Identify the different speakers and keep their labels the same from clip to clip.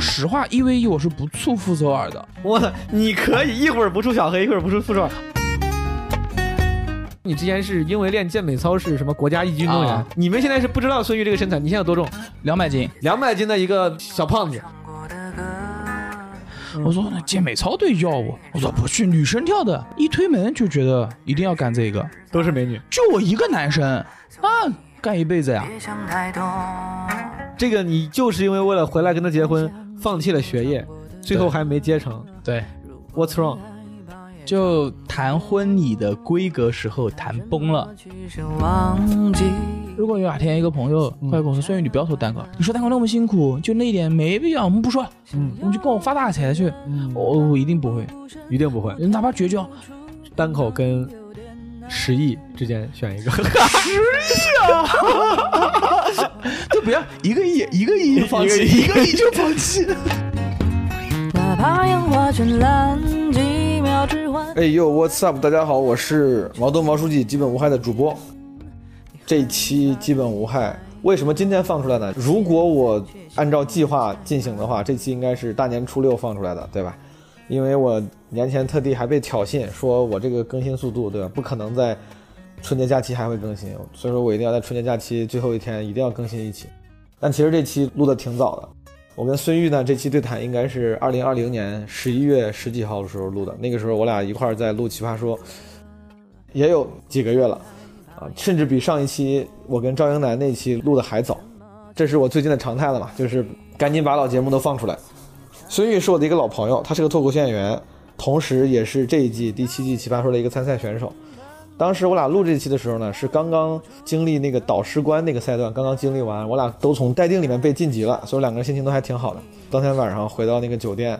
Speaker 1: 实话，一 v 一我是不怵傅首尔的。
Speaker 2: 我操，你可以一会儿不出小黑，一会儿不出副手。你之前是因为练健美操是什么国家一级运动员，
Speaker 1: 啊
Speaker 2: 你们现在是不知道孙玉这个身材，你现在有多重？
Speaker 1: 两百斤，
Speaker 2: 两百斤的一个小胖子，
Speaker 3: 嗯
Speaker 1: 我说那健美操队叫我，我说不去，女生跳的，一推门就觉得一定要干这个，
Speaker 2: 都是美女。
Speaker 1: 就我一个男生啊，干一辈子呀。
Speaker 4: 别想太多。
Speaker 2: 这个你就是因为为了回来跟他结婚，放弃了学业，最后还没结成。
Speaker 3: 对，
Speaker 2: What's wrong？
Speaker 3: 就谈婚礼的规格时候谈崩了，
Speaker 4: 其实忘记。
Speaker 1: 如果有哪天一个朋友过来跟我说：“孙宇，你不要说单
Speaker 3: 嗯
Speaker 1: 口，你说单口那么辛苦，就那一点没必要，我们不说，
Speaker 2: 嗯
Speaker 1: 我们就跟我发大财去。
Speaker 2: 嗯，
Speaker 1: 我”我一定不会，
Speaker 2: 一定不会。
Speaker 1: 哪怕绝交，
Speaker 2: 单口跟十亿之间选一个，
Speaker 3: 就不要一个亿一个亿放弃， 一个亿就放弃。
Speaker 4: 哪怕烟花绚烂，几秒之欢。
Speaker 5: 哎呦，What's up？大家好，我是毛东毛书记，基本无害的主播。这一期基本无害，为什么今天放出来呢？如果我按照计划进行的话，这期应该是大年初六放出来的，对吧？因为我年前特地还被挑衅，说我这个更新速度，对吧？不可能在春节假期还会更新，所以说我一定要在春节假期最后一天一定要更新一期。但其实这期录的挺早的，我跟孙玉呢，这期对谈应该是二零二零年十一月十几号的时候录的，那个时候我俩一块儿在录《奇葩说》，也有几个月了，啊，甚至比上一期我跟赵英男那期录的还早。这是我最近的常态了嘛，就是赶紧把老节目都放出来。孙玉是我的一个老朋友，他是个脱口秀演员，同时也是这一季第七季《奇葩说》的一个参赛选手。当时我俩录这期的时候呢，是刚刚经历那个导师关那个赛段，刚刚经历完，我俩都从待定里面被晋级了，所以两个人心情都还挺好的。当天晚上回到那个酒店，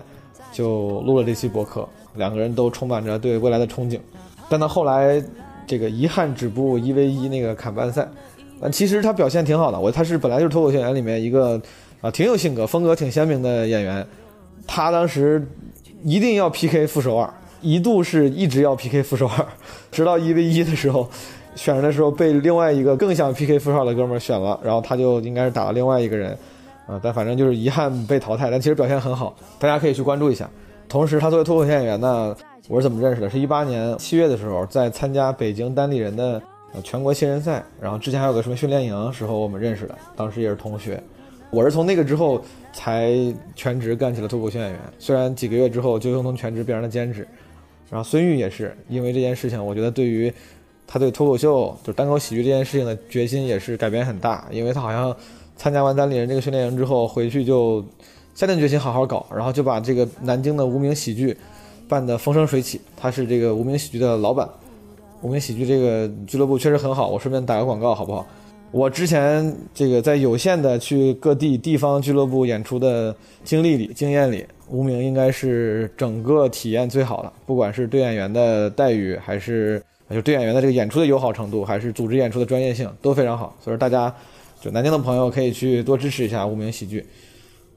Speaker 5: 就录了这期播客，两个人都充满着对未来的憧憬。但到后来，这个遗憾止步一 v 一那个砍半赛，但其实他表现挺好的，我他是本来就是脱口秀演员里面一个啊挺有性格、风格挺鲜明的演员，他当时一定要 PK 傅首尔，一度是一直要 PK 傅首尔。直到一 v 一的时候，选人的时候被另外一个更想 PK 傅少的哥们儿选了，然后他就应该是打了另外一个人，啊、但反正就是遗憾被淘汰，但其实表现很好，大家可以去关注一下。同时，他作为脱口秀演员呢，我是怎么认识的？是一八年七月的时候，在参加北京单立人的、呃全国新人赛，然后之前还有个什么训练营时候我们认识的，当时也是同学。我是从那个之后才全职干起了脱口秀演员，虽然几个月之后就又从全职变成了兼职。然后孙玉也是因为这件事情，我觉得对于他对脱口秀就是单口喜剧这件事情的决心也是改变很大，因为他好像参加完单立人这个训练营之后，回去就下定决心好好搞，然后就把这个南京的无名喜剧办得风生水起。他是这个无名喜剧的老板，无名喜剧这个俱乐部确实很好，我顺便打个广告好不好？我之前这个在有限的去各地地方俱乐部演出的经历里、经验里，无名应该是整个体验最好的，不管是对演员的待遇，还是就对演员的这个演出的友好程度，还是组织演出的专业性，都非常好。所以说大家就南京的朋友可以去多支持一下无名喜剧。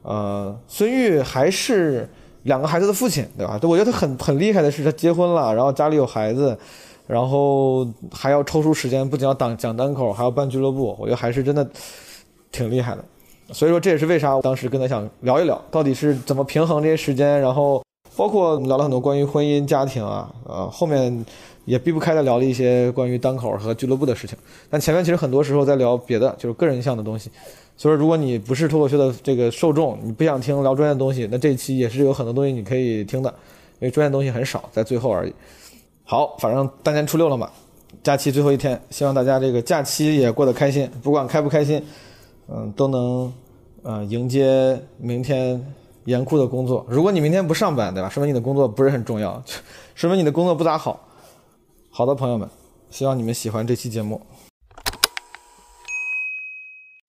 Speaker 5: 呃，孙玉还是两个孩子的父亲，对吧？对我觉得他很很厉害的是，他结婚了，然后家里有孩子，然后还要抽出时间，不仅要当讲单口，还要办俱乐部，我觉得还是真的挺厉害的。所以说这也是为啥我当时跟他想聊一聊，到底是怎么平衡这些时间，然后包括我们聊了很多关于婚姻、家庭啊，呃，后面也避不开的聊了一些关于单口和俱乐部的事情。但前面其实很多时候在聊别的，就是个人向的东西。所以说，如果你不是脱口秀的这个受众，你不想听聊专业的东西，那这一期也是有很多东西你可以听的，因为专业的东西很少，在最后而已。好，反正大年初六了嘛，假期最后一天，希望大家这个假期也过得开心，不管开不开心，嗯，都能呃，迎接明天严酷的工作。如果你明天不上班，对吧？说明你的工作不是很重要， 说明你的工作不咋好。好的，朋友们，希望你们喜欢这期节目。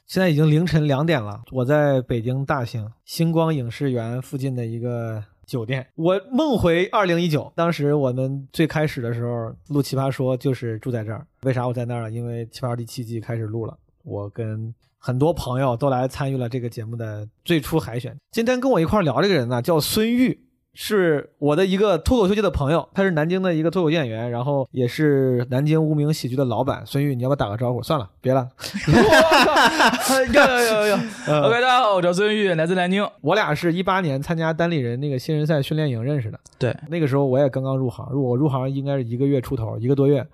Speaker 2: 现在已经凌晨两点了，我在北京大兴星光影视园附近的一个酒店。我梦回二零一九，当时我们最开始的时候录《奇葩说》就是住在这儿。为啥我在那儿呢？啊因为《奇葩说》第七季开始录了，我跟很多朋友都来参与了这个节目的最初海选。今天跟我一块儿聊这个人呢，叫孙玉，是我的一个脱口秀界的朋友，他是南京的一个脱口秀演员，然后也是南京无名喜剧的老板。孙玉，你要不要打个招呼？算了，别了，
Speaker 1: 要要要要！OK，大家好，我叫孙玉，来自南京。
Speaker 2: 我俩是一八年参加单立人那个新人赛训练营认识的。
Speaker 1: 对，
Speaker 2: 那个时候我也刚刚入行，入我入行应该是一个月出头，一个多月。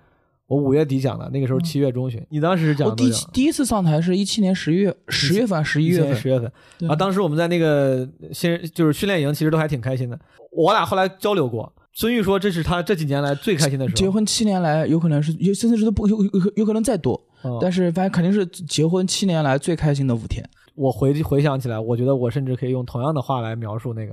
Speaker 2: 我五月底讲的，那个时候七月中旬。你当时讲
Speaker 1: 我
Speaker 2: 的
Speaker 1: 第一第一次上台是一七年十月十月份十一月份，
Speaker 2: 十月份
Speaker 1: 对
Speaker 2: 啊，当时我们在那个新人就是训练营，其实都还挺开心的。我俩后来交流过，孙玉说这是他这几年来最开心的时候。
Speaker 1: 结婚七年来，有可能是有甚至是都不有有有可能再多，
Speaker 2: 嗯
Speaker 1: 但是反正肯定是结婚七年来最开心的五天。
Speaker 2: 我回回想起来，我觉得我甚至可以用同样的话来描述那个。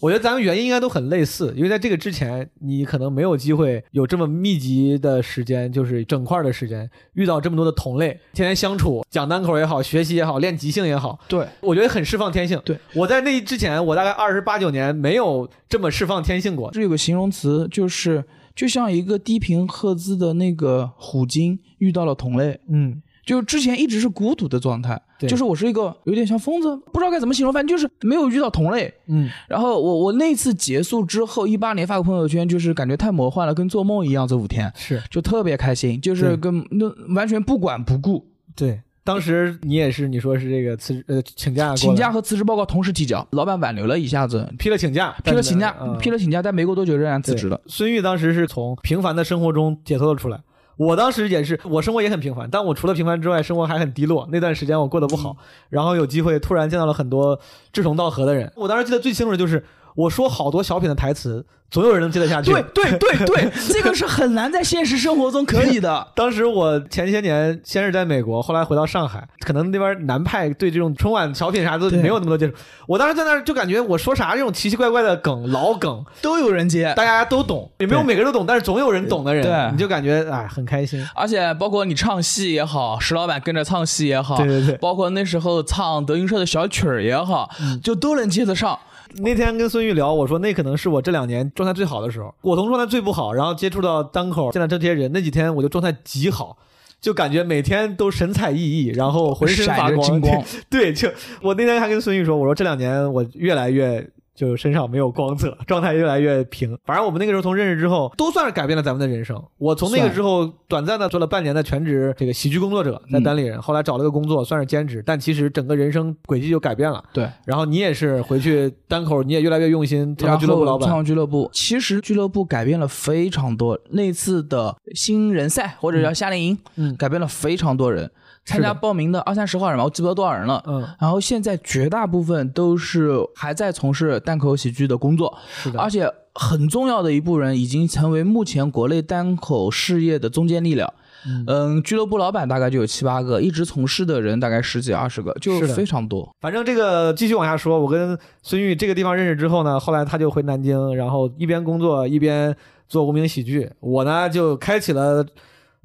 Speaker 2: 我觉得咱们原因应该都很类似，因为在这个之前，你可能没有机会有这么密集的时间，就是整块的时间，遇到这么多的同类，天天相处，讲单口也好，学习也好，练即兴也好，
Speaker 1: 对，
Speaker 2: 我觉得很释放天性。
Speaker 1: 对，
Speaker 2: 我在那之前，我大概二十八九年没有这么释放天性过。
Speaker 1: 这有个形容词，就是就像一个低频赫兹的那个虎鲸遇到了同类，
Speaker 2: 嗯，
Speaker 1: 就之前一直是孤独的状态，
Speaker 2: 对
Speaker 1: 就是我是一个有点像疯子，不知道该怎么形容，反正就是没有遇到同类。
Speaker 2: 嗯，
Speaker 1: 然后我我那次结束之后，一八年发个朋友圈，就是感觉太魔幻了，跟做梦一样，这五天
Speaker 2: 是
Speaker 1: 就特别开心，就是
Speaker 2: 对
Speaker 1: 跟那完全不管不顾，
Speaker 2: 对。当时你也是，你说是这个辞呃请假过来，
Speaker 1: 请假和辞职报告同时提交，老板挽留了一下子，
Speaker 2: 批了请假，
Speaker 1: 批了请假
Speaker 2: 但是呢，
Speaker 1: 批。
Speaker 2: 嗯
Speaker 1: 了请假，但没过多久仍然辞职了。
Speaker 2: 孙玉当时是从平凡的生活中解脱了出来。我当时也是，我生活也很平凡，但我除了平凡之外，生活还很低落。那段时间我过得不
Speaker 1: 嗯
Speaker 2: 好，然后有机会突然见到了很多志同道合的人。我当时记得最清楚的就是，我说好多小品的台词，总有人能接得下去。
Speaker 1: 对，对对 对，这个是很难在现实生活中可以的。
Speaker 2: 当时我前些年先是在美国，后来回到上海，可能那边南派对这种春晚小品啥都
Speaker 1: 对
Speaker 2: 没有那么多接触。我当时在那儿就感觉我说啥这种奇奇怪怪的梗、老梗，
Speaker 1: 都有人接，
Speaker 2: 大家都懂，也没有
Speaker 1: 对
Speaker 2: 每个人都懂，但是总有人懂的
Speaker 1: 对
Speaker 2: 人，你就感觉哎很开心。
Speaker 1: 而且包括你唱戏也好，石老板跟着唱戏也好，
Speaker 2: 对对对
Speaker 1: 包括那时候唱德云社的小曲儿也好，
Speaker 2: 嗯
Speaker 1: 就都能接得上。
Speaker 2: 那天跟孙玉聊，我说那可能是我这两年状态最好的时候，我从状态最不好，然后接触到单口，见到这些人，那几天我就状态极好。就感觉每天都神采奕奕，然后浑身发
Speaker 1: 闪着
Speaker 2: 光。
Speaker 1: 金光
Speaker 2: 对，就我那天还跟孙玉说，我说这两年我越来越就身上没有光泽，状态越来越平。反正我们那个时候从认识之后，都算是改变了咱们的人生。我从那个
Speaker 1: 算
Speaker 2: 之后短暂的做了半年的全职这个喜剧工作者，在
Speaker 1: 嗯
Speaker 2: 单立人，后来找了个工作，算是兼职，但其实整个人生轨迹就改变了。
Speaker 1: 对，
Speaker 2: 然后你也是回去单口，你也越来越用心，唱俱乐部老
Speaker 1: 然
Speaker 2: 板
Speaker 1: 后唱俱乐部，其实俱乐部改变了非常多。那次的新人赛或者叫夏令营，
Speaker 2: 嗯
Speaker 1: 改变了非常多人。参加报名的二三十号人吧，我记不得多少人了。
Speaker 2: 嗯
Speaker 1: 然后现在绝大部分都是还在从事单口喜剧的工作，
Speaker 2: 是的
Speaker 1: 而且很重要的一部分人已经成为目前国内单口事业的中坚力量。
Speaker 2: 嗯
Speaker 1: 嗯，俱乐部老板大概就有七八个，一直从事的人大概十几二十个，就是
Speaker 2: 的
Speaker 1: 非常多。
Speaker 2: 反正这个继续往下说，我跟孙玉这个地方认识之后呢，后来他就回南京，然后一边工作一边做无名喜剧。我呢就开启了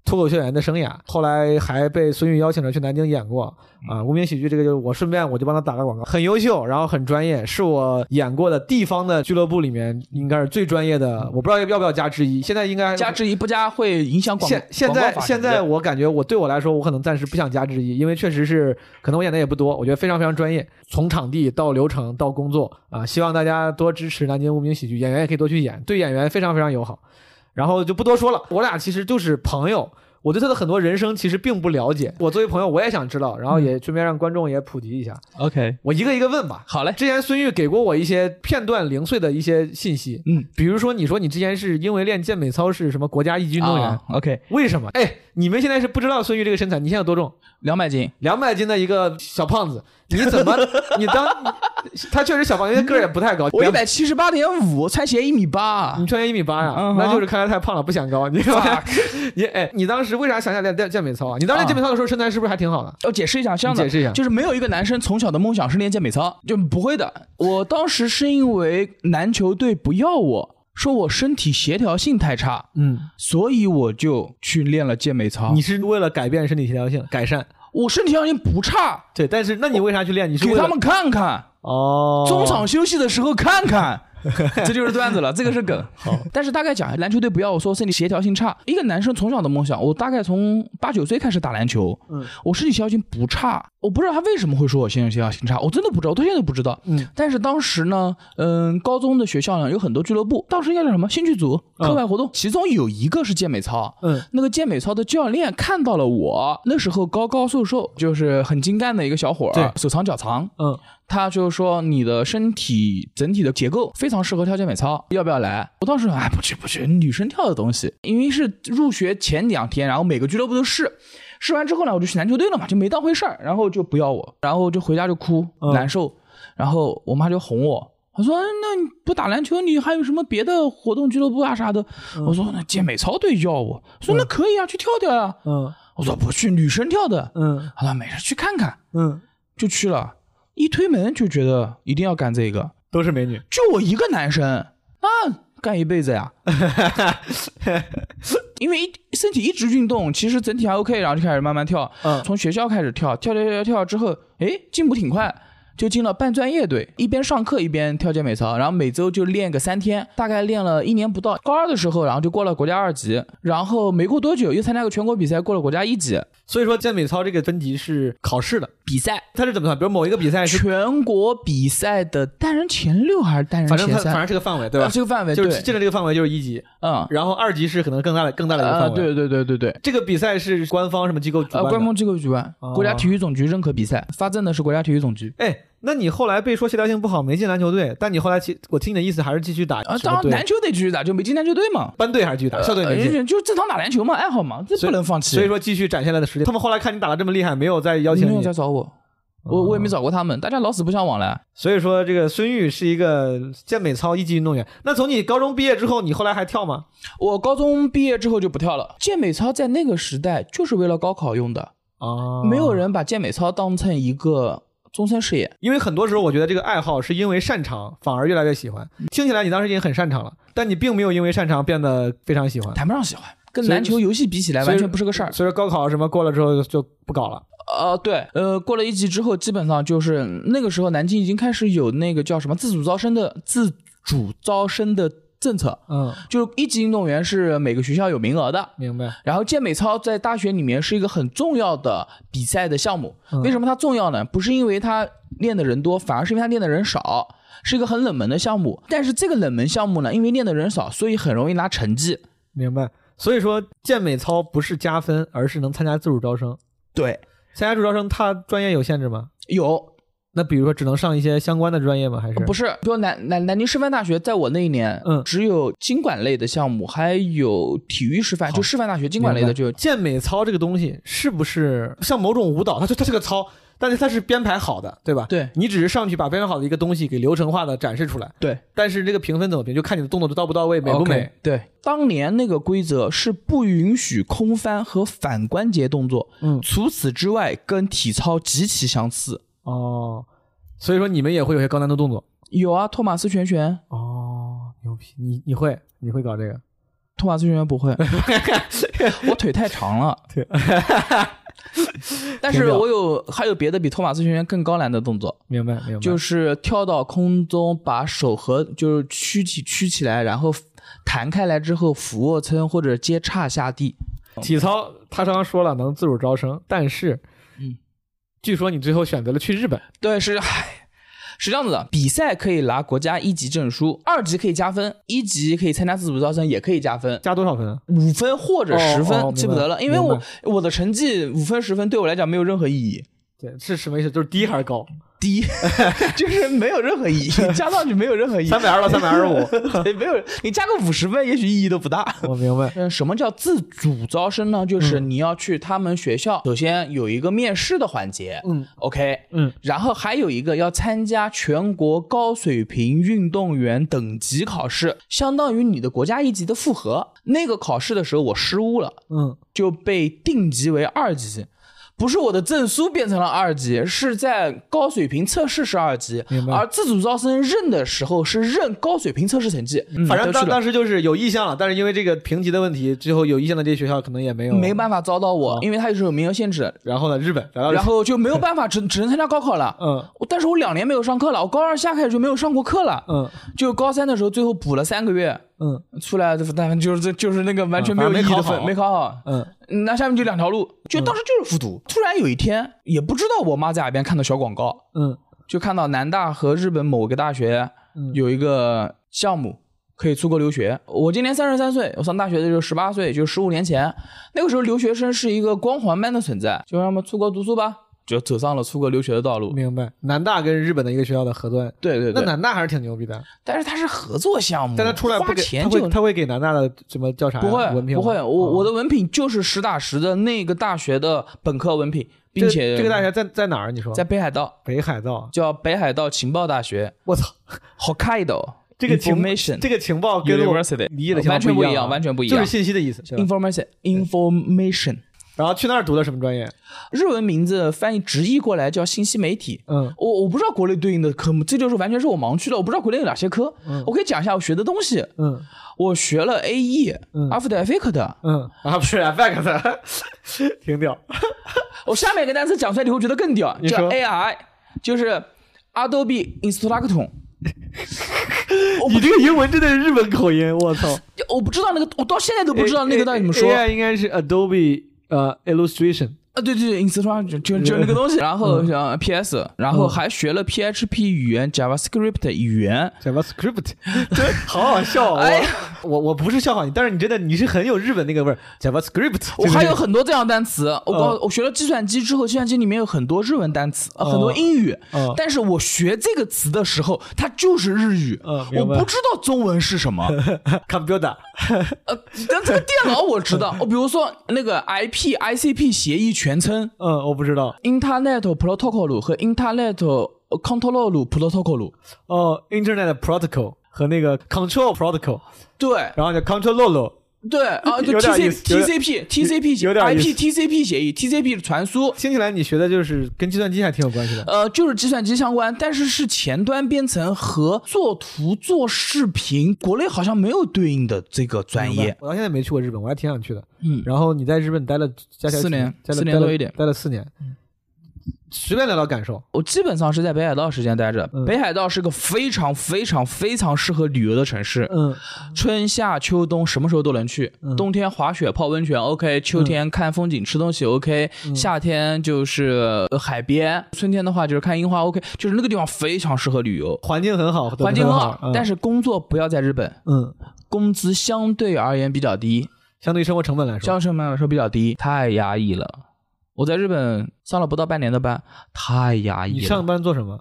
Speaker 2: 脱口秀演员的生涯，后来还被孙玉邀请着去南京演过
Speaker 1: 嗯
Speaker 2: 啊。无名喜剧这个就是我顺便我就帮他打个广告，很优秀，然后很专业，是我演过的地方的俱乐部里面应该是最专业的。我不知道要不要加之一，现在应该
Speaker 1: 加之一不加会影响广
Speaker 2: 现现
Speaker 1: 广
Speaker 2: 在
Speaker 1: 告法
Speaker 2: 现在我感觉我对我来说，我可能暂时不想加之一，因为确实是可能我演的也不多，我觉得非常非常专业，从场地到流程到工作啊，希望大家多支持南京无名喜剧，演员也可以多去演，对演员非常非常友好。然后就不多说了，我俩其实就是朋友。我对他的很多人生其实并不了解，我作为朋友我也想知道，然后
Speaker 1: 嗯
Speaker 2: 也顺便让观众也普及一下，
Speaker 1: OK，
Speaker 2: 我一个一个问吧。
Speaker 1: 好嘞，
Speaker 2: 之前孙玉给过我一些片段零碎的一些信息，
Speaker 1: 嗯，
Speaker 2: 比如说你说你之前是因为练健美操是什么国家一级运动员，
Speaker 1: 啊 OK，
Speaker 2: 为什么？哎，你们现在是不知道孙玉这个身材，你现在有多重？
Speaker 1: 两百斤，
Speaker 2: 两百斤的一个小胖子，你怎 么？你当他确实小胖，因为个儿也不太高，
Speaker 1: 我一
Speaker 2: 两
Speaker 1: 百七十八点五，穿鞋一米八
Speaker 2: 你。穿一米八呀、
Speaker 1: 嗯哼
Speaker 2: 那就是看来太胖了，不显高。你 你哎，你当时为啥想起来练健美操啊？你当时练健美操的时候身材是不是还挺好的？
Speaker 1: 要解释一下，这样
Speaker 2: 你
Speaker 1: 的
Speaker 2: 解释一下
Speaker 1: 就是没有一个男生从小的梦想是练健美操，就不会的。我当时是因为篮球队不要我，说我身体协调性太差，
Speaker 2: 嗯，
Speaker 1: 所以我就去练了健美操。
Speaker 2: 啊你是为了改变身体协调性，改善
Speaker 1: 我身体条件不差，
Speaker 2: 对，但是那你为啥去练？你是
Speaker 1: 给
Speaker 2: 为了
Speaker 1: 他们看看，
Speaker 2: 哦，
Speaker 1: 中场休息的时候看看， 这就是段子了，这个是梗。 好，但是大概讲篮球队不要我说身体协调性差。一个男生从小的梦想，我大概从八九岁开始打篮球，
Speaker 2: 嗯，
Speaker 1: 我身体协调性不差，我不知道他为什么会说我身体协调性差，我真的不知道，我到现在都不知道。
Speaker 2: 嗯，
Speaker 1: 但是当时呢，嗯，高中的学校呢有很多俱乐部，当时应该叫什么兴趣组、课外活动，其中有一个是健美操。
Speaker 2: 嗯，
Speaker 1: 那个健美操的教练看到了我，那时候高高瘦瘦，就是很精干的一个小伙
Speaker 2: 对
Speaker 1: 儿，手长脚长，
Speaker 2: 嗯，
Speaker 1: 他就说你的身体整体的结构非常适合跳健美操，要不要来？我当时说哎不去不去，女生跳的东西，因为是入学前两天，然后每个俱乐部都试，试完之后呢，我就去篮球队了嘛，就没当回事儿，然后就不要我，然后就回家就哭、
Speaker 2: 嗯
Speaker 1: 难受，然后我妈就哄我。她说：“哎那你不打篮球，你还有什么别的活动俱乐部啊啥的？”我说：“那健美操队要我。”说：“那可以啊，去跳跳呀、啊。
Speaker 2: 嗯”
Speaker 1: 我说：“不去，女生跳的。
Speaker 2: 嗯”
Speaker 1: 她说：“没事，去看看。”
Speaker 2: 嗯，
Speaker 1: 就去了，一推门就觉得一定要干这个，
Speaker 2: 都是美女，
Speaker 1: 就我一个男生啊，干一辈子呀。因为一身体一直运动，其实整体还 OK，然后就开始慢慢跳，
Speaker 2: 嗯
Speaker 1: 从学校开始跳，跳跳跳跳之后，诶，进步挺快，就进了半专业队，一边上课一边跳健美操，然后每周就练个三天，大概练了一年不到。高二的时候，然后就过了国家二级，然后没过多久又参加个全国比赛，过了国家一级
Speaker 2: 所以说健美操这个分级是考试的，
Speaker 1: 比赛，
Speaker 2: 它是怎么算？比如某一个比赛是，
Speaker 1: 全国比赛的单人前六还是单人
Speaker 2: 反正
Speaker 1: 前
Speaker 2: 它
Speaker 1: 三？
Speaker 2: 反正是个范围，对吧
Speaker 1: 啊？这个范围
Speaker 2: 就是
Speaker 1: 对
Speaker 2: 进了这个范围就是一级，
Speaker 1: 嗯
Speaker 2: 然后二级是可能更大的更大的一个
Speaker 1: 啊，
Speaker 2: 范围。
Speaker 1: 对对对对对，
Speaker 2: 这个比赛是官方什么机构主
Speaker 1: 呃
Speaker 2: 办，的？
Speaker 1: 官方机构举办，
Speaker 2: 哦
Speaker 1: 国家体育总局认可比赛，发证的是国家体育总局。
Speaker 2: 哎，那你后来被说协调性不好没进篮球队，但你后来其我听你的意思还是继续打
Speaker 1: 啊，
Speaker 2: 什么
Speaker 1: 当
Speaker 2: 队
Speaker 1: 然篮球得继续打，就没进篮球队嘛，
Speaker 2: 班队还是继续打，校队没进。
Speaker 1: 呃就正常打篮球嘛，爱好嘛，这
Speaker 2: 所以
Speaker 1: 不能放弃。
Speaker 2: 所以说，继续展现了的实力。他们后来看你打的这么厉害，没有再邀请
Speaker 1: 没有
Speaker 2: 你哦
Speaker 1: 再。找我，我我也没找过他们，大家老死不相往来。
Speaker 2: 所以说，这个孙玉是一个健美操一级运动员。那从你高中毕业之后，你后来还跳吗？
Speaker 1: 我高中毕业之后就不跳了，健美操在那个时代就是为了高考用的，
Speaker 2: 啊
Speaker 1: 没有，人把健美操当成一个终身事业。
Speaker 2: 因为很多时候我觉得这个爱好是因为擅长，反而越来越喜欢。
Speaker 1: 嗯
Speaker 2: 听起来你当时已经很擅长了，但你并没有因为擅长变得非常喜欢。
Speaker 1: 谈不上喜欢，跟
Speaker 2: 所以
Speaker 1: 篮球游戏比起来
Speaker 2: 所以
Speaker 1: 完全不是个事儿。
Speaker 2: 所以说高考什么过了之后就不搞了。
Speaker 1: 呃，对，呃，过了一级之后，基本上就是那个时候南京已经开始有那个叫什么自主招生的自主招生的政策，
Speaker 2: 嗯，
Speaker 1: 就是一级运动员是每个学校有名额的。
Speaker 2: 明白。
Speaker 1: 然后健美操在大学里面是一个很重要的比赛的项目，
Speaker 2: 嗯
Speaker 1: 为什么它重要呢？不是因为它练的人多，反而是因为它练的人少，是一个很冷门的项目。但是这个冷门项目呢，因为练的人少，所以很容易拿成绩。
Speaker 2: 明白。所以说，健美操不是加分，而是能参加自主招生。
Speaker 1: 对，
Speaker 2: 参加自主招生，它专业有限制吗？
Speaker 1: 有
Speaker 2: 那比如说，只能上一些相关的专业吗？还是
Speaker 1: 呃不是，比如南南南京师范大学，在我那一年，
Speaker 2: 嗯
Speaker 1: 只有经管类的项目，还有体育师范，就师范大学经管类的就有
Speaker 2: 健美操这个东西是不是像某种舞蹈？它就它是个操，但是它是编排好的，对吧？
Speaker 1: 对
Speaker 2: 你只是上去把编排好的一个东西给流程化的展示出来，
Speaker 1: 对
Speaker 2: 但是这个评分怎么评，就看你的动作到不到位，美不
Speaker 1: OK，
Speaker 2: 美。
Speaker 1: 对，当年那个规则是不允许空翻和反关节动作，
Speaker 2: 嗯
Speaker 1: 除此之外跟体操极其相似。
Speaker 2: 哦，所以说你们也会有些高难度动作。
Speaker 1: 有啊，托马斯全旋，
Speaker 2: 哦，牛逼！你你会你会搞这个？
Speaker 1: 托马斯全旋不 会，我腿太长了。
Speaker 2: 对
Speaker 1: 但
Speaker 2: 停
Speaker 1: 是
Speaker 2: 掉
Speaker 1: 我有还有别的比托马斯全旋更高难的动作，
Speaker 2: 明白明白。
Speaker 1: 就是跳到空中，把手和就是曲起曲起来，然后弹开来之后俯卧撑或者接叉下地。
Speaker 2: 体操，他刚刚说了能自主招生，但是，
Speaker 1: 嗯，
Speaker 2: 据说你最后选择了去日本。
Speaker 1: 对，是，唉，是这样子的。比赛可以拿国家一级证书，二级可以加分，一级可以参加自主招生，也可以加分。
Speaker 2: 加多少分啊？
Speaker 1: 五分或者十分，
Speaker 2: 哦哦
Speaker 1: 记不得了，
Speaker 2: 明
Speaker 1: 因
Speaker 2: 白
Speaker 1: 为
Speaker 2: 明
Speaker 1: 我
Speaker 2: 白
Speaker 1: 我的成绩五分十分对我来讲没有任何意义，
Speaker 2: 对，是什么意思？就是低还是高？
Speaker 1: 低，就是没有任何意义，加上去没有任何意义，
Speaker 2: 三百二到三百二十五。
Speaker 1: 对没有，你加个五十分，也许意义都不大。
Speaker 2: 我明白。
Speaker 1: 嗯，什么叫自主招生呢？就是
Speaker 2: 嗯
Speaker 1: 你要去他们学校，首先有一个面试的环节，
Speaker 2: 嗯
Speaker 1: ，OK，
Speaker 2: 嗯，
Speaker 1: 然后还有一个要参加全国高水平运动员等级考试，相当于你的国家一级的复核。那个考试的时候我失误了，
Speaker 2: 嗯
Speaker 1: 就被定级为二级。不是我的证书变成了二级，是在高水平测试是二级
Speaker 2: 明，白
Speaker 1: 而自主招生认的时候是认高水平测试成绩。嗯
Speaker 2: 反正
Speaker 1: 都
Speaker 2: 当
Speaker 1: 去了
Speaker 2: 当时就是有意向了，但是因为这个评级的问题，最后有意向的这些学校可能也没有
Speaker 1: 没办法招到我
Speaker 2: 哦，
Speaker 1: 因为它也是有名额限制的，
Speaker 2: 然后呢，日本，然后
Speaker 1: 然后就没有办法，只 只能参加高考了。
Speaker 2: 啊嗯
Speaker 1: 我但是我两年没有上课了，我高二下开始就没有上过课了，
Speaker 2: 嗯
Speaker 1: 就高三的时候最后补了三个月，
Speaker 2: 嗯
Speaker 1: 出来就但就是这就是那个完全没有
Speaker 2: 嗯
Speaker 1: 意
Speaker 2: 反正
Speaker 1: 义
Speaker 2: 没
Speaker 1: 的
Speaker 2: 考
Speaker 1: 分，
Speaker 2: 好
Speaker 1: 没考好。
Speaker 2: 嗯，
Speaker 1: 嗯那下面就两条路，就当时就是复读。突然有一天，也不知道我妈在哪边看到小广告，
Speaker 2: 嗯
Speaker 1: 就看到南大和日本某个大学
Speaker 2: 嗯
Speaker 1: 有一个项目可以出国留学。我今年三十三岁，我上大学的时候十八岁，就十五年前。那个时候留学生是一个光环般的存在，就让他们出国读书吧，就走上了出国留学的道路。
Speaker 2: 明白。南大跟日本的一个学校的合作，
Speaker 1: 对对
Speaker 2: 那
Speaker 1: 对，嗯
Speaker 2: 南大还是挺牛逼的，
Speaker 1: 但是它是合作项目，
Speaker 2: 但他出来不
Speaker 1: 花
Speaker 2: 给，
Speaker 1: 钱
Speaker 2: 他
Speaker 1: 就
Speaker 2: 会他会给南大的什么叫啥呀
Speaker 1: 不会
Speaker 2: 文凭吗？啊
Speaker 1: 不会，我我
Speaker 2: 的
Speaker 1: 的文凭就是实打实的那个大学的本科文凭，并且
Speaker 2: 这个大学在在哪儿？啊你说
Speaker 1: 在北海道。
Speaker 2: 北海道？啊
Speaker 1: 叫北海道情报大学
Speaker 2: 我操，
Speaker 1: （Hokkaido
Speaker 2: 这个情
Speaker 1: Information
Speaker 2: 这个情报跟我
Speaker 1: University），
Speaker 2: 理解的情
Speaker 1: 完
Speaker 2: 况
Speaker 1: 全
Speaker 2: 不
Speaker 1: 一
Speaker 2: 样啊，
Speaker 1: 完全不一
Speaker 2: 就
Speaker 1: 样
Speaker 2: 是。信息的意思。是吧
Speaker 1: Information Information，
Speaker 2: 然后去那儿读的什么专业？
Speaker 1: 日文名字翻译直译过来叫信息媒体。
Speaker 2: 嗯
Speaker 1: 我我不知道国内对应的科目，这就是完全是我盲区了。我不知道国内有哪些科，我可以讲一下我学的东西。
Speaker 2: 嗯
Speaker 1: 我学了 AE、
Speaker 2: 嗯
Speaker 1: After Effects，
Speaker 2: 嗯，啊不是 FX，挺屌。
Speaker 1: 我下面一个单词讲出来你会觉得更屌，
Speaker 2: 你
Speaker 1: 叫
Speaker 2: 说
Speaker 1: AI，就是 Adobe Instructor。哦
Speaker 2: 你这个英文真的是日本口音，我操！
Speaker 1: 我不知道那个，我到现在都不知道那个到底怎么
Speaker 2: A-
Speaker 1: 说。
Speaker 2: AI 应该是 Adobe 呃 Illustration。
Speaker 1: 啊，对对对，Instructor 就就就那个东 西。然
Speaker 2: 嗯
Speaker 1: 后像 PS，然后还学了 PHP 语言、JavaScript 语言。
Speaker 2: JavaScript，对， 好好笑啊！我、
Speaker 1: 哎呀
Speaker 2: 我我不是笑话你，但是你真的你是很有日本那个味儿。JavaScript，
Speaker 1: 我还有 很多这样的单词，我告
Speaker 2: 嗯
Speaker 1: 我学了计算机之后，计算机里面有很多日文单词，呃
Speaker 2: 哦
Speaker 1: 很多英语
Speaker 2: 哦，
Speaker 1: 但是我学这个词的时候，它就是日语，
Speaker 2: 嗯
Speaker 1: 我
Speaker 2: 明白
Speaker 1: 不知道中文是什 么。
Speaker 2: computer，
Speaker 1: 呃，但这个电脑我知 道，哦我比如说那个 IP ICP 协议全称
Speaker 2: 嗯，我不知道
Speaker 1: Internet Protocol 和 Internet Control Protocol，
Speaker 2: 哦，Internet Protocol 和那个 Control Protocol，
Speaker 1: 对
Speaker 2: 然后叫 Control Lolo，
Speaker 1: 对啊，就
Speaker 2: 有点
Speaker 1: TC
Speaker 2: 意思有点
Speaker 1: TCP TCP 协
Speaker 2: 有
Speaker 1: 议
Speaker 2: 点意
Speaker 1: IP
Speaker 2: 思
Speaker 1: TCP 协议 TCP 传输，
Speaker 2: 听起来你学的就是跟计算机还挺有关系的。
Speaker 1: 呃，就是计算机相关，但是是前端编程和做图、做视频，国内好像没有对应的这个专
Speaker 2: 明白
Speaker 1: 业。
Speaker 2: 我到现在没去过日本，我还挺想去的。
Speaker 1: 嗯
Speaker 2: 然后你在日本待了加起来
Speaker 1: 四年
Speaker 2: 待了
Speaker 1: 四年
Speaker 2: 待了
Speaker 1: 多一点嗯
Speaker 2: 待了四年。随便聊聊感受，
Speaker 1: 我基本上是在北海道时间待着。
Speaker 2: 嗯
Speaker 1: 北海道是个非常非常非常适合旅游的城市，
Speaker 2: 嗯，
Speaker 1: 春夏秋冬什么时候都能去。冬天滑雪、泡温泉 OK，秋
Speaker 2: 嗯
Speaker 1: 天看风景、吃东西 OK，、夏天就是呃海边，春天的话就是看樱花 OK，就是那个地方非常适合旅游，
Speaker 2: 环境很好，嗯
Speaker 1: 环境
Speaker 2: 很
Speaker 1: 很好，但
Speaker 2: 是
Speaker 1: 是工作不要在日本，
Speaker 2: 嗯，
Speaker 1: 工资相对而言比较低。
Speaker 2: 相对于生活成本来说，
Speaker 1: 教授们来说比较低，太压抑了。我在日本上了不到半年的班，太压
Speaker 2: 你
Speaker 1: 抑了
Speaker 2: 上。班做什么？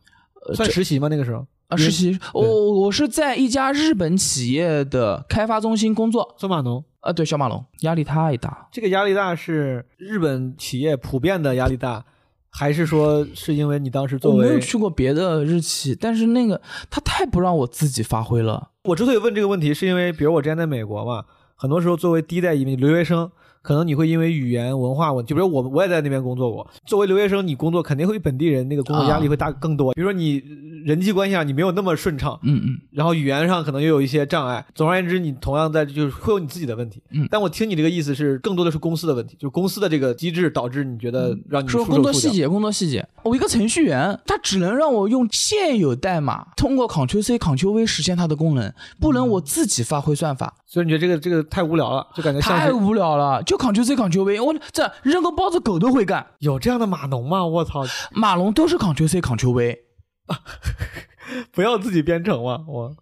Speaker 2: 算实习吗？那个时候
Speaker 1: 啊，实习，我、我是在一家日本企业的开发中心工作。
Speaker 2: 做码农，
Speaker 1: 啊，对，小马龙压力太大，
Speaker 2: 这个压力大是日本企业普遍的压力大，还是说是因为你当时
Speaker 1: 我
Speaker 2: 作
Speaker 1: 没有
Speaker 2: 为？
Speaker 1: 去过别的日企，但是那个他太不让我自己发挥了。
Speaker 2: 我之所以问这个问题，是因为比如我之前在美国嘛，很多时候作为第一代移民留学生，可能你会因为语言文化问题，就比如我我也在那边工作过，作为留学生，你工作肯定会比本地人那个工作压力会大更多。比如说你人际关系啊上你没有那么顺畅，
Speaker 1: 嗯嗯，
Speaker 2: 然后语言上可能又有一些障碍。总而言之，你同样在就是会有你自己的问题。
Speaker 1: 嗯
Speaker 2: 但我听你这个意思是，更多的是公司的问题，就是公司的这个机制导致你觉得让你
Speaker 1: 嗯
Speaker 2: 束
Speaker 1: 说
Speaker 2: 手
Speaker 1: 工作
Speaker 2: 束
Speaker 1: 细
Speaker 2: 脚。
Speaker 1: 节，工作细节。我一个程序员，他只能让我用现有代码通过 Ctrl C、Ctrl V 实现它的功能，不
Speaker 2: 嗯
Speaker 1: 能我自己发挥算法。
Speaker 2: 所以你觉得这个这个太无聊了，就感觉像
Speaker 1: 太
Speaker 2: 是
Speaker 1: 无聊了，就 Ctrl C Ctrl V，我这扔个包子狗都会干。
Speaker 2: 有这样的码农吗？我操，
Speaker 1: 马龙都是 Ctrl C Ctrl V，
Speaker 2: 不要自己编程嘛！我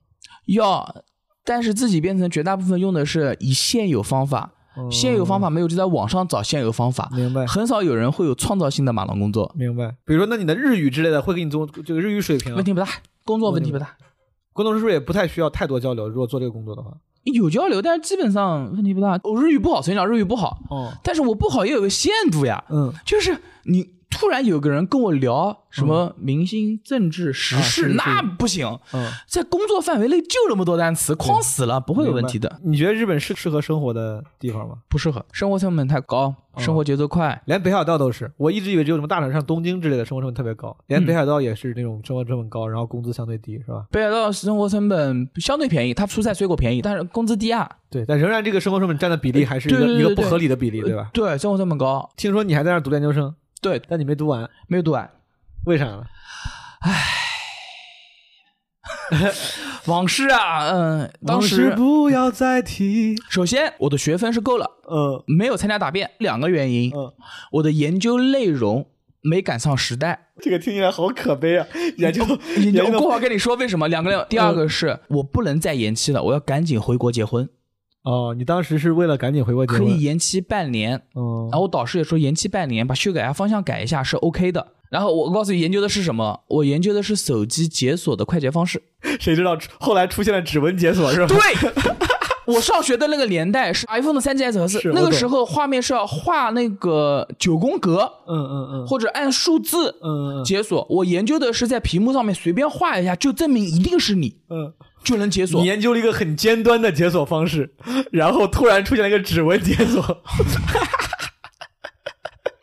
Speaker 1: 要，但是自己编程绝大部分用的是以现有方法，现有方法没有就在网上找现有方法，
Speaker 2: 嗯明白
Speaker 1: 很少有人会有创造性的马龙工作，
Speaker 2: 明白。比如说，那你的日语之类的会给你做这个日语水平啊、
Speaker 1: 问题不大，工作问题不大，
Speaker 2: 工作是不是也不太需要太多交流？如果做这个工作的话，
Speaker 1: 有交流，但是基本上问题不大。我日语不好，从小日语不好，
Speaker 2: 哦，
Speaker 1: 但是我不好也有个限度呀，
Speaker 2: 嗯，
Speaker 1: 就是你突然有个人跟我聊什么明星、政治、时
Speaker 2: 是
Speaker 1: 事，
Speaker 2: 是
Speaker 1: 那不行，
Speaker 2: 嗯，
Speaker 1: 在工作范围内就这么多单词，框死了，不会有问题的。
Speaker 2: 你觉得日本是适合生活的地方吗？
Speaker 1: 不适合，生活成本太高，
Speaker 2: 嗯
Speaker 1: 生活节奏快。
Speaker 2: 连北海道都是，我一直以为只有什么大厂，像东京之类的生活成本特别高，
Speaker 1: 嗯
Speaker 2: 连北海道也是那种生活成本高，然后工资相对低，是吧？
Speaker 1: 北海道生活成本相对便宜，它蔬菜水果便宜，但是工资低啊。
Speaker 2: 对，但仍然这个生活成本占的比例还是一个
Speaker 1: 呃对对对
Speaker 2: 一个
Speaker 1: 对
Speaker 2: 不合理的比例，对吧？
Speaker 1: 对，生活成本高。
Speaker 2: 听说你还在那儿读研究生，
Speaker 1: 对，
Speaker 2: 但你没读完，
Speaker 1: 没有读完。
Speaker 2: 为啥呢？
Speaker 1: 往事啊，嗯，当
Speaker 2: 往
Speaker 1: 时
Speaker 2: 事不要再 提，
Speaker 1: 首先我的学分是够了，
Speaker 2: 呃
Speaker 1: 没有参加答辩，两个原因，
Speaker 2: 嗯，
Speaker 1: 我的研究内容没赶上时代。
Speaker 5: 这个听起来好可悲啊！研究
Speaker 1: 研究
Speaker 5: 研究
Speaker 1: 我过会儿跟你说为什么。两个两，第
Speaker 2: 嗯
Speaker 1: 二个是我不能再延期了，我要赶紧回国结婚，
Speaker 2: 哦，你当时是为了赶紧回国结
Speaker 1: 可
Speaker 2: 婚，
Speaker 1: 以哦延期半年。
Speaker 2: 嗯
Speaker 1: 然，后我导师也说延期半年，把修改下方向改一下是 OK 的。然后我告诉你研究的是什么，我研究的是手机解锁的快捷方式。
Speaker 2: 谁知道后来出现了指纹解锁是吧？
Speaker 1: 对， 我上学的那个年代是 iPhone 的 3GS 和
Speaker 2: 是
Speaker 1: 4，
Speaker 2: 我
Speaker 1: 那
Speaker 2: 懂
Speaker 1: 个时候画面是要画那个九宫格
Speaker 2: 嗯嗯嗯，
Speaker 1: 或者按数字
Speaker 2: 嗯嗯
Speaker 1: 解锁。我研究的是在屏幕上面随便画一下，就证明一定是你
Speaker 2: 嗯，
Speaker 1: 就能解
Speaker 2: 你
Speaker 1: 锁。
Speaker 2: 研究了一个很尖端的解锁方式，然后突然出现了一个指纹解锁，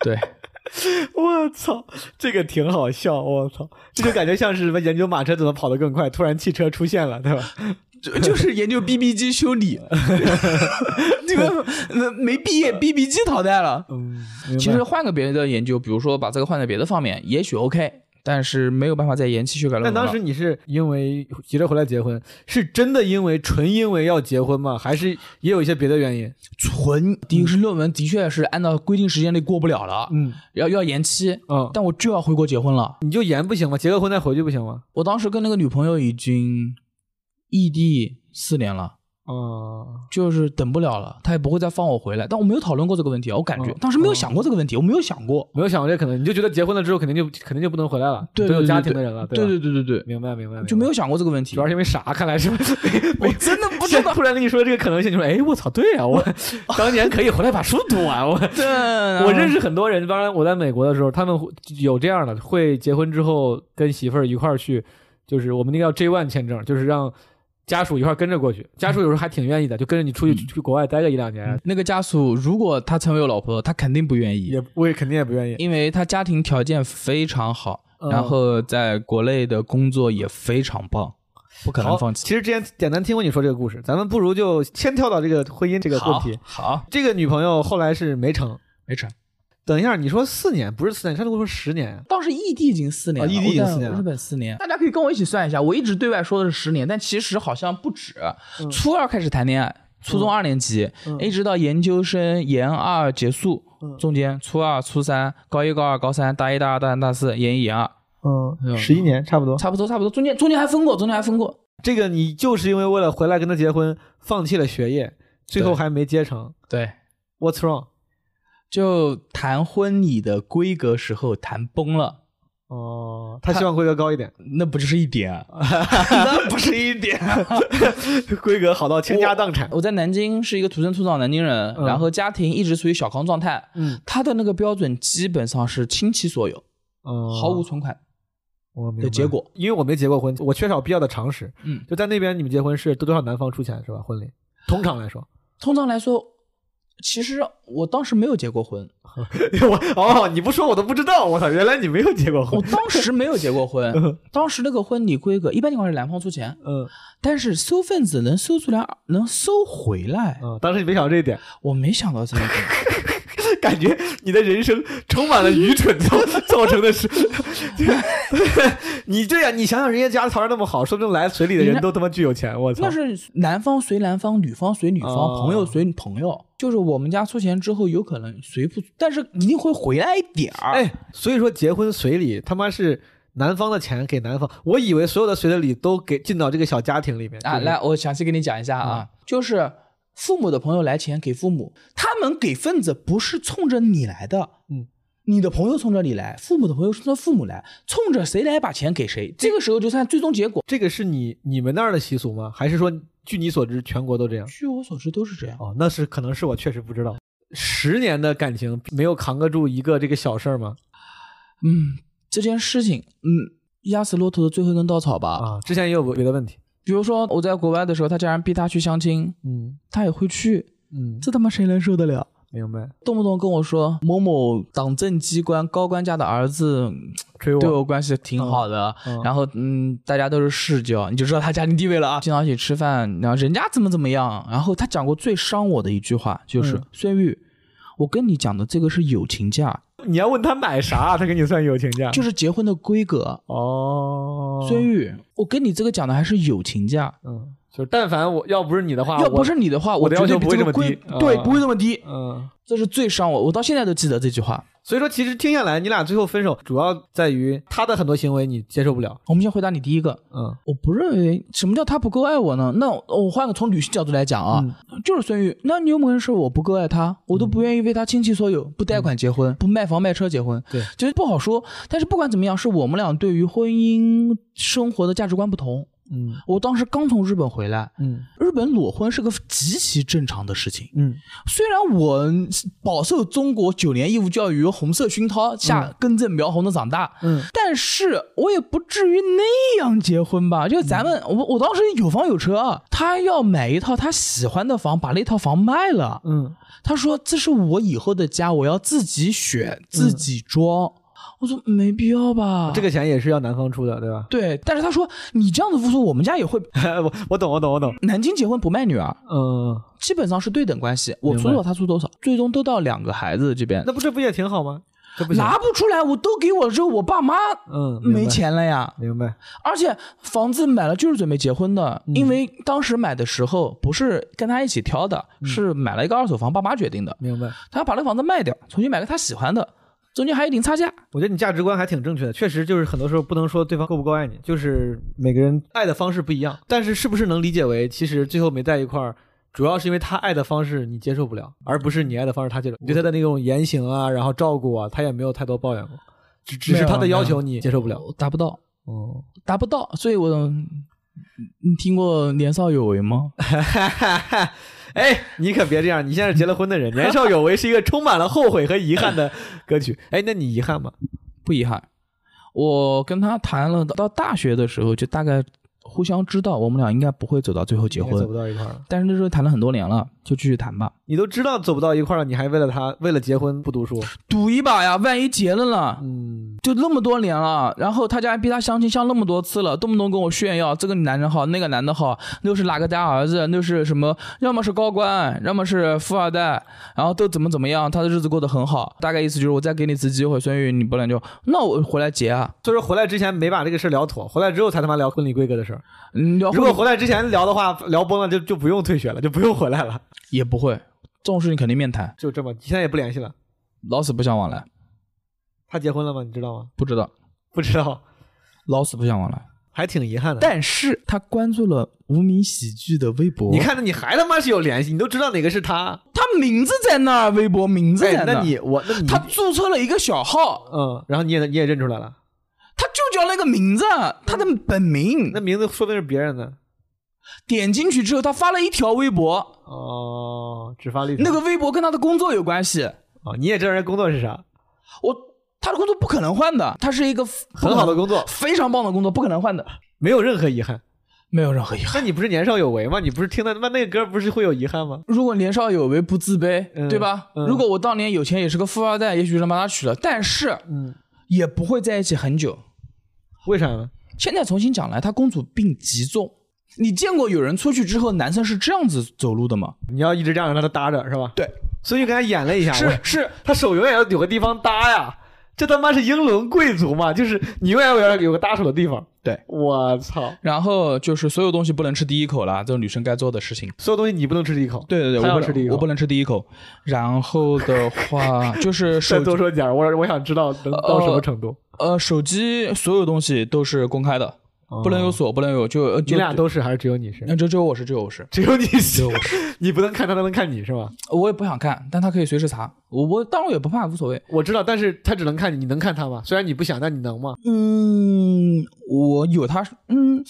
Speaker 1: 对，
Speaker 2: 我操，这个挺好笑，我操，这就感觉像是什么研究马车怎么跑得更快，突然汽车出现了， 对吧？
Speaker 1: 就就是研究 BB 机修 理，这个呃没毕业 BB 机淘汰了。
Speaker 2: 嗯，
Speaker 1: 其实换个别的研究，比如说把这个换在别的方面，也许 OK，但是没有办法再延期修改论
Speaker 2: 那
Speaker 1: 文了。
Speaker 2: 当时你是因为急着回来结婚，是真的因为纯因为要结婚吗？还是也有一些别的原因？
Speaker 1: 纯，第一个是论文的确是按照规定时间内过不了了，
Speaker 2: 嗯
Speaker 1: 要要延期，
Speaker 2: 嗯，
Speaker 1: 但我就要回国结婚了。
Speaker 2: 你就延不行吗？结个婚再回去不行吗？
Speaker 1: 我当时跟那个女朋友已经异地四年了。
Speaker 2: 啊、
Speaker 1: 就是等不了了，她也不会再放我回来。但我没有讨论过这个问题啊，我感觉
Speaker 2: 嗯
Speaker 1: 当时没有想过这个问题，我没有想过。
Speaker 2: 没有想过这可能，你就觉得结婚了之后肯定就肯定就不能回来了，
Speaker 1: 对，
Speaker 2: 都有
Speaker 1: 对
Speaker 2: 家
Speaker 1: 对
Speaker 2: 庭的人了，
Speaker 1: 对
Speaker 2: 吧？
Speaker 1: 对对对对，
Speaker 2: 明白明白，明白
Speaker 1: 就没有想过这个问题。
Speaker 2: 主要是因为傻，看来 是
Speaker 1: 我真的不知
Speaker 2: 现
Speaker 1: 道
Speaker 2: 在。突然跟你说这个可能性，你说哎，我操，对啊， 我当年可以回来把书读完，我。我
Speaker 1: 我
Speaker 2: 认识很多人，当然我在美国的时候，他们会有这样的，会结婚之后跟媳妇儿一块儿去，就是我们那个叫 J one 签证，就是让家属一块儿跟着过去。家属有时候还挺愿意的，就跟着你出去、
Speaker 1: 嗯
Speaker 2: 去国外待个一两年，
Speaker 1: 那个家属，如果她成为我老婆，她肯定不愿意，
Speaker 2: 也我也肯定也不愿意。
Speaker 1: 因为她家庭条件非常好，
Speaker 2: 嗯
Speaker 1: 然后在国内的工作也非常棒，不可能
Speaker 2: 好
Speaker 1: 放弃。
Speaker 2: 其实之前简单听过你说这个故事，咱们不如就先跳到这个婚姻这个问
Speaker 1: 好
Speaker 2: 题。，
Speaker 1: 好，
Speaker 2: 这个女朋友后来是没成。
Speaker 1: 没成。
Speaker 2: 等一下，你说四年不是四年，你上次跟我说十年啊。
Speaker 1: 当时异地已经四年了，
Speaker 2: 哦异地已经
Speaker 1: 我在
Speaker 2: 四年了
Speaker 1: 日本四年。大家可以跟我一起算一下，我一直对外说的是十年，但其实好像不止。
Speaker 2: 嗯
Speaker 1: 初二开始谈恋爱，初中二年级，一直到研究生研二结束，
Speaker 2: 嗯
Speaker 1: 中间初二、初三、高一、高二、高三、大一、大二、大三、大四，研一、研二，
Speaker 2: 嗯，十一年差不多。
Speaker 1: 差不多，差不多。中间中间还分过，中间还分过。
Speaker 2: 这个你就是因为为了回来跟他结婚，放弃了学业，最后
Speaker 1: 对
Speaker 2: 还没结成。
Speaker 1: 对，
Speaker 2: What's wrong？
Speaker 1: 就谈婚礼的规格时候谈崩了，
Speaker 2: 哦，他希望规格高一点，
Speaker 1: 那不就是一点啊？ 那不是一点、
Speaker 2: 规格好到倾家荡产。
Speaker 1: 我在南京是一个土生土长的南京人，
Speaker 2: 嗯
Speaker 1: 然后家庭一直处于小康状态，
Speaker 2: 嗯，
Speaker 1: 他的那个标准基本上是倾其所有，
Speaker 2: 哦
Speaker 1: 毫无存款
Speaker 2: 我明白
Speaker 1: 的结，果。
Speaker 2: 因为我没结过婚，我缺少必要的常识。
Speaker 1: 嗯
Speaker 2: 就在那边，你们结婚是都多少男方出钱是吧？婚 礼通常来说，
Speaker 1: 通常来说，其实我当时没有结过婚，
Speaker 2: 我哦，你不说我都不知道，我操，原来你没有结过
Speaker 1: 我
Speaker 2: 婚。
Speaker 1: 当时没有结过婚，当时那个婚礼规格一般情况是男方出钱，
Speaker 2: 嗯
Speaker 1: 但是收份子能收出来，能收回来，
Speaker 2: 嗯，当时你没想到这一 点，
Speaker 1: 我没想到这一点。
Speaker 2: 感觉你的人生充满了愚蠢造造成的是， 你这样，你想想人家家条件那么好，说不定来随礼的人都他妈巨有钱，我操！
Speaker 1: 那是男方随男方，女方随女方，
Speaker 2: 哦
Speaker 1: 朋友随朋友，就是我们家出钱之后，有可能随不，但是一定会回来一点儿。
Speaker 2: 哎，所以说结婚随礼他妈是男方的钱给男方，我以为所有的随的礼都给进到这个小家庭里面
Speaker 1: 啊，来，，我详细跟你讲一下啊，就是父母的朋友来钱给父母，他们给份子不是冲着你来的，
Speaker 2: 嗯，
Speaker 1: 你的朋友冲着你来，父母的朋友冲着父母来，冲着谁来把钱给谁，这个时候就算最终结果。
Speaker 2: 这个是你你们那儿的习俗吗？还是说据你所知全国都这样？
Speaker 1: 据我所知都是这样，
Speaker 2: 哦，那是可能是我确实不知道。十年的感情没有扛得住一个这个小事儿吗？
Speaker 1: 嗯，这件事情，嗯，压死骆驼的最后一根稻草吧。
Speaker 2: 啊，之前也有过别的问题，
Speaker 1: 比如说我在国外的时候，他家人逼他去相亲，
Speaker 2: 嗯
Speaker 1: 他也会去，
Speaker 2: 嗯，
Speaker 1: 这他妈谁能受得了？
Speaker 2: 明白，
Speaker 1: 动不动跟我说某某党政机关高官家的儿子
Speaker 2: 追我，
Speaker 1: 对我关系挺好的，
Speaker 2: 嗯
Speaker 1: 然后嗯，大家都是世交，你就知道他家庭地位了啊。经常一起吃饭，然后人家怎么怎么样，然后他讲过最伤我的一句话就是、
Speaker 2: 嗯
Speaker 1: 孙玉，我跟你讲的这个是友情价，
Speaker 2: 你要问他买啥，他给你算友情价，
Speaker 1: 就是结婚的规格。
Speaker 2: 哦，
Speaker 1: 孙玉，我跟你这个讲的还是友情价，
Speaker 2: 嗯，就是但凡我要不是你的话，
Speaker 1: 要
Speaker 2: 我
Speaker 1: 不是你的话，
Speaker 2: 啊我的
Speaker 1: 绝
Speaker 2: 要
Speaker 1: 对
Speaker 2: 求
Speaker 1: 比
Speaker 2: 不会
Speaker 1: 这
Speaker 2: 这
Speaker 1: 个
Speaker 2: 么
Speaker 1: 规
Speaker 2: 低啊
Speaker 1: 对，不会这么低。
Speaker 2: 嗯。
Speaker 1: 这是最伤我，我到现在都记得这句话。
Speaker 2: 所以说，其实听下来，你俩最后分手主要在于他的很多行为你接受不了。
Speaker 1: 我们先回答你第一个，
Speaker 2: 嗯
Speaker 1: 我不认为什么叫他不够爱我呢？那我我换个从女性角度来讲啊，就是孙玉，那你有没有人说我不够爱他？我都不愿意为他倾其所有，不贷款结婚，不卖房卖车结婚，
Speaker 2: 对，
Speaker 1: 就是不好说。但是不管怎么样，是我们俩对于婚姻生活的价值观不同。
Speaker 2: 嗯
Speaker 1: 我当时刚从日本回来，
Speaker 2: 嗯
Speaker 1: 日本裸婚是个极其正常的事情。
Speaker 2: 嗯
Speaker 1: 虽然我饱受中国九年义务教育红色熏陶下根正苗红的长大，
Speaker 2: 嗯，
Speaker 1: 但是我也不至于那样结婚吧？就咱们，我我当时有房有车啊，他要买一套他喜欢的房，把那套房卖了。
Speaker 2: 嗯
Speaker 1: 他说这是我以后的家，我要自己选，自己装。我说没必要吧，
Speaker 2: 嗯这个钱也是要男方出的，对吧？
Speaker 1: 对。但是他说你这样子付出，我们家也会。
Speaker 2: 我我懂，我懂，我懂。
Speaker 1: 南京结婚不卖女儿，
Speaker 2: 嗯，
Speaker 1: 基本上是对等关系，我
Speaker 2: 明
Speaker 1: 出
Speaker 2: 白
Speaker 1: 多少他出多少，最终都到两个孩子这边
Speaker 2: 那。不这不也挺好吗？这不行。
Speaker 1: 拿不出来，我都给我之后，我爸妈
Speaker 2: 嗯，明白
Speaker 1: 没，钱了呀。
Speaker 2: 明白。
Speaker 1: 而且房子买了就是准备结婚的，
Speaker 2: 嗯
Speaker 1: 因为当时买的时候不是跟他一起挑的，是买了一个二手房，爸妈决定的。
Speaker 2: 明白，
Speaker 1: 他把那房子卖掉，重新买个他喜欢的，中间还有零差价。
Speaker 2: 我觉得你价值观还挺正确的，确实就是很多时候不能说对方够不够爱你，就是每个人爱的方式不一样。但是是不是能理解为，其实最后没在一块儿，主要是因为他爱的方式你接受不了，而不是你爱的方式他接受。你对他的那种言行啊，然后照顾啊，他也没有太多抱怨过，只只是他的要求你接受不了。
Speaker 1: 我达不到，
Speaker 2: 哦，
Speaker 1: 达不到，所以我你听过年少有为吗？
Speaker 2: 哎，你可别这样，你现在是结了婚的人，《年少有为》是一个充满了后悔和遗憾的歌曲。哎，那你遗憾吗？
Speaker 1: 不遗憾，我跟他谈了到大学的时候，就大概互相知道我们俩应该不会走到最后结
Speaker 2: 你也走
Speaker 1: 婚
Speaker 2: 不，到一块儿了，
Speaker 1: 但是那时候谈了很多年了，就继续谈吧。
Speaker 2: 你都知道走不到一块儿了，你还为了他，为了结婚不读书？
Speaker 1: 赌一把呀，万一结了呢？
Speaker 2: 嗯，
Speaker 1: 就那么多年了，然后他家逼他相亲相那么多次了，动不动跟我炫耀这个男人好，那个男的好，又是哪个家儿子，又是什么，要么是高官，要么是富二代，然后都怎么怎么样，他的日子过得很好。大概意思就是我再给你一次机会，孙宇，你不然就那我回来结啊。
Speaker 2: 所以说回来之前没把这个事儿聊妥，回来之后才他妈聊婚礼规格的事儿。
Speaker 1: 嗯，聊
Speaker 2: 如果回
Speaker 1: 来
Speaker 2: 来之前聊的话，聊崩了就就不用退学了，就不用回来了，
Speaker 1: 也不会，这种事情肯定面谈，
Speaker 2: 就这么。现在也不联系了。
Speaker 1: 老死不相往来。
Speaker 2: 他结婚了吗？你知道吗？
Speaker 1: 不知道，
Speaker 2: 不知道，
Speaker 1: 老死不相往来。
Speaker 2: 还挺遗憾的。
Speaker 1: 但是他关注了无名喜剧的微博，
Speaker 2: 你看着你还他妈是有联系，你都知道哪个是他。
Speaker 1: 他名字在那儿，微博名字
Speaker 2: 哎
Speaker 1: 在，那儿。
Speaker 2: 那你我那你
Speaker 1: 他注册了一个小号，
Speaker 2: 嗯，然后你也你也认出来了，
Speaker 1: 他就叫那个名字，他的本名
Speaker 2: 那。名字说不定是别人的。
Speaker 1: 点进去之后，他发了一条微博，
Speaker 2: 哦，只发了一条
Speaker 1: 那个微博跟他的工作有关系。
Speaker 2: 哦，你也知道人家工作是啥，
Speaker 1: 我他的工作不可能换的，他是一个
Speaker 2: 很好的工作，
Speaker 1: 非常棒的工作，不可能换的，
Speaker 2: 没有任何遗憾。
Speaker 1: 没有任何遗憾。
Speaker 2: 那你不是年少有为吗？你不是听到他妈那个歌不是会有遗憾吗？
Speaker 1: 如果年少有为不自卑，
Speaker 2: 嗯
Speaker 1: 对吧？
Speaker 2: 嗯
Speaker 1: 如果我当年有钱，也是个富二代，也许能把他娶了，但是
Speaker 2: 嗯，
Speaker 1: 也不会在一起很久。
Speaker 2: 为啥呢？
Speaker 1: 现在重新讲来，他公主病极重。你见过有人出去之后，男生是这样子走路的吗？
Speaker 2: 你要一直这样让他搭着是吧？
Speaker 1: 对，
Speaker 2: 所以就给他演了一下，我
Speaker 1: 是是，
Speaker 2: 他手永远要有个地方搭呀。这他妈是英伦贵族嘛？就是你永远有有个搭手的地方。
Speaker 1: 对，
Speaker 2: 我操，
Speaker 1: 然后就是所有东西不能吃第一口啦，这种女生该做的事情。
Speaker 2: 所有东西你不能吃第一口，
Speaker 1: 对对对，
Speaker 2: 他
Speaker 1: 我
Speaker 2: 要
Speaker 1: 不
Speaker 2: 吃第一
Speaker 1: 能
Speaker 2: 口，
Speaker 1: 我不能吃第一口。然后的话就是
Speaker 2: 再
Speaker 1: 手
Speaker 2: 多说点儿，我我想知道能到什么程度。
Speaker 1: 呃手机所有东西都是公开的，不能有
Speaker 2: 哦，
Speaker 1: 锁，不能有就呃就
Speaker 2: 你俩都是还是只有你是？
Speaker 1: 那就只有我是只有我是，
Speaker 2: 只有你
Speaker 1: 只
Speaker 2: 是
Speaker 1: 有，我是，
Speaker 2: 你不能看他，他能看你是吧？
Speaker 1: 我也不想看，但他可以随时查，我我当然也不怕，无所谓。
Speaker 2: 我知道，但是他只能看你，你能看他吗？虽然你不想，但你能吗？
Speaker 1: 嗯，我我有他，嗯，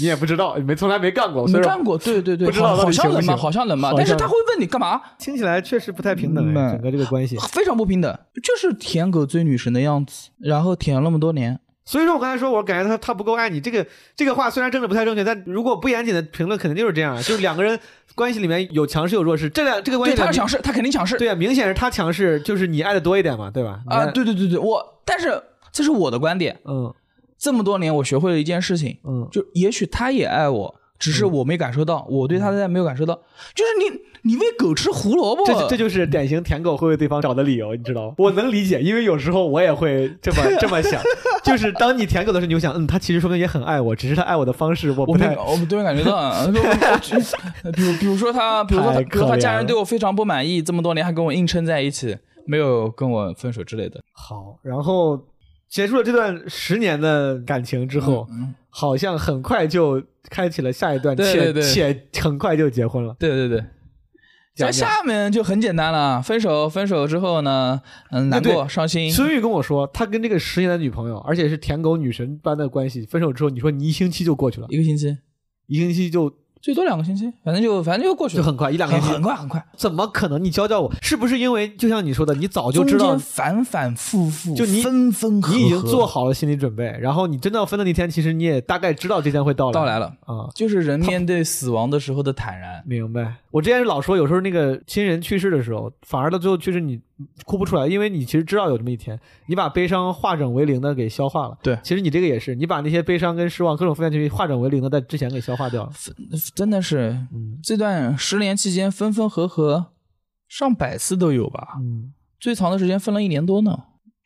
Speaker 6: 你也不知道，你没从来没干过，所
Speaker 1: 没
Speaker 6: 以
Speaker 1: 干过，对对对，
Speaker 6: 不知道
Speaker 1: 好
Speaker 6: 到
Speaker 1: 好
Speaker 6: 底
Speaker 1: 像
Speaker 6: 行不
Speaker 1: 能吧，
Speaker 6: 行
Speaker 1: 好像能吧，
Speaker 2: 好
Speaker 1: 但是
Speaker 2: 像
Speaker 1: 他会问你干嘛，
Speaker 2: 听起来确实不太平等
Speaker 1: 嗯
Speaker 2: 哎，整个这个关系。
Speaker 1: 非常不平等，就是舔狗追女神的样子，然后舔了那么多年，
Speaker 2: 所以说我刚才说，我感觉他他不够爱你，这个这个话虽然政治不太正确，但如果不严谨的评论肯定就是这 样，啊就是两个人关系里面有强势有弱势，这两这个关
Speaker 1: 对，
Speaker 2: 系
Speaker 1: 他
Speaker 2: 里
Speaker 1: 是强
Speaker 2: 面
Speaker 1: 势，他肯定强势
Speaker 2: 对啊，明显是他强势，就是你爱的多一点嘛，对吧？
Speaker 1: 啊、
Speaker 2: 你爱，
Speaker 1: 对对对对，我，但是这是我的观点，
Speaker 2: 嗯
Speaker 1: 这么多年我学会了一件事情，
Speaker 2: 嗯，
Speaker 1: 就也许他也爱我，只是我没感受到，我
Speaker 2: 嗯
Speaker 1: 对他的爱没有感受到，就是你你喂狗吃胡萝卜，
Speaker 2: 这这就是典型舔狗会为对方找的理由，你知道吗？我能理解，因为有时候我也会这么这 么想，就是当你舔狗的时候，你就想，嗯，他其实说明也很爱我，只是他爱我的方式我
Speaker 1: 我
Speaker 2: 不
Speaker 1: 没
Speaker 2: 太。
Speaker 1: 我们都没感觉到啊，就 我比如比如说他，比如说他，
Speaker 2: 太
Speaker 1: 比如说
Speaker 2: 可
Speaker 1: 他
Speaker 2: 怜
Speaker 1: 家人
Speaker 2: 了
Speaker 1: 对我非常不满意，这么多年还跟我硬撑在一起，没有跟我分手之类的。
Speaker 2: 好，然后结束了这段十年的感情之后，好像很快就开启了下一段，
Speaker 1: 嗯对对对
Speaker 2: 且且很快就结婚了。
Speaker 1: 对对对。在
Speaker 2: 讲讲
Speaker 1: 下面就很简单了，分手，分手之后呢，嗯，难
Speaker 2: 那
Speaker 1: 过，
Speaker 2: 对
Speaker 1: 伤心，
Speaker 2: 孙玉跟我说，他跟这个十年的女朋友，而且是舔狗女神般的关系，分手之后，你说你一星期就过去了，
Speaker 1: 一个星期，
Speaker 2: 一星期就
Speaker 1: 最多两个星期，反正就反正就过去
Speaker 2: 就
Speaker 1: 了，
Speaker 2: 很快，一两个
Speaker 1: 很
Speaker 2: 星期
Speaker 1: 很快很快，
Speaker 2: 怎么可能？你教教我，是不是因为就像你说的，你早就
Speaker 1: 中
Speaker 2: 知道
Speaker 1: 间反反复复，
Speaker 2: 就你
Speaker 1: 分分合合，
Speaker 2: 你已经做好了心理准备，然后你真的要分的那天，其实你也大概知道这天会到来。
Speaker 1: 到来了，
Speaker 2: 啊，
Speaker 1: 就是人面对死亡的时候的坦然，
Speaker 2: 明白。我之前老说，有时候那个亲人去世的时候，反而到最后确实你哭不出来，因为你其实知道有这么一天，你把悲伤化整为零的给消化了。
Speaker 1: 对
Speaker 2: 其实你这个也是，你把那些悲伤跟失望各种负面情绪化整为零的，在之前给消化掉了。
Speaker 1: 真的是
Speaker 2: 嗯
Speaker 1: 这段十年期间分分合合上百次都有吧，
Speaker 2: 嗯，
Speaker 1: 最长的时间分了一年多呢。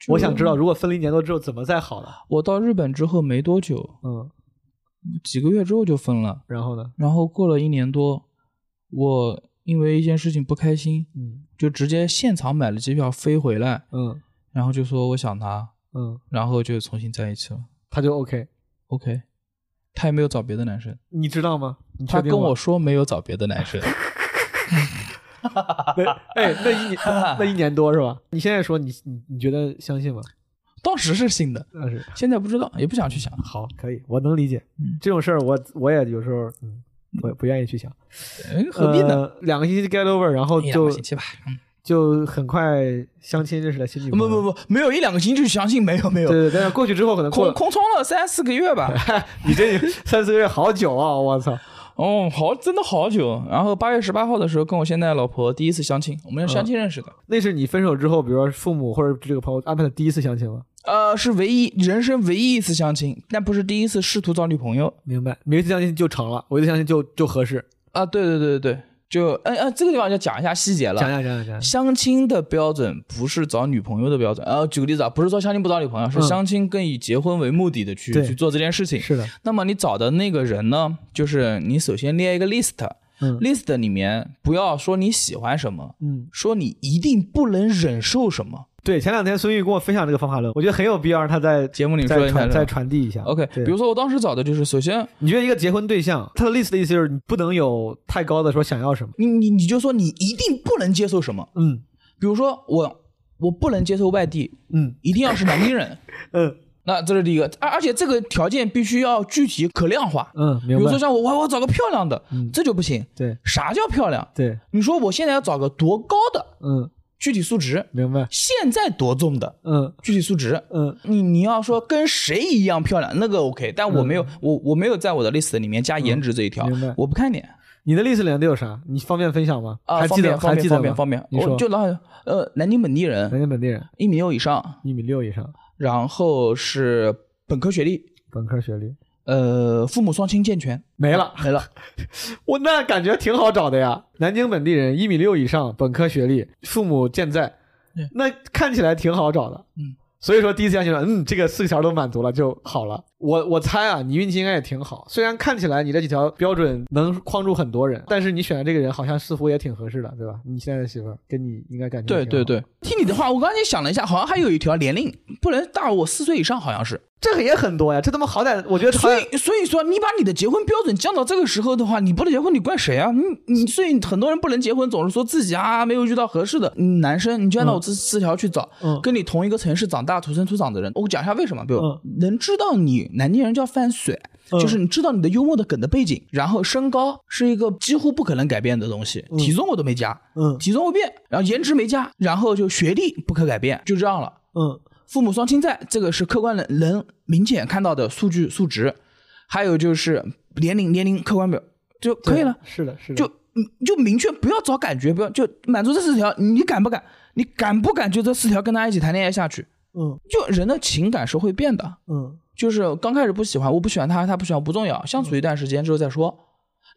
Speaker 1: 就
Speaker 2: 我想知道，，如果分了一年多之后，怎么再好了？
Speaker 1: 我到日本之后没多久，
Speaker 2: 嗯，
Speaker 1: 几个月之后就分了。
Speaker 2: 然后呢？
Speaker 1: 然后过了一年多，我因为一件事情不开心，
Speaker 2: 嗯
Speaker 1: 就直接现场买了机票飞回来，
Speaker 2: 嗯
Speaker 1: 然后就说我想他，
Speaker 2: 嗯，
Speaker 1: 然后就重新在一起了。
Speaker 2: 他就 OK。
Speaker 1: OK，他也没有找别的男生，
Speaker 2: 你知道吗？你确
Speaker 1: 他
Speaker 2: 定
Speaker 1: 跟
Speaker 2: 吗
Speaker 1: 我说没有找别的男 生。
Speaker 2: 那哎，那一年那一年多是吧？你现在说你你你觉得相信吗？
Speaker 1: 当时是信的，
Speaker 2: 但是
Speaker 1: 现在不知道，也不想去想。
Speaker 2: 好，可以，我能理解
Speaker 1: 嗯
Speaker 2: 这种事儿，我我也有时候嗯，我也不愿意去想，
Speaker 1: 哎何必呢？哎
Speaker 2: 呃？两个星期 get over，然后
Speaker 1: 一两
Speaker 2: 就
Speaker 1: 个星期吧。嗯
Speaker 2: 就很快相亲认识了新女
Speaker 1: 不
Speaker 2: 朋友。
Speaker 1: 不不，没有一两个星期就相信没有没有，
Speaker 2: 对对，但是过去之后可能过
Speaker 1: 空
Speaker 2: 了
Speaker 1: 空窗了三四个月 吧。
Speaker 2: 你这三四个月好久啊，我操！
Speaker 1: 哦，好，真的好久。然后八月十八号的时候，跟我现在老婆第一次相亲，我们是相亲
Speaker 2: 嗯
Speaker 1: 认识的。
Speaker 2: 那是你分手之后，比如说父母或者这个朋友安排的第一次相亲吗？
Speaker 1: 呃，是唯一人生唯一一次相亲，但不是第一次试图找女朋友
Speaker 2: 明白，每一次相亲就成了，我一次相亲就就合适。
Speaker 1: 啊。对对对对对，就哎哎，这个地方就讲一下细节了。
Speaker 2: 讲讲讲讲讲，
Speaker 1: 相亲的标准不是找女朋友的标准，呃，举个例子啊，不是说相亲不找女朋友，是
Speaker 2: 嗯
Speaker 1: 相亲更以结婚为目的的去
Speaker 2: 对
Speaker 1: 去做这件事情。
Speaker 2: 是的，
Speaker 1: 那么你找的那个人呢，就是你首先列一个 list，list、
Speaker 2: 嗯
Speaker 1: list 里面不要说你喜欢什么，
Speaker 2: 嗯。
Speaker 1: 说你一定不能忍受什么。
Speaker 2: 对，前两天孙玉跟我分享这个方法论，我觉得很有必要让他在
Speaker 1: 节目里说
Speaker 2: 再
Speaker 1: 一下
Speaker 2: 传
Speaker 1: 是吧
Speaker 2: 再传递一下。
Speaker 1: OK，
Speaker 2: 对
Speaker 1: 比如说我当时找的就是，首先
Speaker 2: 你觉得一个结婚对象，他的 list 的意思就是你不能有太高的说想要什么。
Speaker 1: 你你你就说你一定不能接受什么，
Speaker 2: 嗯
Speaker 1: 比如说我我不能接受外地，
Speaker 2: 嗯
Speaker 1: 一定要是南京人，
Speaker 2: 嗯
Speaker 1: 那这是第一个，而而且这个条件必须要具体可量化。
Speaker 2: 嗯，
Speaker 1: 比
Speaker 2: 明
Speaker 1: 如
Speaker 2: 白
Speaker 1: 说。像我我我找个漂亮的，
Speaker 2: 嗯
Speaker 1: 这就不行。
Speaker 2: 对
Speaker 1: 啥叫漂亮？
Speaker 2: 对，
Speaker 1: 你说我现在要找个多高的
Speaker 2: 嗯，
Speaker 1: 具体素质，
Speaker 2: 明白。
Speaker 1: 现在多重的
Speaker 2: 嗯
Speaker 1: 具体素质，
Speaker 2: 嗯
Speaker 1: 你你要说跟谁一样漂亮，那个 OK，但我没有，我我没有在我的 list 里面加颜值这一条，
Speaker 2: 嗯明白
Speaker 1: 我不看脸
Speaker 2: 你的 list 里面都有啥？你方便分享吗？
Speaker 1: 啊，
Speaker 2: 还
Speaker 1: 方
Speaker 2: 记得
Speaker 1: 便方
Speaker 2: 还记
Speaker 1: 便
Speaker 2: 得
Speaker 1: 方
Speaker 2: 吗
Speaker 1: 便？方便，
Speaker 2: 你说嗯
Speaker 1: 我就老呃南京本地
Speaker 2: 南
Speaker 1: 人，
Speaker 2: 京本地人，
Speaker 1: 一米六以上，
Speaker 2: 一米六以上，
Speaker 1: 然后是本科学历，
Speaker 2: 本科学历，
Speaker 1: 呃，父母双亲健全，
Speaker 2: 没了。
Speaker 1: 没了，
Speaker 2: 我那感觉挺好找的呀，南京本地人，一米六以上，本科学历，父母健在
Speaker 1: 对，
Speaker 2: 那看起来挺好找的。
Speaker 1: 嗯，
Speaker 2: 所以说第一次相亲说，嗯，这个四条都满足了就好了。我我猜啊，你运气应该也挺好，虽然看起来你这几条标准能框住很多人，但是你选的这个人好像似乎也挺合适的，对吧？你现在的媳妇儿跟你应该感情
Speaker 1: 对
Speaker 2: 也挺
Speaker 1: 对
Speaker 2: 好，
Speaker 1: 对。听你的话，我刚才想了一下，好像还有一条年龄不能大我四岁以上，好像是。
Speaker 2: 这个也很多呀，这他妈好歹我觉得好
Speaker 1: 所
Speaker 2: 歹
Speaker 1: 以所以说，你把你的结婚标准降到这个时候的话，你不能结婚，你怪谁啊？你你
Speaker 2: 嗯
Speaker 1: 所以很多人不能结婚，总是说自己啊没有遇到合适的嗯男生，你就按照我这四条去找，
Speaker 2: 嗯
Speaker 1: 跟你同一个城市长大、土生土长的人。我讲一下为什么，比如、
Speaker 2: 嗯
Speaker 1: 能知道你景，南京人叫犯水，就是你知道你的幽默的梗的背景，然后身高是一个几乎不可能改变的东西，体重我都没加，
Speaker 2: 嗯
Speaker 1: 体重会变，然后颜值没加，然后就学历不可改变，就这样了。
Speaker 2: 嗯
Speaker 1: 父母双亲在，这个是客观能能明显看到的数据数值，还有就是年龄年龄客观表就可以了，
Speaker 2: 是的，是的，
Speaker 1: 就嗯就明确不要找感觉，不要就满足这四条，你敢不敢？你敢不敢就这四条跟他一起谈恋爱下去？
Speaker 2: 嗯
Speaker 1: 就人的情感是会变的，
Speaker 2: 嗯
Speaker 1: 就是刚开始不喜欢，我不喜欢他，他不喜欢我不重要，相处一段时间之后再说。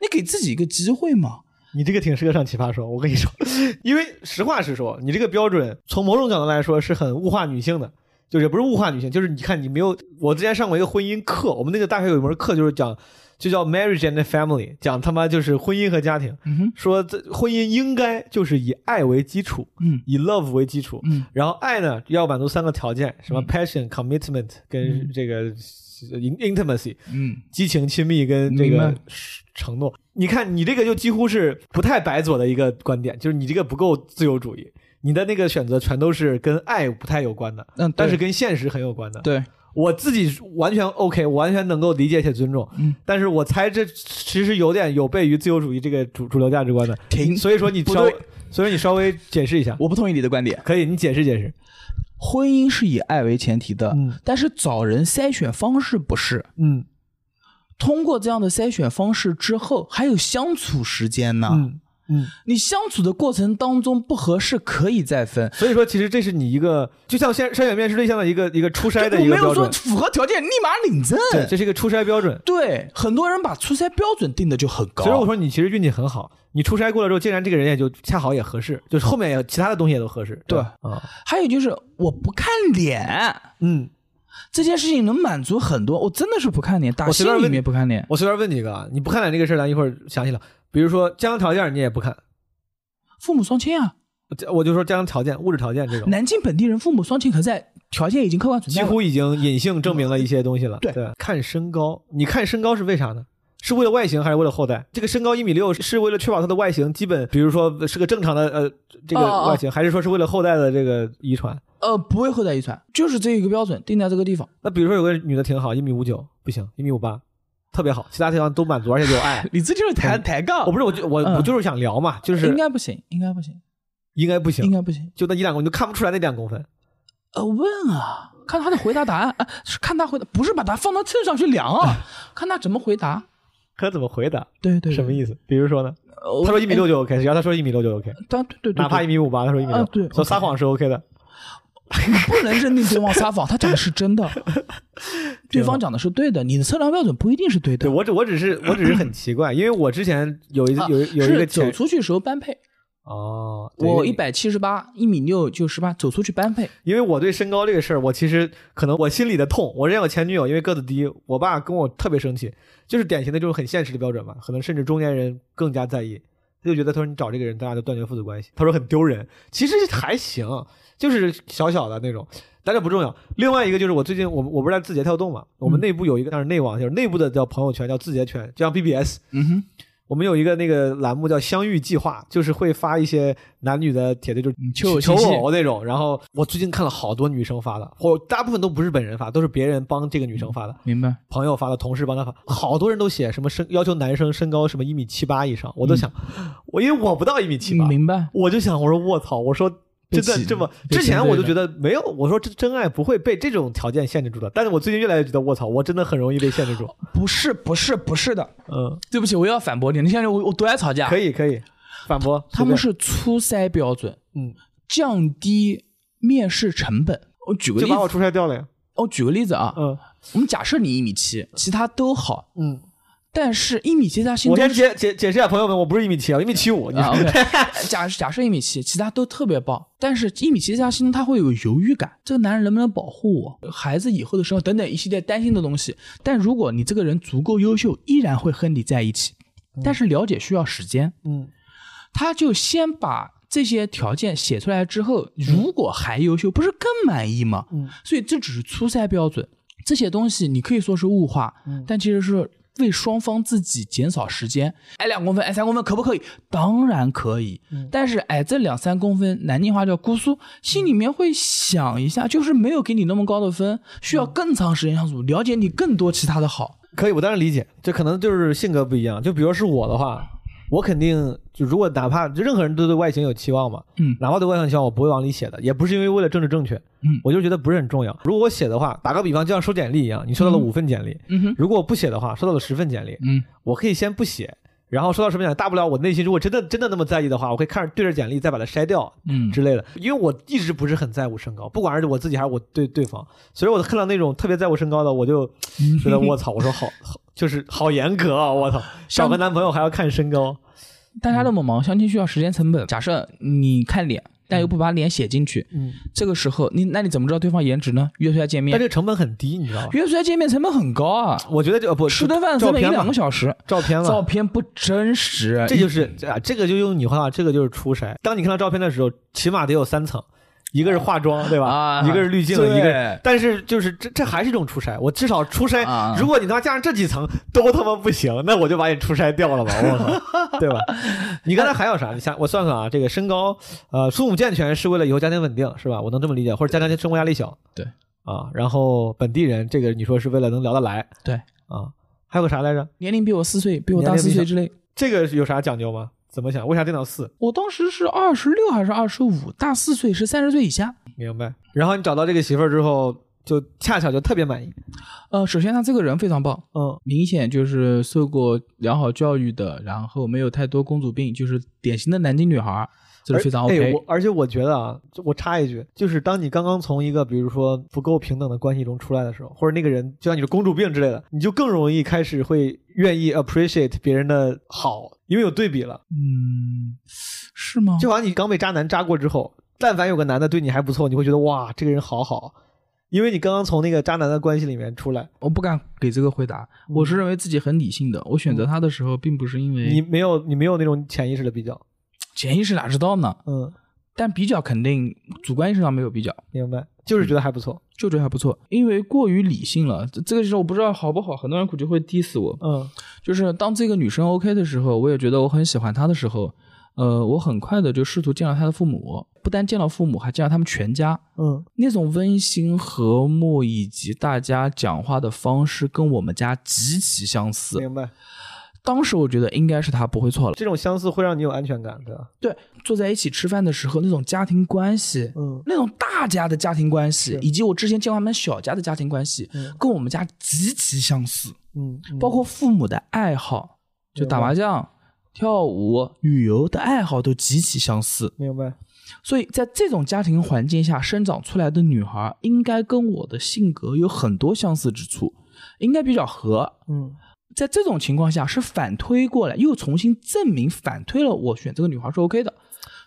Speaker 1: 你给自己一个机会嘛，
Speaker 2: 你这个挺适合上奇葩说，我跟你说， 因为实话实说，你这个标准从某种角度来说是很物化女性的，就是也不是物化女性，就是你看你没有，我之前上过一个婚姻课，我们那个大学有一门课就是讲，就叫 marriage and family，讲他妈就是婚姻和家庭，
Speaker 1: 嗯哼，
Speaker 2: 说这婚姻应该就是以爱为基础，
Speaker 1: 嗯
Speaker 2: 以 love 为基础，
Speaker 1: 嗯，
Speaker 2: 然后爱呢要满足三个条件，什么
Speaker 1: 嗯
Speaker 2: passion、commitment 跟这个 in- intimacy，
Speaker 1: 嗯，
Speaker 2: 激情、亲密跟这
Speaker 1: 明
Speaker 2: 个
Speaker 1: 白
Speaker 2: 承诺。你看，你这个就几乎是不太白左的一个观点，就是你这个不够自由主义，你的那个选择全都是跟爱不太有关的，
Speaker 1: 嗯，
Speaker 2: 但
Speaker 1: 对
Speaker 2: 是跟现实很有关的。
Speaker 1: 对，
Speaker 2: 我自己完全 OK，我完全能够理解且尊重，
Speaker 1: 嗯
Speaker 2: 但是我猜这其实有点有悖于自由主义这个主主流价值观的，
Speaker 1: 停，
Speaker 2: 所以说你
Speaker 1: 不
Speaker 2: 稍微
Speaker 1: 对，
Speaker 2: 所以说你稍微解释一下，
Speaker 1: 我不同意你的观点。
Speaker 2: 可以，你解释解释，
Speaker 1: 婚姻是以爱为前提的，
Speaker 2: 嗯
Speaker 1: 但是找人筛选方式不是。
Speaker 2: 嗯
Speaker 1: 通过这样的筛选方式之后，还有相处时间呢。
Speaker 2: 嗯嗯，
Speaker 1: 你相处的过程当中不合适可以再分。
Speaker 2: 所以说其实这是你一个就像筛筛选面试对象的一个一个初筛
Speaker 1: 我
Speaker 2: 的一
Speaker 1: 没
Speaker 2: 个
Speaker 1: 有
Speaker 2: 标
Speaker 1: 说
Speaker 2: 准，
Speaker 1: 符合条件立马领证。
Speaker 2: 对，这是一个初筛标准。
Speaker 1: 对，很多人把出筛标准定的就很高。
Speaker 2: 所以我说你其实运气很好，你初筛过了之后，竟然这个人也就恰好也合适，就是后面也其他的东西也都合适。
Speaker 1: 对
Speaker 2: 吧啊，
Speaker 1: 还有就是我不看脸
Speaker 2: 嗯，
Speaker 1: 这件事情能满足很多，我真的是不看脸，打
Speaker 2: 我随
Speaker 1: 心
Speaker 2: 便问
Speaker 1: 里
Speaker 2: 你
Speaker 1: 面不看脸。
Speaker 2: 我随便问你一个啊，你不看脸这个事儿，咱一会儿详细聊。比如说家庭条件，你也不看，
Speaker 1: 父母双亲啊，
Speaker 2: 我我就说家庭条件、物质条件 这种，
Speaker 1: 南京本地人父母双亲可在条件已经客观存
Speaker 2: 几
Speaker 1: 在了。
Speaker 2: 乎已经隐性证明了一些东西了。
Speaker 1: 对
Speaker 2: 看身高，你看身高是为啥呢？是为了外形还是为了后代？这个身高一米六是为了确保他的外形基本，比如说是个正常的呃这
Speaker 1: 哦
Speaker 2: 个
Speaker 1: 哦
Speaker 2: 外形，还是说是为了后代的这个遗传？
Speaker 1: 呃，不会后代遗传，就是这一个标准定在这个地方。
Speaker 2: 那比如说有个女的挺好，一米五九不行，一米五八特别好，其他地方都满足，而且就有
Speaker 1: 。
Speaker 2: 爱
Speaker 1: 你这就是抬
Speaker 2: 嗯
Speaker 1: 抬杠，
Speaker 2: 我不是，我就我
Speaker 1: 嗯
Speaker 2: 我就是想聊嘛，就是
Speaker 1: 应该不行，应该不行，
Speaker 2: 应该不
Speaker 1: 应
Speaker 2: 行，
Speaker 1: 该不行。
Speaker 2: 就那一两公分，你就看不出来那两公分。
Speaker 1: 呃，问啊，看他的回答答案，啊，是看他回答，不是把他放到秤上去量啊， 看他怎么回答。
Speaker 2: 可怎么回答？
Speaker 1: 对对，
Speaker 2: 什么
Speaker 1: 思？
Speaker 2: 意思？比如说呢？
Speaker 1: 呃
Speaker 2: 他说一米，六就 OK，只要他说一米六就 OK，
Speaker 1: 我但对对对，
Speaker 2: 哪怕
Speaker 1: 对
Speaker 2: 一米五八，他说一米
Speaker 1: 啊
Speaker 2: 六，
Speaker 1: 对
Speaker 2: 说
Speaker 1: OK
Speaker 2: 撒谎是 OK 的。
Speaker 1: 不能认定对方撒谎，他讲的是真 的，对方讲的是对的，你的测量标准不一定是对的
Speaker 2: 对。我只我只是我只是很奇怪，因为我之前有一
Speaker 1: 啊
Speaker 2: 有一有一
Speaker 1: 是
Speaker 2: 个
Speaker 1: 走
Speaker 2: 前
Speaker 1: 出去时候般配，
Speaker 2: 哦，对
Speaker 1: 我一，百七十八，一米六就十八，走出去般配。
Speaker 2: 因为我对身高这个事儿，我其实可能我心里的痛，我认为我前女友因为个子低，我爸跟我特别生气，就是典型的这种很现实的标准嘛，可能甚至中年人更加在意，他就觉得他说你找这个人，咱俩就断绝父子关系，他说很丢人，其实还行，就是小小的那种。但这不重要。另外一个就是我最近我们我不是在字节跳动嘛，我们
Speaker 1: 嗯
Speaker 2: 内部有一个那是内网，就是内部的叫朋友圈，叫字节圈，就像 BBS，
Speaker 1: 嗯哼，
Speaker 2: 我们有一个那个栏目叫“相遇计划”，就是会发一些男女的帖子，就是
Speaker 1: 嗯求偶
Speaker 2: 求
Speaker 1: 信息
Speaker 2: 偶那种。然后我最近看了好多女生发的，我大部分都不是本人发，都是别人帮这个女
Speaker 1: 嗯
Speaker 2: 生发的，
Speaker 1: 明白。
Speaker 2: 朋友发的，同事帮她发。好多人都写什么身要求男生身高什么一米七八以上，我都想，我因为我不到一米七
Speaker 1: 嗯
Speaker 2: 八，
Speaker 1: 明白。
Speaker 2: 我就想我说我操，我说。真
Speaker 1: 不
Speaker 2: 的
Speaker 1: 起
Speaker 2: 这么？
Speaker 1: 被
Speaker 2: 之前
Speaker 1: 针对
Speaker 2: 我就
Speaker 1: 了
Speaker 2: 觉得没有，我说这真爱不会被这种条件限制住的。但是我最近越来越觉得，我操，我真的很容易被限制住。
Speaker 1: 不是，不是，不是的。
Speaker 2: 嗯，
Speaker 1: 对不起，我又要反驳你。你现在我我多爱吵架。
Speaker 2: 可
Speaker 1: 以，
Speaker 2: 以可以，反驳。
Speaker 1: 他们
Speaker 2: 随
Speaker 1: 是初筛标准，
Speaker 2: 便嗯，
Speaker 1: 降低面试成本。我举个
Speaker 2: 就
Speaker 1: 例
Speaker 2: 把我
Speaker 1: 子，
Speaker 2: 出差掉了呀。
Speaker 1: 我举个例子啊，
Speaker 2: 嗯
Speaker 1: 我们假设你一米七，其他都好，
Speaker 2: 嗯，
Speaker 1: 但是一米七他心
Speaker 2: 我
Speaker 1: 中
Speaker 2: 先解解解释一下，朋友们，我不是一米七啊，我一米七五。你
Speaker 1: 啊，OK，假 假设一米七，其他都特别棒，但是一米七他心中他会有犹豫感，这个男人能不能保护我，孩子以后的生活等等一系列担心的东西。但如果你这个人足够优秀，依然会和你在一起，但是了解需要时间。
Speaker 2: 嗯
Speaker 1: 他就先把这些条件写出来之后，如果还优秀，不是更满意吗？
Speaker 2: 嗯
Speaker 1: 所以这只是初筛标准，这些东西你可以说是物化，但其实是为双方自己减少时间，矮两公分，哎矮三公分可不可以？当然可以，但是矮这两三公分，南京话叫姑苏，心里面会想一下，就是没有给你那么高的分，需要更长时间相处，了解你更多其他的好。
Speaker 2: 可以，我当然理解，这可能就是性格不一样。就比如是我的话，我肯定就如果哪怕就任何人都对外形有期望嘛，
Speaker 1: 嗯
Speaker 2: 哪怕对外形有期望，我不会往里写的，也不是因为为了政治正确，
Speaker 1: 嗯
Speaker 2: 我就觉得不是很重要。如果我写的话，打个比方，就像收简历一样，你收到了五份简历，
Speaker 1: 嗯哼，
Speaker 2: 如果我不写的话，收到了十份简历，
Speaker 1: 嗯
Speaker 2: 我可以先不写。然后收到什么简历，大不了我内心如果真的真的那么在意的话，我可以看着对着简历再把它筛掉，
Speaker 1: 嗯
Speaker 2: 之类的，因为我一直不是很在乎身高，不管是我自己还是我对对方，所以我看到那种特别在乎身高的，我就
Speaker 1: 嗯
Speaker 2: 觉得我操，我说好好就是好严格啊，我操，找个男朋友还要看身高，
Speaker 1: 大
Speaker 2: 嗯
Speaker 1: 家那么忙，相亲需要时间成本。假设你看脸，但又不把脸写进去，
Speaker 2: 嗯，
Speaker 1: 这个时候你那你怎么知道对方颜值呢？约出来见
Speaker 2: 但
Speaker 1: 面，
Speaker 2: 这个成本很低，你知道吧？
Speaker 1: 约出来见面成本很高啊，
Speaker 2: 我觉得就不
Speaker 1: 吃顿饭
Speaker 2: 照
Speaker 1: 成本一
Speaker 2: 片
Speaker 1: 两
Speaker 2: 嘛
Speaker 1: 个，小时，
Speaker 2: 照片
Speaker 1: 照
Speaker 2: 嘛，
Speaker 1: 片不真实，
Speaker 2: 这就是啊，这个就用你话，这个就是初筛。当你看到照片的时候，起码得有三层。一个是化妆，对吧？
Speaker 1: 啊
Speaker 2: 一个是滤镜，
Speaker 1: 对
Speaker 2: 一个是……但是就是这这还是一种初筛。我至少初筛，
Speaker 1: 啊
Speaker 2: 如果你他妈加上这几层都他妈不行，那我就把你初筛掉了吧，我 靠，对吧？你刚才还有啥？你想我算算啊，这个身高，呃，父母健全是为了以后家庭稳定，是吧？我能这么理解，或者家庭生活压力小，
Speaker 1: 对
Speaker 2: 啊。然后本地人，这个你说是为了能聊得来，
Speaker 1: 对
Speaker 2: 啊。还有个啥来着？
Speaker 1: 年龄比我四岁，比我大
Speaker 2: 年龄
Speaker 1: 四
Speaker 2: 比
Speaker 1: 岁
Speaker 2: 小
Speaker 1: 之类。
Speaker 2: 这个有啥讲究吗？怎么想？为啥定到四？
Speaker 1: 我当时是二十六还是二十五，大四岁是三十岁以下。
Speaker 2: 明白。然后你找到这个媳妇儿之后，就恰巧就特别满意。
Speaker 1: 呃，首先他这个人非常棒，
Speaker 2: 嗯，
Speaker 1: 明显就是受过良好教育的，然后没有太多公主病，就是典型的南京女孩儿，这是非常
Speaker 2: 而
Speaker 1: OK。
Speaker 2: 哎我而且我觉得啊，就我插一句，就是当你刚刚从一个比如说不够平等的关系中出来的时候，或者那个人就像你的公主病之类的，你就更容易开始会愿意 appreciate 别人的好，因为有对比了。
Speaker 1: 嗯，是吗？
Speaker 2: 就好像你刚被渣男渣过之后，但凡有个男的对你还不错，你会觉得哇，这个人好好，因为你刚刚从那个渣男的关系里面出来，
Speaker 1: 我不敢给这个回答，我是认为自己很理性的。我选择他的时候，并不是因
Speaker 2: 你
Speaker 1: 为
Speaker 2: 没有你没有那种潜意识的比较。
Speaker 1: 潜意识哪知道呢，
Speaker 2: 嗯，
Speaker 1: 但比较肯定主观意识上没有比较，
Speaker 2: 明白，就是觉得还不错。
Speaker 1: 就觉得还不错。因为过于理性了，这这个时候我不知道好不好，很多人估计会 diss 我。
Speaker 2: 嗯
Speaker 1: 就是当这个女生 OK 的时候，我也觉得我很喜欢她的时候，呃，我很快的就试图见到她的父母，不单见到父母，还见到他们全家。
Speaker 2: 嗯。
Speaker 1: 那种温馨和睦以及大家讲话的方式跟我们家极其相似，
Speaker 2: 明白，
Speaker 1: 当时我觉得应该是他不会错了。
Speaker 2: 这种相似会让你有安全感，对吧？
Speaker 1: 对，坐在一起吃饭的时候那种家庭关系，
Speaker 2: 嗯，
Speaker 1: 那种大家的家庭关系
Speaker 2: 是，
Speaker 1: 以及我之前见过他们小家的家庭关系，
Speaker 2: 嗯
Speaker 1: 跟我们家极其相似，
Speaker 2: 嗯，嗯
Speaker 1: 包括父母的爱好，就
Speaker 2: 明白
Speaker 1: 打麻将、跳舞、旅游的爱好都极其相似。
Speaker 2: 明白，
Speaker 1: 所以在这种家庭环境下生长出来的女孩，应该跟我的性格有很多相似之处，应该比较合。
Speaker 2: 嗯，
Speaker 1: 在这种情况下是反推过来，又重新证明反推了我选这个女孩是 OK 的，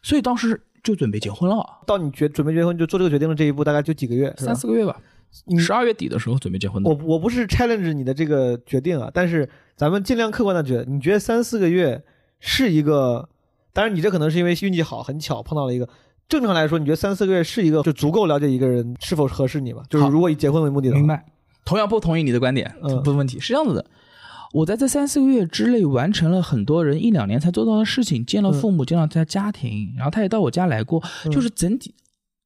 Speaker 1: 所以当时就准备结婚了，
Speaker 2: 到你决准备结婚就做这个决定的这一步，大概就几个月，是吧
Speaker 1: 三四个月吧，
Speaker 2: 你
Speaker 1: 十二月底的时候准备结婚的
Speaker 2: 我。我不是 challenge 你的这个决定啊，但是咱们尽量客观的觉得，你觉得三四个月是一个，当然你这可能是因为运气好，很巧碰到了一个。正常来说，你觉得三四个月是一个就足够了解一个人是否合适你吗？就是
Speaker 1: 好
Speaker 2: 如果以结婚为目的的话，
Speaker 1: 明白，同样不同意你的观点，
Speaker 2: 嗯
Speaker 1: 不问题，是这样子的。我在这三四个月之内完成了很多人一两年才做到的事情，见了父母，见到他家庭，然后他也到我家来过，
Speaker 2: 嗯
Speaker 1: 就是整体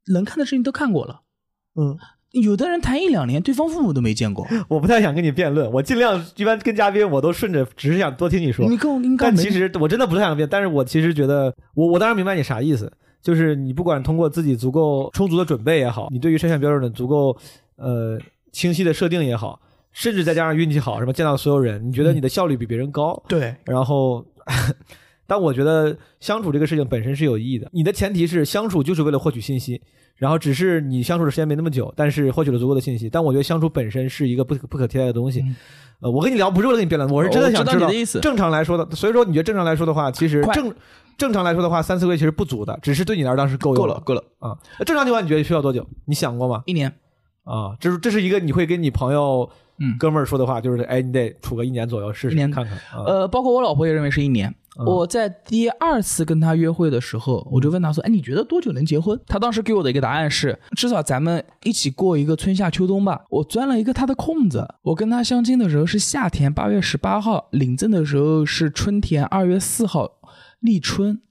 Speaker 1: 能看的事情都看过了。
Speaker 2: 嗯，
Speaker 1: 有的人谈一两年，对方父母都没见过，
Speaker 2: 我不太想跟你辩论，我尽量一般跟嘉宾我都顺着，只是想多听你说。
Speaker 1: 你跟我应该
Speaker 2: 但
Speaker 1: 没
Speaker 2: 其实我真的不太想变，但是我其实觉得，我我当然明白你啥意思，就是你不管通过自己足够充足的准备也好，你对于筛选标准的足够呃清晰的设定也好，甚至再加上运气好，什么见到所有人，你觉得你的效率比别人高，
Speaker 1: 嗯对，
Speaker 2: 然后。 但我觉得相处这个事情本身是有意义的。你的前提是相处就是为了获取信息，然后只是你相处的时间没那么久，但是获取了足够的信息。但我觉得相处本身是一个不可不可替代的东西。
Speaker 1: 嗯
Speaker 2: 呃，我跟你聊不是为了跟你辩论，我是真的
Speaker 1: 我
Speaker 2: 想
Speaker 1: 知道你的意思
Speaker 2: 正常来说的，所以说你觉得正常来说的话，其实
Speaker 1: 快
Speaker 2: 正正常来说的话，三四个月其实不足的，只是对你来说当时够用
Speaker 1: 够了，够了，
Speaker 2: 啊。正常情况下你觉得需要多久？你想过吗？
Speaker 1: 一年。
Speaker 2: 啊，这是这是一个你会跟你朋友
Speaker 1: 嗯
Speaker 2: 哥们儿说的话就是，哎，你得处个一年左右试
Speaker 1: 一
Speaker 2: 试
Speaker 1: 年
Speaker 2: 看看啊。
Speaker 1: 呃，包括我老婆也认为是一年。
Speaker 2: 嗯
Speaker 1: 我在第二次跟她约会的时候，我就问她说：“哎，你觉得多久能结婚？”她当时给我的一个答案是：至少咱们一起过一个春夏秋冬吧。我钻了一个她的空子。我跟她相亲的时候是夏天八月十八号，领证的时候是春天二月四号，立春，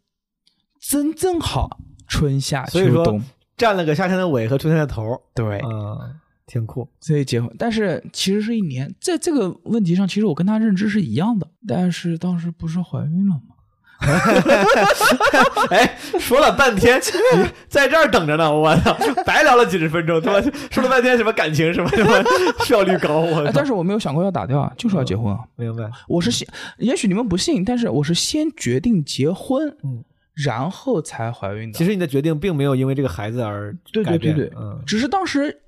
Speaker 1: 真正好春夏
Speaker 2: 所以
Speaker 1: 秋
Speaker 2: 说
Speaker 1: 冬。
Speaker 2: 占了个夏天的尾和春天的头儿，
Speaker 1: 对
Speaker 2: 嗯，挺酷。
Speaker 1: 所以结婚，但是其实是一年，在这个问题上，其实我跟她认知是一样的，但是当时不是怀孕了吗？
Speaker 2: 哎，说了半 天，你在这儿等着呢，我操，白聊了几十分 钟，他妈说了半天什么感情什么什么效率高，我
Speaker 1: 哎，
Speaker 2: 操
Speaker 1: 但，是我没有想过要打
Speaker 2: 嗯
Speaker 1: 掉啊，就是要结婚啊。
Speaker 2: 明白。
Speaker 1: 我是先，也许你们不信，但是我是先决定结婚，
Speaker 2: 嗯
Speaker 1: 然后才怀孕的。
Speaker 2: 其实你的决定并没有因为这个孩子而
Speaker 1: 对
Speaker 2: 改
Speaker 1: 对对
Speaker 2: 变，
Speaker 1: 对，
Speaker 2: 嗯，
Speaker 1: 只是当时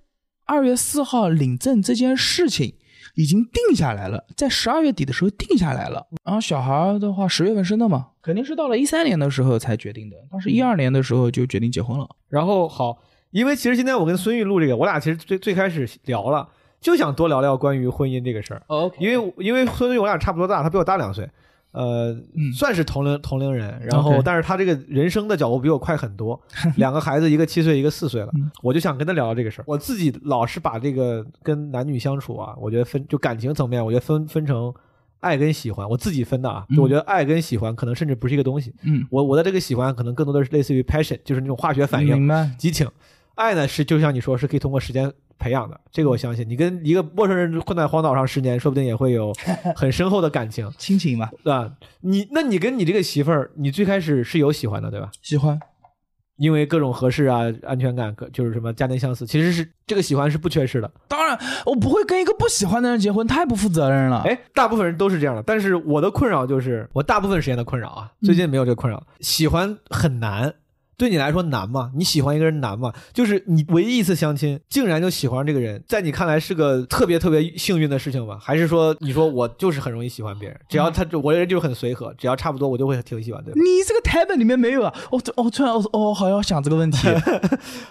Speaker 1: 二月四号领证这件事情已经定下来了，在十二月底的时候定下来了。然后小孩儿的话，十月份生的嘛，肯定是到了一三年的时候才决定的。当
Speaker 2: 嗯
Speaker 1: 时一二年的时候就决定结婚了。
Speaker 2: 然后好，因为其实今天我跟孙玉录这个，我俩其实最最开始聊了，就想多聊聊关于婚姻这个事儿，
Speaker 1: OK，
Speaker 2: 因为因为孙玉我俩差不多大，他比我大两岁，呃，算是同龄同龄人，然后
Speaker 1: 嗯 OK
Speaker 2: 但是他这个人生的脚步比我快很 多，两个孩子一个七岁一个四岁了，
Speaker 1: 嗯
Speaker 2: 我就想跟他聊聊这个事儿。我自己老是把这个跟男女相处啊，我觉得分就感情层面，我觉得分分成。爱跟喜欢，我自己分的啊，就我觉得爱跟喜欢可能甚至不是一个东西。
Speaker 1: 嗯，
Speaker 2: 我我的这个喜欢可能更多的是类似于 passion，就是那种化学反应。
Speaker 1: 明白。
Speaker 2: 激情。爱呢是就像你说，是可以通过时间培养的，这个我相信。你跟一个陌生人混在荒岛上十年，说不定也会有很深厚的感情，
Speaker 1: 亲情吧，
Speaker 2: 对吧？你那你跟你这个媳妇儿，你最开始是有喜欢的，对吧？
Speaker 1: 喜欢，
Speaker 2: 因为各种合适啊、安全感，各就是什么家庭相似，其实是这个喜欢是不缺失的。
Speaker 1: 当然我不会跟一个不喜欢的人结婚，太不负责任了。
Speaker 2: 哎，大部分人都是这样的，但是我的困扰就是，我大部分时间的困扰啊，最近没有这个困扰。喜欢很难，对你来说难吗？你喜欢一个人难吗？就是你唯一一次相亲，竟然就喜欢上这个人，在你看来是个特别特别幸运的事情吗？还是说你说我就是很容易喜欢别人，只要他我这人就是很随和，只要差不多我就会挺喜欢，对吧？
Speaker 1: 你这个台本里面没有啊？我突我突然我哦，好要想这个 问题，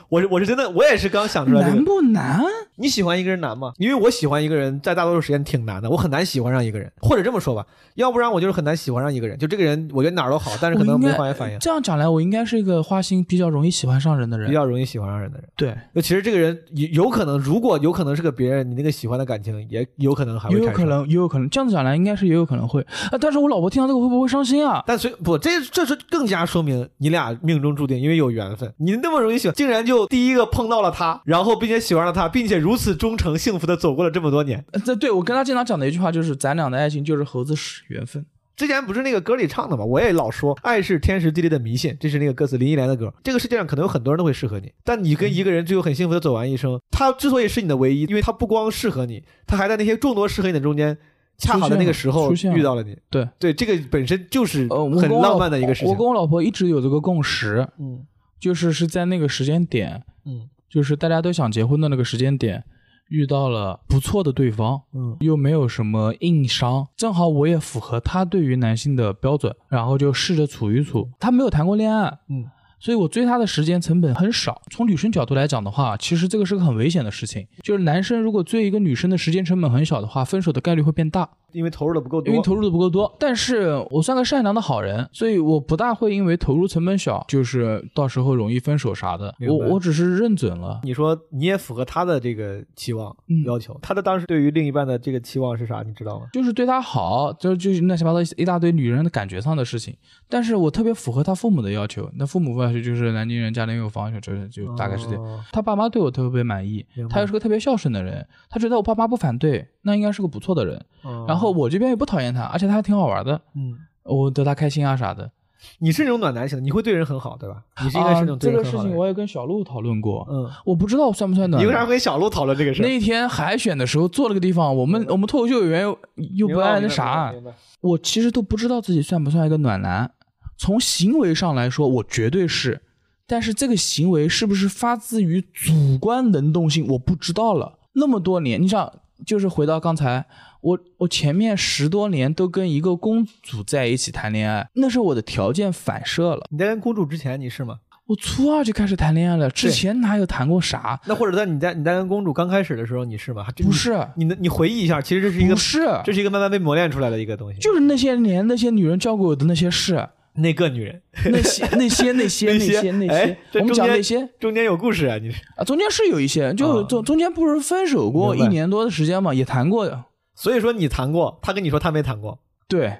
Speaker 2: 我是我是真的，我也是刚想出来这
Speaker 1: 难
Speaker 2: 个。
Speaker 1: 不难？
Speaker 2: 你喜欢一个人难吗？因为我喜欢一个人，在大多数时间挺难的，我很难喜欢上一个人，或者这么说吧，要不然我就是很难喜欢上一个人。就这个人，我觉得哪儿都好，但是可能没化学 反应，
Speaker 1: 这样讲来，我应该是一个花心比较容易喜欢上人的
Speaker 2: 比
Speaker 1: 人。
Speaker 2: 较容易喜欢上人的人。
Speaker 1: 对，
Speaker 2: 就其实这个人有有可能，如果有可能是个别人，你那个喜欢的感情也有可能还
Speaker 1: 也
Speaker 2: 会
Speaker 1: 有
Speaker 2: 产
Speaker 1: 可
Speaker 2: 生。
Speaker 1: 能，也有可能。这样子讲来，应该是也有可能会啊。但是我老婆听到这个会不会伤心啊？
Speaker 2: 但所以不，这这是更加说明你俩命中注定，因为有缘分。你那么容易喜欢，竟然就第一个碰到了他，然后并且喜欢上了他，并且如此忠诚、幸福的走过了这么多年。
Speaker 1: 呃这对我跟她经常讲的一句话就是：咱俩的爱情就是猴子屎缘分。
Speaker 2: 之前不是那个歌里唱的嘛，我也老说爱是天时地利的迷信，这是那个歌词林忆莲的歌。这个世界上可能有很多人都会适合你，但你跟一个人最后很幸福的走完一生，他之所以是你的唯一，因为他不光适合你，他还在那些众多适合你的中间，恰好在那个时候
Speaker 1: 出现了
Speaker 2: 遇到了你。
Speaker 1: 对
Speaker 2: 对，这个本身就是
Speaker 1: 呃，我
Speaker 2: 很
Speaker 1: 跟我
Speaker 2: 浪
Speaker 1: 老
Speaker 2: 漫的一个事情
Speaker 1: 我。跟我老婆一直有这个共识，
Speaker 2: 嗯
Speaker 1: 就是是在那个时间点，
Speaker 2: 嗯
Speaker 1: 就是大家都想结婚的那个时间点，遇到了不错的对方，
Speaker 2: 嗯，
Speaker 1: 又没有什么硬伤，正好我也符合他对于男性的标准，然后就试着处一处。他没有谈过恋爱，
Speaker 2: 嗯，
Speaker 1: 所以我追他的时间成本很少。从女生角度来讲的话，其实这个是个很危险的事情，就是男生如果追一个女生的时间成本很小的话，分手的概率会变大。
Speaker 2: 因为投入的不够
Speaker 1: 因为
Speaker 2: 多。
Speaker 1: 投入的不够多。但是我算个善良的好人，所以我不大会因为投入成本小，就是到时候容易分手啥的。
Speaker 2: 明白
Speaker 1: 我我只是认准了，
Speaker 2: 你说你也符合他的这个期望
Speaker 1: 嗯
Speaker 2: 要求，他的当时对于另一半的这个期望是啥？你知道吗？
Speaker 1: 就是对他好，就就是乱七八糟一大堆女人的感觉上的事情。但是我特别符合他父母的要求，那父母要求就是南京人，家里有房，就就就大概是这样。
Speaker 2: 哦
Speaker 1: 他爸妈对我特别满意
Speaker 2: 明，白
Speaker 1: 他又是个特别孝顺的人，他觉得我爸妈不反对，那应该是个不错的人。
Speaker 2: 哦
Speaker 1: 然后我这边也不讨厌他，而且他还挺好玩的，
Speaker 2: 嗯。
Speaker 1: 我得他开心啊啥的。
Speaker 2: 你是那种暖男型的，你会对人很好，对吧？你是应该是那种
Speaker 1: 啊
Speaker 2: 对
Speaker 1: 这
Speaker 2: 人
Speaker 1: 个
Speaker 2: 很
Speaker 1: 事
Speaker 2: 好的
Speaker 1: 情，
Speaker 2: 人。
Speaker 1: 我也跟小鹿讨论过。
Speaker 2: 嗯，
Speaker 1: 我不知道算不算暖
Speaker 2: 你
Speaker 1: 男。
Speaker 2: 为啥跟小鹿讨论这个事儿？
Speaker 1: 那天海选的时候坐了个地方，我们我们脱口秀演员又又
Speaker 2: 嗯明
Speaker 1: 不
Speaker 2: 白
Speaker 1: 爱那
Speaker 2: 明白
Speaker 1: 啥啊
Speaker 2: 明，白明白
Speaker 1: 我其实都不知道自己算不算一个暖男。从行为上来说，我绝对是，但是这个行为是不是发自于主观能动性，我不知道了。那么多年，你想，就是回到刚才，我我前面十多年都跟一个公主在一起谈恋爱，那是我的条件反射了。
Speaker 2: 你在跟公主之前你是吗？
Speaker 1: 我初二就开始谈恋爱了，之
Speaker 2: 对
Speaker 1: 前哪有谈过啥？
Speaker 2: 那或者在你在你在跟公主刚开始的时候，你是吗？还真
Speaker 1: 不，是，
Speaker 2: 你你你回忆一下，其实这是一个
Speaker 1: 不是，啊
Speaker 2: 这是一个慢慢被磨练出来的一个东西。
Speaker 1: 就是那些年那些女人教给我的那些事，
Speaker 2: 那个女人
Speaker 1: 那些那些那 些那些那
Speaker 2: 哎
Speaker 1: 些，
Speaker 2: 这
Speaker 1: 我们
Speaker 2: 中
Speaker 1: 讲
Speaker 2: 间
Speaker 1: 那些
Speaker 2: 中间有故事啊，你是
Speaker 1: 啊，中间是有一些，就
Speaker 2: 啊
Speaker 1: 中中间不是分手过
Speaker 2: 明白
Speaker 1: 一年多的时间嘛，也谈过的，
Speaker 2: 所以说你谈过，他跟你说他没谈过，
Speaker 1: 对啊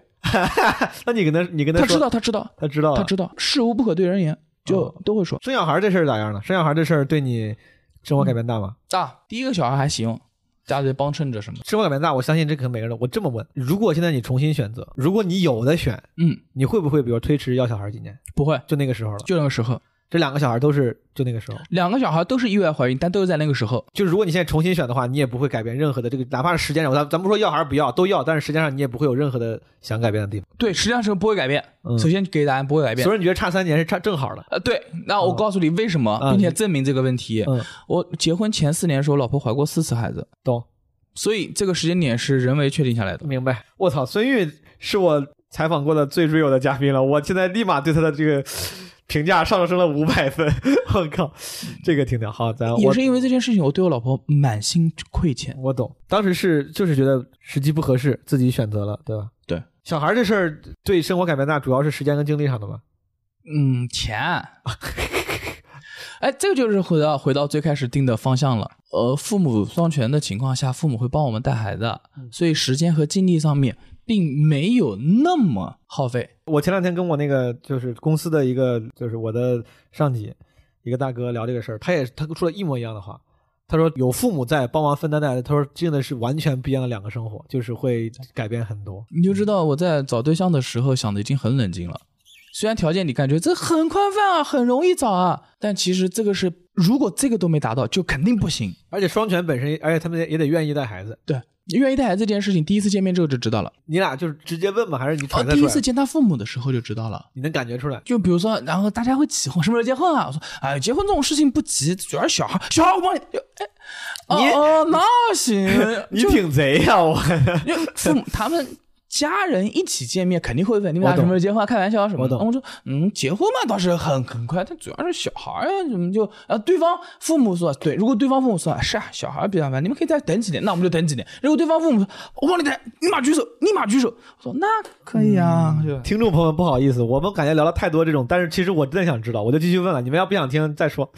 Speaker 2: 那你跟他你跟
Speaker 1: 他
Speaker 2: 说
Speaker 1: 知道他知道
Speaker 2: 他知道
Speaker 1: 他
Speaker 2: 了
Speaker 1: 知道，事无不可对人言，就都会说
Speaker 2: 生小孩这事儿咋样了？生小孩这事儿对你生活改变大吗？
Speaker 1: 啊，第一个小孩还行，家里帮衬着什么，
Speaker 2: 生活改变大，我相信这可能每个人都。我这么问：如果现在你重新选择，如果你有的选，
Speaker 1: 嗯，
Speaker 2: 你会不会比如推迟要小孩几年？
Speaker 1: 不会，
Speaker 2: 就那个时候了。
Speaker 1: 就那个时候，
Speaker 2: 这两个小孩都是就那个时候。
Speaker 1: 两个小孩都是意外怀孕，但都是在那个时候，
Speaker 2: 就如果你现在重新选的话，你也不会改变任何的这个，哪怕是时间上，咱咱不说要还是不要都要，但是时间上你也不会有任何的想改变的地方。
Speaker 1: 对，实际上是不会改变，
Speaker 2: 嗯
Speaker 1: 首先给答案不会改变
Speaker 2: 所。以你觉得差三年是差正好的，
Speaker 1: 呃，对，那我
Speaker 2: 嗯
Speaker 1: 告诉你为什么，
Speaker 2: 啊
Speaker 1: 并且
Speaker 2: 你
Speaker 1: 证明这个问题。
Speaker 2: 嗯
Speaker 1: 我结婚前四年的时候，老婆怀过四次孩子，
Speaker 2: 懂？
Speaker 1: 所以这个时间点是人为确定下来的。
Speaker 2: 明白？我操，孙玉是我采访过的最 real 的嘉宾了，我现在立马对他的这个评价上升了五百分。 我靠，这个挺屌。好，咱
Speaker 1: 也
Speaker 2: 我
Speaker 1: 是因为这件事啊情，我对我老婆满心愧欠。
Speaker 2: 我懂，当时是就是觉得时机不合适，自己选择了，对吧？
Speaker 1: 对，
Speaker 2: 小孩这事儿对生活改变大，主要是时间跟精力上的吧？
Speaker 1: 嗯，钱。 哎，这个就是回到回到最开始定的方向了。呃，父母双全的情况下，父母会帮我们带孩子，所以时间和精力上面并没有那么耗费。
Speaker 2: 我前两天跟我那个就是公司的一个就是我的上级一个大哥聊这个事儿，他也他说了一模一样的话。他说有父母在帮忙分担带来，他说真的是完全不一样的两个生活，就是会改变很多。
Speaker 1: 你就知道我在找对象的时候想的已经很冷静了。虽然条件你感觉这很宽泛啊，很容易找啊，但其实这个是如果这个都没达到，就肯定不行。
Speaker 2: 而且双全本身，而且他们也得愿意带孩子。
Speaker 1: 对，愿意带孩子这件事情，第一次见面之后就知道了。
Speaker 2: 你俩就是直接问吗？还是你
Speaker 1: 哦，
Speaker 2: 揣测
Speaker 1: 第
Speaker 2: 出
Speaker 1: 一
Speaker 2: 来？
Speaker 1: 次见他父母的时候就知道了。
Speaker 2: 你能感觉出来？
Speaker 1: 就比如说，然后大家会起哄，什么时候结婚啊？我说，哎，结婚这种事情不急，主要是小孩，小孩我帮你。就哎，
Speaker 2: 你
Speaker 1: 哦，哦那行，
Speaker 2: 你挺贼呀、我
Speaker 1: 因为父 母他们家人一起见面，肯定会问你们
Speaker 2: 我
Speaker 1: 俩
Speaker 2: 懂
Speaker 1: 什么时候结婚啊，开玩笑啊什么
Speaker 2: 我
Speaker 1: 的。
Speaker 2: 懂
Speaker 1: 然后我说，嗯，结婚嘛倒是很很快，但主要是小孩呀、怎么就啊？对方父母说，对，如果对方父母说啊是啊，小孩比较烦，你们可以再等几年，那我们就等几年。如果对方父母说，我帮你带，立马举手，立马举手。我说那可以啊，就
Speaker 2: 听众朋友们不好意思，我们感觉聊了太多这种，但是其实我真的想知道，我就继续问了。你们要不想听再 说。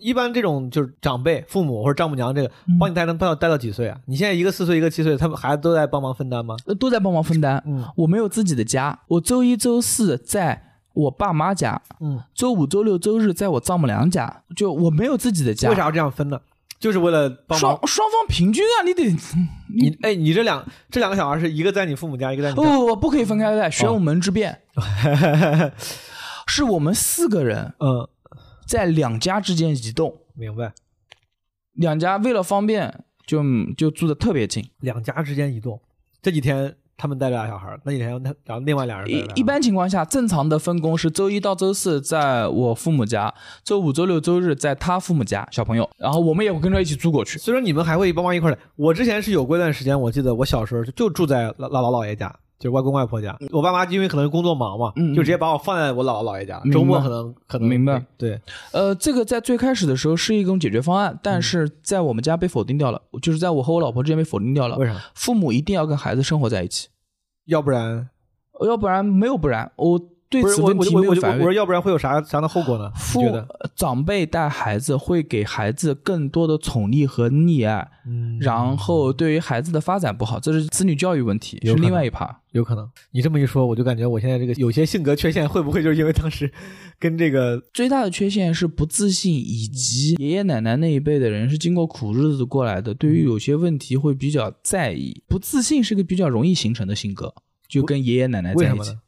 Speaker 2: 一般这种就是长辈、父母或者丈母娘这个帮你带能带到带到几岁啊？你现在一个四岁，一个七岁，他们孩子都在帮忙分担吗？
Speaker 1: 呃都在帮忙分担。
Speaker 2: 嗯
Speaker 1: 我没有自己的家，我周一周四在我爸妈家，
Speaker 2: 嗯，
Speaker 1: 周五周六周日在我丈母娘家，就我没有自己的家。
Speaker 2: 为啥要这样分呢？就是为了帮
Speaker 1: 双
Speaker 2: 忙。
Speaker 1: 双方平均啊，你 得
Speaker 2: 你哦哎，你这两这两个小孩是一个在你父母家，一个在你
Speaker 1: 不
Speaker 2: 家。
Speaker 1: 不不，不可以分开带，
Speaker 2: 哦
Speaker 1: 玄武门之 变、是我们四个人
Speaker 2: 嗯，
Speaker 1: 在两家之间移动，
Speaker 2: 明白。
Speaker 1: 两家为了方便就就住的特别近。
Speaker 2: 两家之间移动，这几天他们带俩小孩，那几天他然后另外俩人带俩小孩
Speaker 1: 一一般情况下，正常的分工是周一到周四在我父母家，周五、周六、周日在他父母家小朋友，然后我们也会跟着一起住过去。
Speaker 2: 虽然你们还会帮忙一块儿来，我之前是有过一段时间，我记得我小时候就就住在姥姥姥姥爷家，就是外公外婆家。我爸妈因为可能工作忙嘛，
Speaker 1: 嗯嗯嗯
Speaker 2: 就直接把我放在我姥姥姥爷家
Speaker 1: 明，白
Speaker 2: 周末可能可能
Speaker 1: 明白。
Speaker 2: 对，
Speaker 1: 呃，这个在最开始的时候是一种解决方案，
Speaker 2: 嗯
Speaker 1: 但是在我们家被否定掉了，就是在我和我老婆之间被否定掉了
Speaker 2: 为。啥？
Speaker 1: 父母一定要跟孩子生活在一起，呃
Speaker 2: 要不然
Speaker 1: 要不然没有不然。我对
Speaker 2: 不
Speaker 1: 此
Speaker 2: 是我
Speaker 1: 问啊
Speaker 2: 我
Speaker 1: 题
Speaker 2: 我
Speaker 1: 没有
Speaker 2: 我就
Speaker 1: 反
Speaker 2: 我说
Speaker 1: 应。
Speaker 2: 要不然会有啥啥样的后果呢？
Speaker 1: 父
Speaker 2: 你觉得？
Speaker 1: 长辈带孩子会给孩子更多的宠溺和溺爱，
Speaker 2: 嗯
Speaker 1: 然后对于孩子的发展不好，这是子女教育问题，
Speaker 2: 有
Speaker 1: 是
Speaker 2: 可能
Speaker 1: 另外一趴。
Speaker 2: 有可能，你这么一说，我就感觉我现在这个有些性格缺陷，会不会就是因为当时跟这个
Speaker 1: 最大的缺陷是不自信，以及爷爷奶奶那一辈的人是经过苦日子过来的，对
Speaker 2: 嗯
Speaker 1: 于有些问题会比较在意。不自信是个比较容易形成的性格，就跟爷爷奶奶
Speaker 2: 为
Speaker 1: 在
Speaker 2: 什
Speaker 1: 一
Speaker 2: 么
Speaker 1: 起
Speaker 2: 呢。？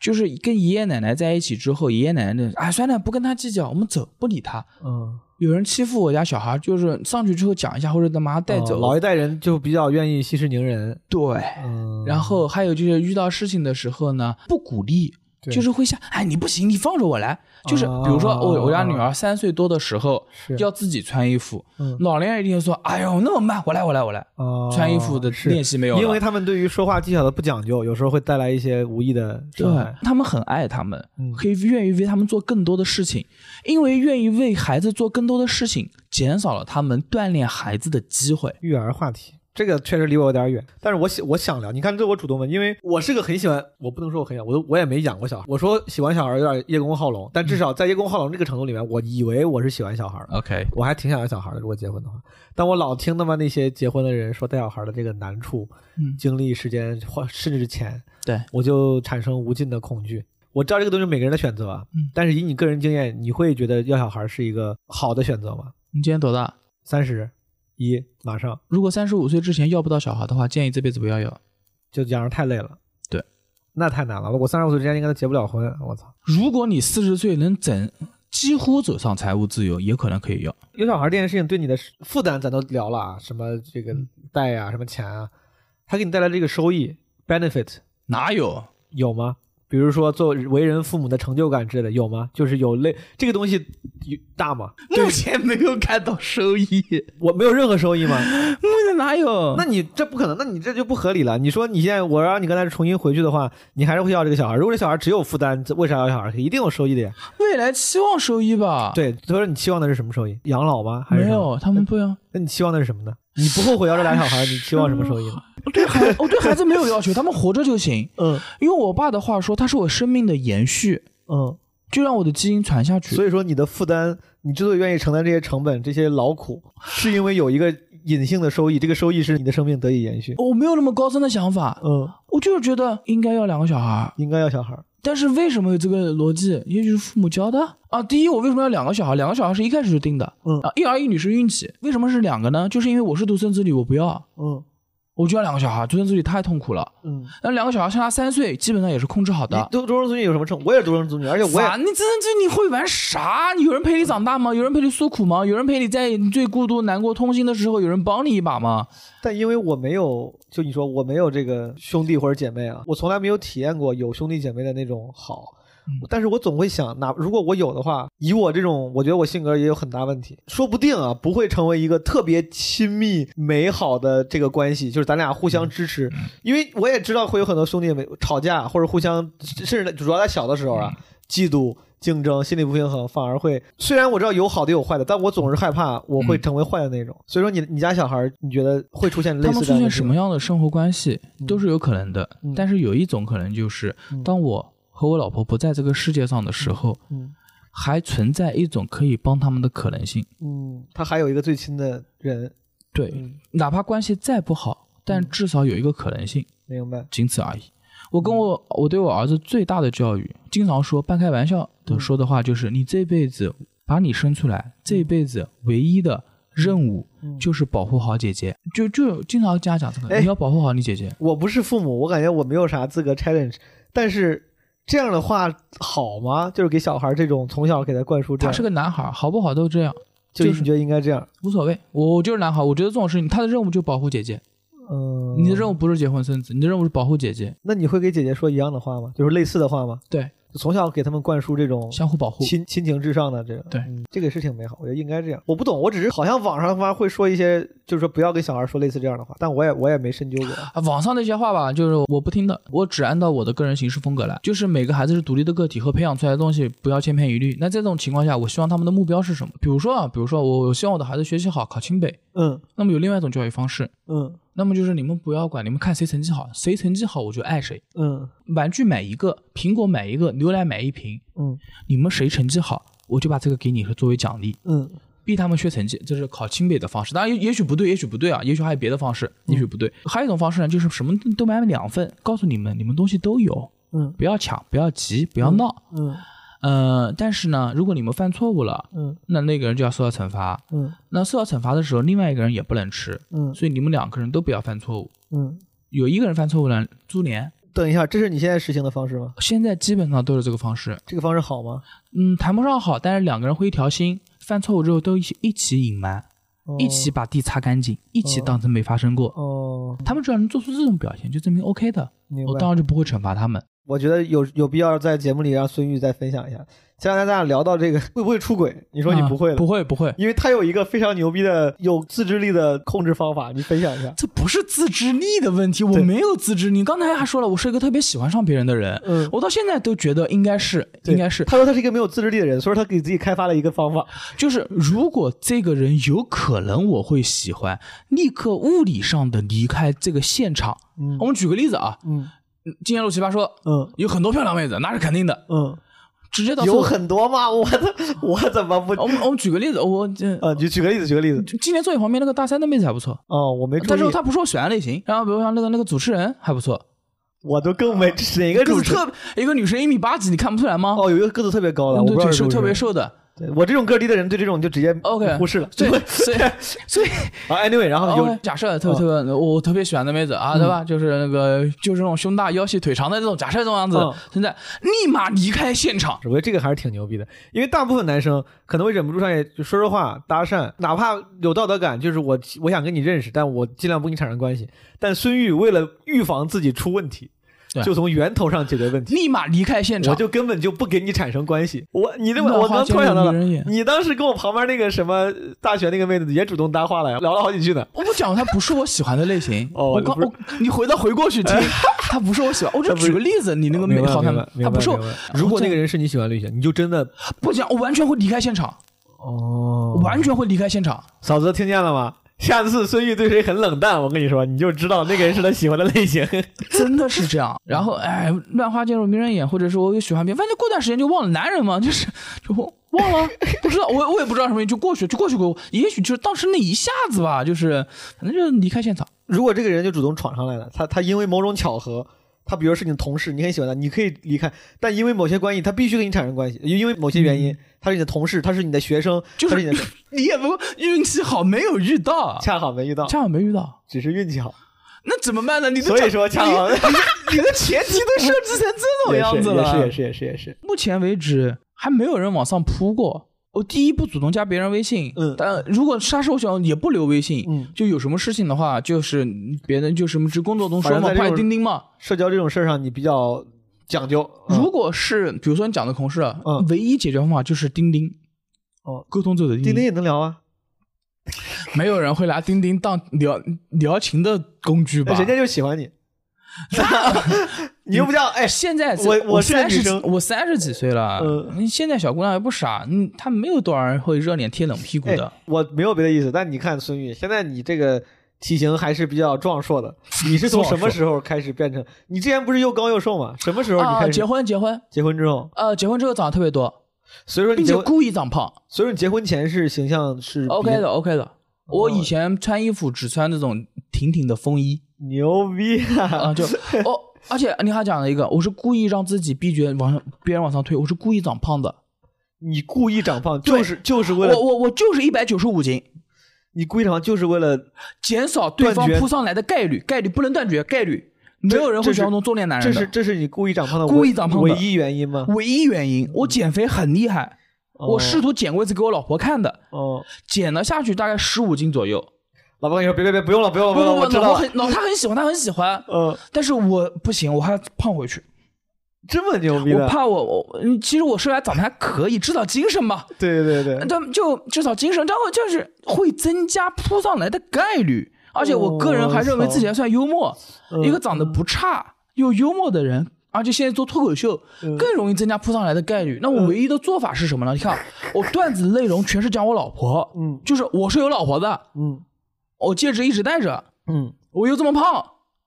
Speaker 1: 就是跟爷爷奶奶在一起之后，爷爷奶奶那啊，算了，不跟他计较，我们走，不理他。
Speaker 2: 嗯，
Speaker 1: 有人欺负我家小孩，就是上去之后讲一下，或者他妈带走。
Speaker 2: 哦老一代人就比较愿意息事宁人，
Speaker 1: 对，
Speaker 2: 嗯，
Speaker 1: 然后还有就是遇到事情的时候呢，不鼓励，
Speaker 2: 对
Speaker 1: 就是会想，哎，你不行，你放着我来。就是比如说，
Speaker 2: 哦
Speaker 1: 我我家女儿三岁多的时候
Speaker 2: 是
Speaker 1: 要自己穿衣服
Speaker 2: 嗯，
Speaker 1: 老年人一定说，哎呦，那么慢，我来，我来，我来。
Speaker 2: 哦
Speaker 1: 穿衣服的
Speaker 2: 是
Speaker 1: 练习没有了
Speaker 2: 因为他们对于说话技巧的不讲究，有时候会带来一些无意的
Speaker 1: 对
Speaker 2: 伤害。
Speaker 1: 他们很爱他们
Speaker 2: 嗯，
Speaker 1: 可以愿意为他们做更多的事情，因为愿意为孩子做更多的事情，减少了他们锻炼孩子的机会。
Speaker 2: 育儿话题，这个确实离我有点远，但是我想我想聊。你看，这我主动问，因为我是个很喜欢，我不能说我很喜欢，我都我也没养过小孩。我说喜欢小孩有点叶公好龙，但至少在叶公好龙这个程度里面，我以为我是喜欢小孩的。
Speaker 1: OK，
Speaker 2: 我还挺想要小孩的，如果结婚的话，但我老听他妈那些结婚的人说带小孩的这个难处、
Speaker 1: 嗯
Speaker 2: 精力、时间或甚至是钱，
Speaker 1: 对
Speaker 2: 我就产生无尽的恐惧。我知道这个东西每个人的选择啊，
Speaker 1: 嗯
Speaker 2: 但是以你个人经验，你会觉得要小孩是一个好的选择吗？
Speaker 1: 你今年多大？
Speaker 2: 三十一，马上
Speaker 1: 如果三十五岁之前要不到小孩的话，建议这辈子不要有。
Speaker 2: 就养着太累了。
Speaker 1: 对，
Speaker 2: 那太难了。我三十五岁之前应该都结不了婚，我操！
Speaker 1: 如果你四十岁能整，几乎走上财务自由，也可能可以要。
Speaker 2: 有小孩这件事情对你的负担咱都聊了啊，什么这个贷啊，什么钱啊，它给你带来这个收益 benefit
Speaker 1: 哪有？
Speaker 2: 有吗？比如说做为人父母的成就感之类的有吗？就是有类这个东西有大吗？
Speaker 1: 目前没有看到收益，
Speaker 2: 我没有任何收益 吗？
Speaker 1: 目前哪有？
Speaker 2: 那
Speaker 1: 那
Speaker 2: 你这不可能，那你这就不合理了。你说你现在我让你刚才重新回去的话，你还是会要这个小孩。如果这小孩只有负担，这为啥要小孩？一定有收益的呀。
Speaker 1: 未来期望收益吧？，
Speaker 2: 对，所以说你期望的是什么收益？养老吗？还是
Speaker 1: 没
Speaker 2: 什么
Speaker 1: 有，他们不 要。
Speaker 2: 那你期望的是什么呢？你不后悔要这俩小孩，你期望什么收益呢？
Speaker 1: 我对孩，我哦对孩子没有要求，他们活着就行。
Speaker 2: 嗯
Speaker 1: 用我爸的话说，他是我生命的延续，
Speaker 2: 嗯，
Speaker 1: 就让我的基因传下去。
Speaker 2: 所以说你的负担，你之所以愿意承担这些成本、这些劳苦，是因为有一个隐性的收益，这个收益是你的生命得以延 续。
Speaker 1: 我没有那么高深的想法，
Speaker 2: 嗯，
Speaker 1: 我就是觉得应该要两个小孩儿。
Speaker 2: 应该要小孩。
Speaker 1: 但是为什么有这个逻辑？也许是父母教的啊。第一，我为什么要两个小孩？两个小孩是一开始就定的。
Speaker 2: 嗯
Speaker 1: 啊，一儿一女是运气。为什么是两个呢？就是因为我是独生子女，我不要，
Speaker 2: 嗯
Speaker 1: 我就要两个小孩。独生子女太痛苦了。
Speaker 2: 嗯，
Speaker 1: 那两个小孩相差三岁，基本上也是控制好的
Speaker 2: 你。独独生子女有什么成？我也是独生子女，而且我
Speaker 1: 哇，
Speaker 2: 也
Speaker 1: 你真的这你会玩啥？有人陪你长大吗？有人陪你诉苦吗？有人陪你在你最孤独、难过、痛心的时候，有人帮你一把吗？
Speaker 2: 但因为我没有，就你说我没有这个兄弟或者姐妹啊，我从来没有体验过有兄弟姐妹的那种好。但是我总会想，哪如果我有的话，以我这种，我觉得我性格也有很大问题，说不定啊，不会成为一个特别亲密美好的这个关系，就是咱俩互
Speaker 1: 嗯
Speaker 2: 相支持。因为我也知道会有很多兄弟姐妹吵架，或者互相，甚至主要在小的时候啊，
Speaker 1: 嗯
Speaker 2: 嫉妒、竞争、心理不平衡，反而会。虽然我知道有好的有坏的，但我总是害怕我
Speaker 1: 嗯
Speaker 2: 会成为坏的那种。所以说你，你家小孩儿，你觉得会出现类
Speaker 1: 他
Speaker 2: 似
Speaker 1: 们
Speaker 2: 这
Speaker 1: 出
Speaker 2: 样的
Speaker 1: 现
Speaker 2: 事
Speaker 1: 什
Speaker 2: 情
Speaker 1: 么样的生活关系
Speaker 2: 嗯
Speaker 1: 都是有可能的，
Speaker 2: 嗯
Speaker 1: 但是有一种可能就是，
Speaker 2: 嗯
Speaker 1: 当我和我老婆不在这个世界上的时候，
Speaker 2: 嗯
Speaker 1: 还存在一种可以帮他们的可能性。
Speaker 2: 嗯，他还有一个最亲的人，
Speaker 1: 对，
Speaker 2: 嗯
Speaker 1: 哪怕关系再不好，但
Speaker 2: 嗯
Speaker 1: 至少有一个可能性，
Speaker 2: 明白？
Speaker 1: 仅此而已。我跟我
Speaker 2: 嗯
Speaker 1: 我对我儿子最大的教育，经常说半开玩笑
Speaker 2: 嗯
Speaker 1: 的说的话就是：你这辈子把你生出来，这辈子唯一的任务
Speaker 2: 嗯
Speaker 1: 就是保护好姐姐。就就经常跟他讲这个，
Speaker 2: 哎
Speaker 1: 你要保护好你姐姐。
Speaker 2: 我不是父母，我感觉我没有啥资格 challenge，但是这样的话好吗？就是给小孩这种从小给他灌输这
Speaker 1: 他
Speaker 2: 样，
Speaker 1: 是个男孩，好不好都这样，
Speaker 2: 就
Speaker 1: 就是
Speaker 2: 你觉得应该这样？
Speaker 1: 无所谓。我我就是男孩，我觉得这种事情，他的任务就保护姐姐。
Speaker 2: 嗯，
Speaker 1: 你的任务不是结婚生子，你的任务是保护姐姐，
Speaker 2: 那你会给姐姐说一样的话吗？就是类似的话吗？
Speaker 1: 对，
Speaker 2: 就从小给他们灌输这种
Speaker 1: 相互保护。
Speaker 2: 亲亲情至上的这个，
Speaker 1: 对
Speaker 2: 嗯这个是挺美好，我觉得应该这样。我不懂，我只是好像网上他妈会说一些，就是说不要跟小孩说类似这样的话，但我也我也没深究过。
Speaker 1: 啊，网上那些话吧，就是我不听的，我只按照我的个人行事风格来。就是每个孩子是独立的个体和培养出来的东西不要千篇一律。那这种情况下，我希望他们的目标是什么？比如说啊，比如说我我希望我的孩子学习好，考清北。
Speaker 2: 嗯
Speaker 1: 那么有另外一种教育方式，
Speaker 2: 嗯
Speaker 1: 那么就是你们不要管，你们看谁成绩好，谁成绩好我就爱谁。
Speaker 2: 嗯
Speaker 1: 玩具买一个，苹果买一个，牛奶买一瓶，
Speaker 2: 嗯
Speaker 1: 你们谁成绩好，我就把这个给你是作为奖励。
Speaker 2: 嗯
Speaker 1: 逼他们学成绩，这是考清北的方式。当然也，也许不对，也许不对啊，也许还有别的方式，
Speaker 2: 嗯
Speaker 1: 也许不对。还有一种方式呢，就是什么都买两份，告诉你们，你们东西都有，
Speaker 2: 嗯
Speaker 1: 不要抢，不要急，不要闹。
Speaker 2: 嗯
Speaker 1: 呃，但是呢，如果你们犯错误了，
Speaker 2: 嗯
Speaker 1: 那那个人就要受到惩罚。
Speaker 2: 嗯
Speaker 1: 那受到惩罚的时候，另外一个人也不能吃，
Speaker 2: 嗯
Speaker 1: 所以你们两个人都不要犯错误。
Speaker 2: 嗯。
Speaker 1: 有一个人犯错误了，株连。
Speaker 2: 等一下，这是你现在实行的方式吗？
Speaker 1: 现在基本上都是这个方式，
Speaker 2: 这个方式好吗？
Speaker 1: 嗯，谈不上好，但是两个人会一条心，犯错误之后都一起一起隐瞒，
Speaker 2: 哦
Speaker 1: 一起把地擦干净，一起当成没发生过。
Speaker 2: 哦，
Speaker 1: 他们只要能做出这种表现，就证明 OK 的，
Speaker 2: 明
Speaker 1: 我
Speaker 2: 白
Speaker 1: 当。然就不会惩罚他们。
Speaker 2: 我觉得有有必要在节目里让孙玉再分享一下。前两天咱俩聊到这个会不会出轨，你说你不会的，
Speaker 1: 啊不会不会，
Speaker 2: 因为他有一个非常牛逼的有自制力的控制方法，你分享一下。
Speaker 1: 这不是自制力的问题，我
Speaker 2: 对
Speaker 1: 没有自制力。刚才还说了，我是一个特别喜欢上别人的人，
Speaker 2: 嗯
Speaker 1: 我到现在都觉得应该是，
Speaker 2: 对
Speaker 1: 应该是，
Speaker 2: 他说他是一个没有自制力的人，所以说他给自己开发了一个方法。
Speaker 1: 就是如果这个人有可能我会喜欢，立刻物理上的离开这个现场。
Speaker 2: 嗯
Speaker 1: 我们举个例子啊，
Speaker 2: 嗯
Speaker 1: 今天陆奇葩说
Speaker 2: 嗯
Speaker 1: 有很多漂亮妹子，那是肯定的，
Speaker 2: 嗯，
Speaker 1: 直接到厕
Speaker 2: 有很多吗？我的我怎么不？
Speaker 1: 我们我们举个例子，我这
Speaker 2: 呃，你举个例子，举个例子。
Speaker 1: 今年座椅旁边那个大三的妹子还不错，
Speaker 2: 哦，我没注
Speaker 1: 但是
Speaker 2: 意，
Speaker 1: 她不是我喜欢的类型。然后比如像那个那个主持人还不错，
Speaker 2: 我都更没哪个
Speaker 1: 哦个
Speaker 2: 主
Speaker 1: 子
Speaker 2: 持
Speaker 1: 特一个女生一米八几，你看不出来吗？
Speaker 2: 哦，有一个个子特别高
Speaker 1: 嗯
Speaker 2: 的，我不
Speaker 1: 对，
Speaker 2: 知道
Speaker 1: 对
Speaker 2: 是
Speaker 1: 瘦
Speaker 2: 不是
Speaker 1: 特别瘦 的。
Speaker 2: 对我这种个低的人对这种就直接
Speaker 1: OK，
Speaker 2: 忽视了。
Speaker 1: 所以所以所以
Speaker 2: 啊，anyway，然后
Speaker 1: 哦
Speaker 2: 有，嗯
Speaker 1: 假设特别特别，我特别喜欢的妹子啊，对吧？就是那个就是那种胸大腰细腿长的那种，假设这种样子
Speaker 2: 嗯，
Speaker 1: 现在立马离开现场。
Speaker 2: 我觉得这个还是挺牛逼的，因为大部分男生可能会忍不住上去就说说话、搭讪，哪怕有道德感，就是我我想跟你认识，但我尽量不跟你产生关系。但孙玉为了预防自己出问题
Speaker 1: 对，
Speaker 2: 就从源头上解决问题。
Speaker 1: 立马离开现场
Speaker 2: 我，就根本就不跟你产生关系。我你这
Speaker 1: 那
Speaker 2: 我
Speaker 1: 花
Speaker 2: 刚
Speaker 1: 间
Speaker 2: 突然
Speaker 1: 有
Speaker 2: 想到
Speaker 1: 迷
Speaker 2: 了
Speaker 1: 人眼，
Speaker 2: 你当时跟我旁边那个什么大学那个妹子也主动搭话了呀，聊了好几句呢。
Speaker 1: 我不讲她不是我喜欢的类型。
Speaker 2: 哦
Speaker 1: 我刚
Speaker 2: 不是
Speaker 1: 我你回到回过去听，她不是我喜欢。我就
Speaker 2: 她不是哦
Speaker 1: 举个例子，你那个
Speaker 2: 明
Speaker 1: 妹
Speaker 2: 白
Speaker 1: 好看
Speaker 2: 明白，明
Speaker 1: 她
Speaker 2: 白
Speaker 1: 不是我
Speaker 2: 明白。如果那个人是你喜欢的类型，你就真的
Speaker 1: 不讲，我完全会离开现场，
Speaker 2: 哦
Speaker 1: 完全会离开现场。
Speaker 2: 嫂子听见了吗？下次孙玉对谁很冷淡，我跟你说，你就知道那个人是他喜欢的类型。
Speaker 1: 真的是这样。然后哎，乱花渐入迷人眼，或者说我又喜欢别人，反正过段时间就忘了。男人嘛，就是 就忘了，不知道我我也不知道什么，就过去就过去过，也许就是当时那一下子吧，就是反正就离开现场。
Speaker 2: 如果这个人就主动闯上来了，他他因为某种巧合，他比如是你的同事，你很喜欢他，你可以离开，但因为某些关系，他必须跟你产生关系，因为某些原因，他是你的同事，他是你的学生，
Speaker 1: 就是
Speaker 2: 嗯他是你的，
Speaker 1: 你也不运气好，没有遇到，
Speaker 2: 恰好没遇到，
Speaker 1: 恰好没遇到，
Speaker 2: 只是运气好。
Speaker 1: 那怎么办呢？你的
Speaker 2: 所以说恰好
Speaker 1: 你的前提都设置成这种样子了，
Speaker 2: 也是也是也是也是，
Speaker 1: 目前为止还没有人往上扑过。我第一不主动加别人微信，
Speaker 2: 嗯
Speaker 1: 但如果杀手想也不留微信，
Speaker 2: 嗯
Speaker 1: 就有什么事情的话，就是别人就什么只工作中说
Speaker 2: 反正
Speaker 1: 嘛，
Speaker 2: 在这
Speaker 1: 快
Speaker 2: 种
Speaker 1: 钉钉嘛。
Speaker 2: 社交这种事儿上你比较讲究。嗯
Speaker 1: 如果是比如说你讲的同事，啊
Speaker 2: 嗯
Speaker 1: 唯一解决方法就是钉钉，
Speaker 2: 哦，
Speaker 1: 沟通者的钉
Speaker 2: 钉钉也能聊啊，
Speaker 1: 没有人会拿钉钉当聊聊情的工具吧？
Speaker 2: 人家就喜欢你， 你又不叫哎
Speaker 1: 哎，现在这
Speaker 2: 我
Speaker 1: 我
Speaker 2: 我是个
Speaker 1: 三
Speaker 2: 女
Speaker 1: 十
Speaker 2: 生
Speaker 1: 我三十几岁了，
Speaker 2: 嗯
Speaker 1: 现在小姑娘也不傻，嗯，她没有多少人会热脸贴冷屁股
Speaker 2: 哎
Speaker 1: 的。
Speaker 2: 我没有别的意思，但你看孙玉，现在你这个体型还是比较壮硕的，你是从什么时候开始变成？你之前不是又高又瘦吗？什么哎时候你
Speaker 1: 啊，
Speaker 2: 开始、
Speaker 1: 结婚结婚，
Speaker 2: 结婚之后？
Speaker 1: 呃，结婚之后长得特别多，
Speaker 2: 所以说你
Speaker 1: 并
Speaker 2: 结
Speaker 1: 且
Speaker 2: 婚，
Speaker 1: 故意长胖。
Speaker 2: 所以说你结婚前是形象是比
Speaker 1: OK 的，OK 的。我以前穿衣服只穿那种挺挺的风衣
Speaker 2: 牛逼
Speaker 1: 啊、
Speaker 2: 啊！
Speaker 1: 就哦，而且你还讲了一个，我是故意让自己逼绝往上别人往上推，我是故意长胖的。
Speaker 2: 你故意长胖
Speaker 1: 对
Speaker 2: 就是就是为
Speaker 1: 我
Speaker 2: 了
Speaker 1: 我我就是一百九十五斤，
Speaker 2: 你故意长胖就是为了，
Speaker 1: 减少对方
Speaker 2: 断绝
Speaker 1: 扑上来的概率，概率不能断绝，概率没有人会
Speaker 2: 这是
Speaker 1: 喜欢那种中年男人
Speaker 2: 这
Speaker 1: 的。
Speaker 2: 是这是你故意长胖的唯
Speaker 1: 故意长胖的
Speaker 2: 唯一原因吗？
Speaker 1: 唯一原因，我减肥很厉害，
Speaker 2: 哦
Speaker 1: 我试图减过一次给我老婆看的，
Speaker 2: 哦，
Speaker 1: 减了下去大概十五斤左右。
Speaker 2: 老婆跟你说别别别，不用了不用了
Speaker 1: 不
Speaker 2: 不用
Speaker 1: 不
Speaker 2: 了，哦我
Speaker 1: 不，
Speaker 2: 知
Speaker 1: 老婆
Speaker 2: 道了。
Speaker 1: 很老她很喜欢，她很喜欢，
Speaker 2: 嗯，
Speaker 1: 但是我不行，我还要胖回去，
Speaker 2: 这么牛逼
Speaker 1: 我
Speaker 2: 的，
Speaker 1: 怕我我嗯其实我虽然长得还可以，至少精神吧，
Speaker 2: 对对对，
Speaker 1: 但就至少精神，但我就是会增加扑上来的概率。而且我个人还认为自己还算幽默，
Speaker 2: 哦嗯
Speaker 1: 一个长得不差又幽默的人，而且现在做脱口秀
Speaker 2: 嗯
Speaker 1: 更容易增加扑上来的概率。那我唯一的做法是什么呢？你看，我段子内容全是讲我老婆，
Speaker 2: 嗯
Speaker 1: 就是我是有老婆的，
Speaker 2: 嗯
Speaker 1: 我戒指一直戴着，
Speaker 2: 嗯
Speaker 1: 我又这么胖，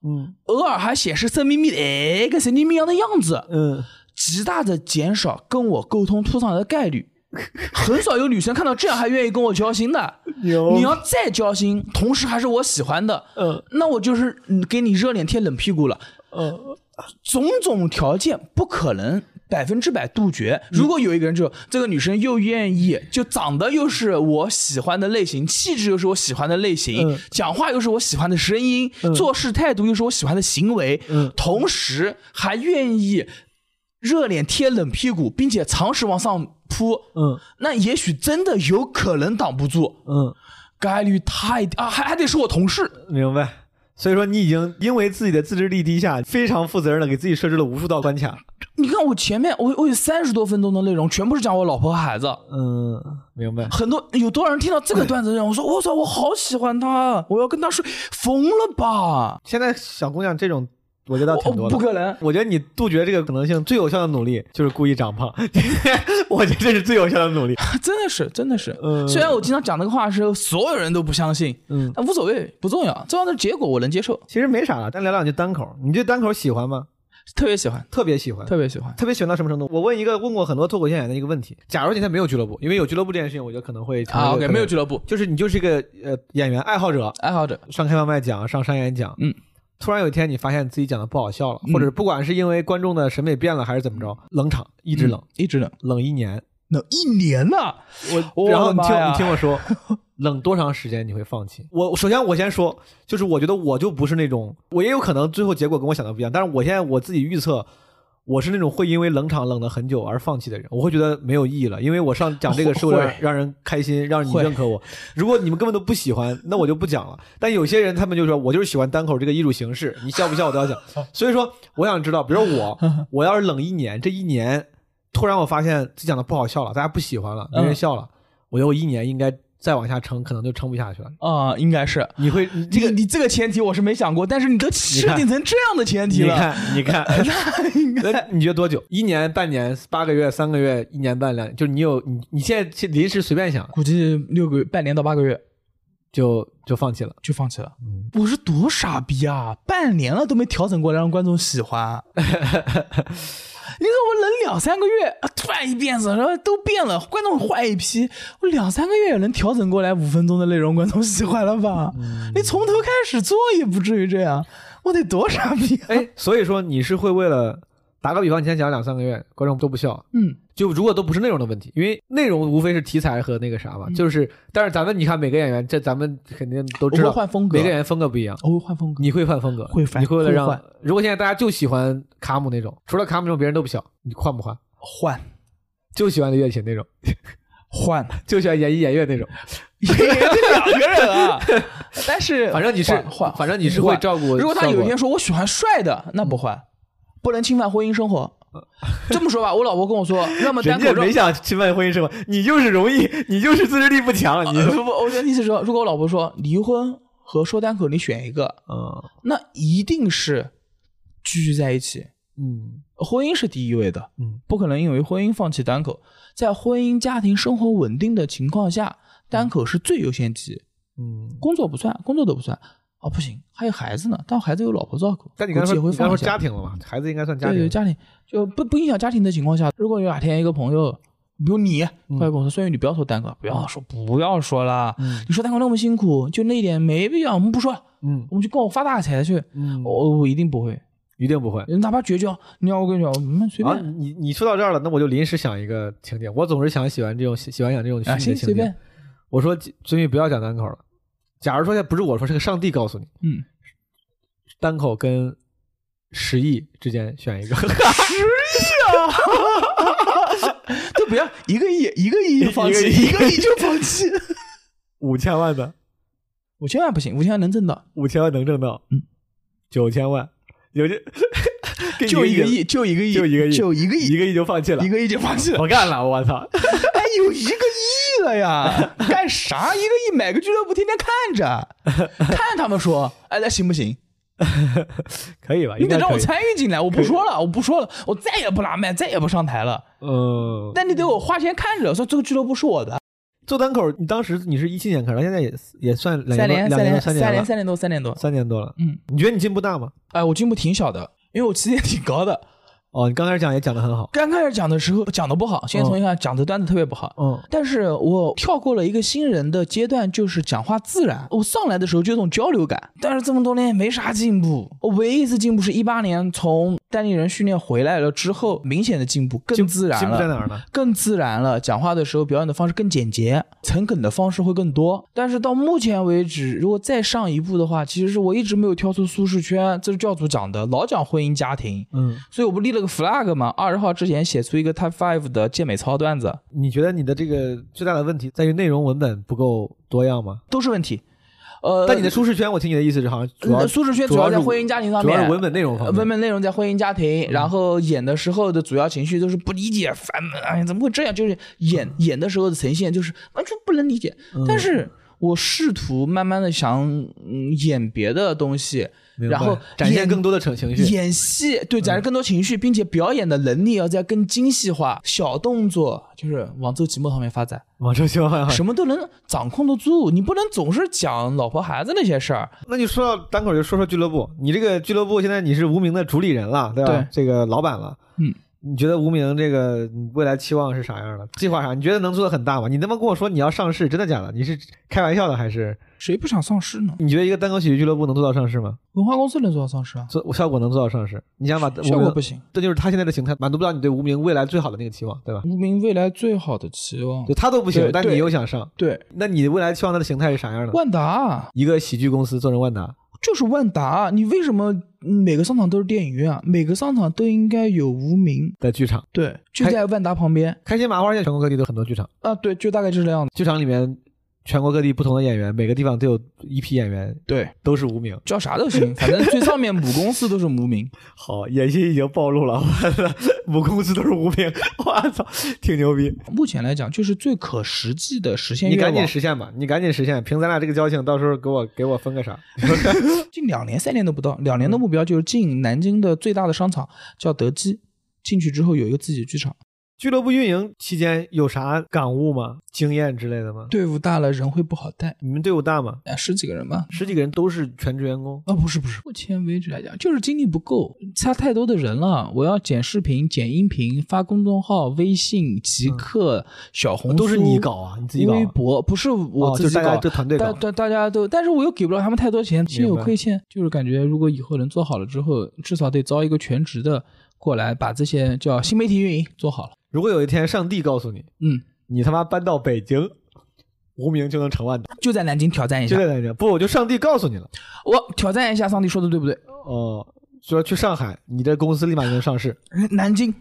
Speaker 2: 嗯
Speaker 1: 偶尔还显示色眯眯的，哎，跟神经病一样的样子，
Speaker 2: 嗯，
Speaker 1: 极大的减少跟我沟通扑上来的概率。很少有女生看到这样还愿意跟我交心的。
Speaker 2: 牛
Speaker 1: 你要再交心，同时还是我喜欢的，
Speaker 2: 嗯
Speaker 1: 那我就是嗯给你热脸贴冷屁股了。呃
Speaker 2: 嗯
Speaker 1: 种种条件不可能百分之百杜绝。
Speaker 2: 嗯
Speaker 1: 如果有一个人就这个女生又愿意，就长得又是我喜欢的类型，气质又是我喜欢的类型，
Speaker 2: 嗯
Speaker 1: 讲话又是我喜欢的声音，做事态度又是我喜欢的行为，
Speaker 2: 嗯
Speaker 1: 同时还愿意热脸贴冷屁股，并且常识往上扑，
Speaker 2: 嗯
Speaker 1: 那也许真的有可能挡不住，
Speaker 2: 嗯，
Speaker 1: 概率太啊，还还得是我同事。
Speaker 2: 明白。所以说你已经因为自己的自制力低下，非常负责任的给自己设置了无数道关卡。
Speaker 1: 你看我前面我我有三十多分钟的内容，全部是讲我老婆和孩子。
Speaker 2: 嗯，明白。
Speaker 1: 很多有多少人听到这个段子让我说，我操，我好喜欢他，啊我要跟他睡，疯了吧？
Speaker 2: 现在小姑娘这种，我觉得倒挺
Speaker 1: 我
Speaker 2: 多
Speaker 1: 不
Speaker 2: 的。
Speaker 1: 可能，
Speaker 2: 我觉得你杜绝这个可能性最有效的努力就是故意长胖， 我觉得这是最有效的努力。
Speaker 1: 真的是，真的是。
Speaker 2: 嗯
Speaker 1: 虽然我经常讲那个话的时候，所有人都不相信，
Speaker 2: 嗯，
Speaker 1: 但无所谓，不重要，重要的是结果我能接受，
Speaker 2: 其实没啥了，咱聊两句单口。你对单口喜欢吗？
Speaker 1: 特别喜欢，
Speaker 2: 特别喜欢，
Speaker 1: 特别喜欢。
Speaker 2: 特别喜欢到什么程度？我问一个问过很多脱口秀演员的一个问题：假如今天没有俱乐部，因为有俱乐部这件事情，我觉得可能会成为
Speaker 1: 啊
Speaker 2: 一个
Speaker 1: ，OK，
Speaker 2: 可能
Speaker 1: 没有俱乐部，
Speaker 2: 就是你就是一个呃演员爱好者，
Speaker 1: 爱好者，
Speaker 2: 上开放麦讲，上商演讲，
Speaker 1: 嗯。
Speaker 2: 突然有一天，你发现自己讲的不好笑了，
Speaker 1: 嗯
Speaker 2: 或者不管是因为观众的审美变了，还是怎么着，冷场一
Speaker 1: 一
Speaker 2: 直冷，
Speaker 1: 一直冷，
Speaker 2: 冷一年。
Speaker 1: 冷一年呢。我
Speaker 2: 然后你
Speaker 1: 的
Speaker 2: 听
Speaker 1: 妈呀
Speaker 2: 你听 我说，冷多长时间你会放弃？我首先我先说，就是我觉得我就不是那种，我也有可能最后结果跟我想的不一样，但是我现在我自己预测。我是那种会因为冷场冷了很久而放弃的人，我会觉得没有意义了，因为我上讲这个是为了
Speaker 1: 会
Speaker 2: 让人开心，让你
Speaker 1: 会
Speaker 2: 认可我。如果你们根本都不喜欢，那我就不讲了。但有些人他们就说，我就是喜欢单口这个艺术形式，你笑不笑我都 要讲。所以说，我想知道，比如我，我要是冷一年，这一年突然我发现自己讲的不好笑了，大家不喜欢了，没人
Speaker 1: 嗯
Speaker 2: 笑了，我觉得我一年应该再往下撑，可能就撑不下去了。
Speaker 1: 啊、应该是
Speaker 2: 你会你
Speaker 1: 这
Speaker 2: 这
Speaker 1: 个，
Speaker 2: 个
Speaker 1: 你这个前提我是没想过，但是你都设定成这样的前提
Speaker 2: 你
Speaker 1: 了，
Speaker 2: 看 你看，那你觉得多久？一年、半年、八个月、三个月、一年半、两年，就是你有你你现在去临时随便想
Speaker 1: 估计六个月、半年到八个月
Speaker 2: 就就放弃了。
Speaker 1: 就放弃了。我是多傻逼啊！半年了都没调整过来让观众喜欢。你说我冷两三个月，啊突然一变色，然后都变了，观众换一批，我两三个月能调整过来五分钟的内容，观众喜欢了吧？你从头开始做也不至于这样，我得多傻逼、啊！
Speaker 2: 哎，所以说你是会为了打个比方，你先讲两三个月，观众都不笑，
Speaker 1: 嗯，
Speaker 2: 就如果都不是内容的问题，因为内容无非是题材和那个啥嘛，
Speaker 1: 嗯
Speaker 2: 就是但是咱们你看每个演员，这咱们肯定都知
Speaker 1: 我
Speaker 2: 道，
Speaker 1: 会换风格
Speaker 2: 每个演员风格不一样。
Speaker 1: 我会哦换风格，
Speaker 2: 你会换风格，
Speaker 1: 会换
Speaker 2: 你会为了
Speaker 1: 会
Speaker 2: 让
Speaker 1: 换，
Speaker 2: 如果现在大家就喜欢卡姆那种，除了卡姆那种，别人都不笑，你换不换？
Speaker 1: 换
Speaker 2: 就喜欢李月琴那种，
Speaker 1: 换，
Speaker 2: 就喜欢演艺演乐那种，
Speaker 1: 这两个人 啊，但是
Speaker 2: 反正你是
Speaker 1: 换换，
Speaker 2: 反正你是会
Speaker 1: 换
Speaker 2: 照顾。
Speaker 1: 如果他有一天，说我喜欢帅的，那不换，不能侵犯婚姻生活。这么说吧，我老婆跟我说，要么
Speaker 2: 人
Speaker 1: 单
Speaker 2: 家
Speaker 1: 口
Speaker 2: 没
Speaker 1: 肉。
Speaker 2: 想侵犯婚姻生活，你就是容易，你就是自制力不强，你
Speaker 1: 不不，我的意思是说，如果我老婆说离婚和说单口你选一个，
Speaker 2: 嗯
Speaker 1: 那一定是继续在一起，
Speaker 2: 嗯
Speaker 1: 婚姻是第一位的，
Speaker 2: 嗯，
Speaker 1: 不可能因为婚姻放弃单口。在婚姻家庭生活稳定的情况下，单口是最优先级，
Speaker 2: 嗯。
Speaker 1: 工作不算，工作都不算。哦，不行，还有孩子呢，但孩子有老婆照顾，
Speaker 2: 但你刚才
Speaker 1: 结
Speaker 2: 说，
Speaker 1: 婚
Speaker 2: 你刚才
Speaker 1: 放
Speaker 2: 说
Speaker 1: 一
Speaker 2: 家
Speaker 1: 下。
Speaker 2: 庭了嘛？孩子应该算家
Speaker 1: 对
Speaker 2: 庭
Speaker 1: 对，。家庭就不不影响家庭的情况下，如果有哪天一个朋友，比如你，
Speaker 2: 嗯
Speaker 1: 他就跟我说：“孙宇，你不要说单口，不要说，不要说啦，
Speaker 2: 嗯
Speaker 1: 你说单口那么辛苦，就那一点没必要，我们不说，
Speaker 2: 嗯
Speaker 1: 我们就跟我发大财去。
Speaker 2: 嗯，
Speaker 1: 我我一定不会，
Speaker 2: 一定不会。
Speaker 1: 哪怕绝交，你要我跟你讲，嗯，随
Speaker 2: 啊，
Speaker 1: 便
Speaker 2: 你你说到这儿了，那我就临时想一个情景。我总是想喜欢这种喜喜欢想这种虚
Speaker 1: 啊，
Speaker 2: 拟的
Speaker 1: 行，随
Speaker 2: 情景。
Speaker 1: 便，
Speaker 2: 我说孙宇不要讲单口了。假如说现在不是我说，是个上帝告诉你，
Speaker 1: 嗯，
Speaker 2: 单口跟十亿之间选一个，
Speaker 3: 都不要一个亿一个亿放弃，
Speaker 2: 一
Speaker 3: 一个亿就 放弃。
Speaker 2: 五千万的，
Speaker 1: 五千万不行，五千万能挣到，
Speaker 2: 五千万能挣到，
Speaker 1: 嗯，
Speaker 2: 九千万，有这给你
Speaker 3: 就一个
Speaker 2: 例
Speaker 3: 亿，就一个亿，
Speaker 2: 就一个亿
Speaker 3: 就一个
Speaker 2: 子，
Speaker 3: 亿，
Speaker 2: 一个亿就放弃了
Speaker 3: 一，个亿就放弃了。
Speaker 2: 不干了，我操！
Speaker 1: 哎，有一个亿了 呀，干啥？一个亿买个俱乐部，天天看着，看他们说，哎，那行不行？
Speaker 2: 可以吧？
Speaker 1: 你
Speaker 2: 应
Speaker 1: 得
Speaker 2: 该
Speaker 1: 让
Speaker 2: 可
Speaker 1: 我
Speaker 2: 以。
Speaker 1: 参与进来，我不 说了，我不说了，我再也不拉麦，再也不上台了。
Speaker 2: 嗯，
Speaker 1: 但你得我花钱看着，说这个俱乐部是我的。
Speaker 2: 做单口，你当时你是一七年开始，到现在也也算两
Speaker 1: 三
Speaker 2: 年
Speaker 1: 年，
Speaker 2: 多，两
Speaker 1: 三
Speaker 2: 年
Speaker 1: 年，
Speaker 2: 多三
Speaker 1: 三
Speaker 2: 年了
Speaker 1: 年，三年多，三年多。
Speaker 2: 三年多了。
Speaker 1: 嗯，
Speaker 2: 你觉得你进步大吗？
Speaker 1: 哎，我进步挺小的，因为我起点挺高的。
Speaker 2: 哦，你刚开始讲也讲的很好。
Speaker 1: 刚开始讲的时候讲的不好，现在重新看讲的段子特别不好。
Speaker 2: 嗯
Speaker 1: 但是我跳过了一个新人的阶段，就是讲话自然。我上来的时候就有种交流感，但是这么多年也没啥进步。我唯一一次进步是一八年从单立人训练回来了之后，明显的进步，更自然
Speaker 2: 进步
Speaker 1: 了
Speaker 2: 在。哪儿呢？
Speaker 1: 更自然了，讲话的时候表演的方式更简洁，诚恳的方式会更多。但是到目前为止，如果再上一步的话，其实是我一直没有跳出舒适圈，这是教主讲的，老讲婚姻家庭，
Speaker 2: 嗯，
Speaker 1: 所以我不立了个 flag 嘛，二十号之前写出一个 top five 的健美操段子，
Speaker 2: 你觉得你的这个最大的问题在于内容文本不够多样吗？
Speaker 1: 都是问题。呃，
Speaker 2: 但你的舒适圈，我听你的意思是好像主要
Speaker 1: 嗯苏志轩主要在婚姻家庭上
Speaker 2: 主
Speaker 1: 面，
Speaker 2: 要是文本内容方面，嗯
Speaker 1: 文本内容在婚姻家庭，然后演的时候的主要情绪都是不理解、烦闷，哎呀，怎么会这样？就是演
Speaker 2: 嗯
Speaker 1: 演的时候的呈现就是完全不能理解。但是我试图慢慢的想、嗯演别的东西，
Speaker 2: 明白
Speaker 1: 然后
Speaker 2: 展现
Speaker 1: 演
Speaker 2: 更多的情情绪。嗯
Speaker 1: 演戏对展示更多情绪，并且表演的能力要在更精细化，小动作就是往周奇墨方面发展，
Speaker 2: 王周秋啊，
Speaker 1: 什么都能掌控得住。你不能总是讲老婆孩子那些事儿，
Speaker 2: 那你说到单口，就说说俱乐部。你这个俱乐部现在你是无名的主理人了，对吧？
Speaker 1: 对
Speaker 2: 这个老板了。
Speaker 1: 嗯，
Speaker 2: 你觉得无名这个你未来期望是啥样的？计划啥？你觉得能做的很大吗？你他妈跟我说你要上市，真的假的？你是开玩笑的还是？
Speaker 1: 谁不想上市呢？
Speaker 2: 你觉得一个单口喜剧俱乐部能做到上市吗？
Speaker 1: 文化公司能做到上市啊？
Speaker 2: 做效果能做到上市？你想把无
Speaker 1: 效果
Speaker 2: 名
Speaker 1: 不，行。
Speaker 2: 这就是他现在的形态，满足不了你对无名未来最好的那个期望，对吧？
Speaker 1: 无名未来最好的期望
Speaker 2: 就。他都不
Speaker 1: 嗯
Speaker 2: 行，
Speaker 1: 对
Speaker 2: 但你
Speaker 1: 对
Speaker 2: 又想上，
Speaker 1: 对，
Speaker 2: 那你未来期望它的形态是啥样的？
Speaker 1: 万达啊
Speaker 2: 一个喜剧公司做成万达，
Speaker 1: 就是万达，啊你为什么每个商场都是电影院啊？每个商场都应该有无名，
Speaker 2: 的剧场，
Speaker 1: 对，就在万达旁边
Speaker 2: 开心麻花现在全国各地都有很多剧场。
Speaker 1: 啊，对，就大概就是这样子。
Speaker 2: 剧场里面全国各地不同的演员，每个地方都有一批演员，
Speaker 1: 对，
Speaker 2: 都是无名。
Speaker 1: 叫啥都行，反正最上面母公司都是无名。
Speaker 2: 好，野心已经暴露了，完了，母公司都是无名，我操，挺牛逼！
Speaker 1: 目前来讲，就是最可实际的实现
Speaker 2: 你
Speaker 1: 愿
Speaker 2: 赶紧
Speaker 1: 望。
Speaker 2: 实现吧，你赶紧实现，凭咱俩这个交情，到时候给我给我分个啥？
Speaker 1: 近两年、三年都不到，两年的目标就是进南京的最大的商场，叫德基。进去之后有一个自己的剧场，
Speaker 2: 俱乐部运营期间有啥感悟吗？经验之类的吗？
Speaker 1: 队伍大了人会不好带，
Speaker 2: 你们队伍大吗？
Speaker 1: 哎，十几个人吧，
Speaker 2: 十几个人都是全职员工，
Speaker 1: 啊、不是不是，目前为止来讲，就是精力不够，差太多的人了。我要剪视频、剪音频，发公众号、微信、极客、小红书，
Speaker 2: 嗯都是你搞啊，你自己搞啊、
Speaker 1: 微博不是我
Speaker 2: 哦
Speaker 1: 自己
Speaker 2: 就是大
Speaker 1: 搞，
Speaker 2: 家这团队搞
Speaker 1: 但但大家都，但是我又给不了他们太多钱，心有
Speaker 2: 明白
Speaker 1: 亏欠。就是感觉如果以后能做好了之后，至少得招一个全职的过来，把这些叫新媒体运营做好了。
Speaker 2: 如果有一天上帝告诉你，
Speaker 1: 嗯，
Speaker 2: 你他妈搬到北京，无名就能成万达。
Speaker 1: 就在南京挑战一
Speaker 2: 就
Speaker 1: 下，
Speaker 2: 在南京。不，我就上帝告诉你了，
Speaker 1: 我挑战一下，上帝说的对不对？
Speaker 2: 哦、说去上海，你这公司立马就能上市，
Speaker 1: 南京，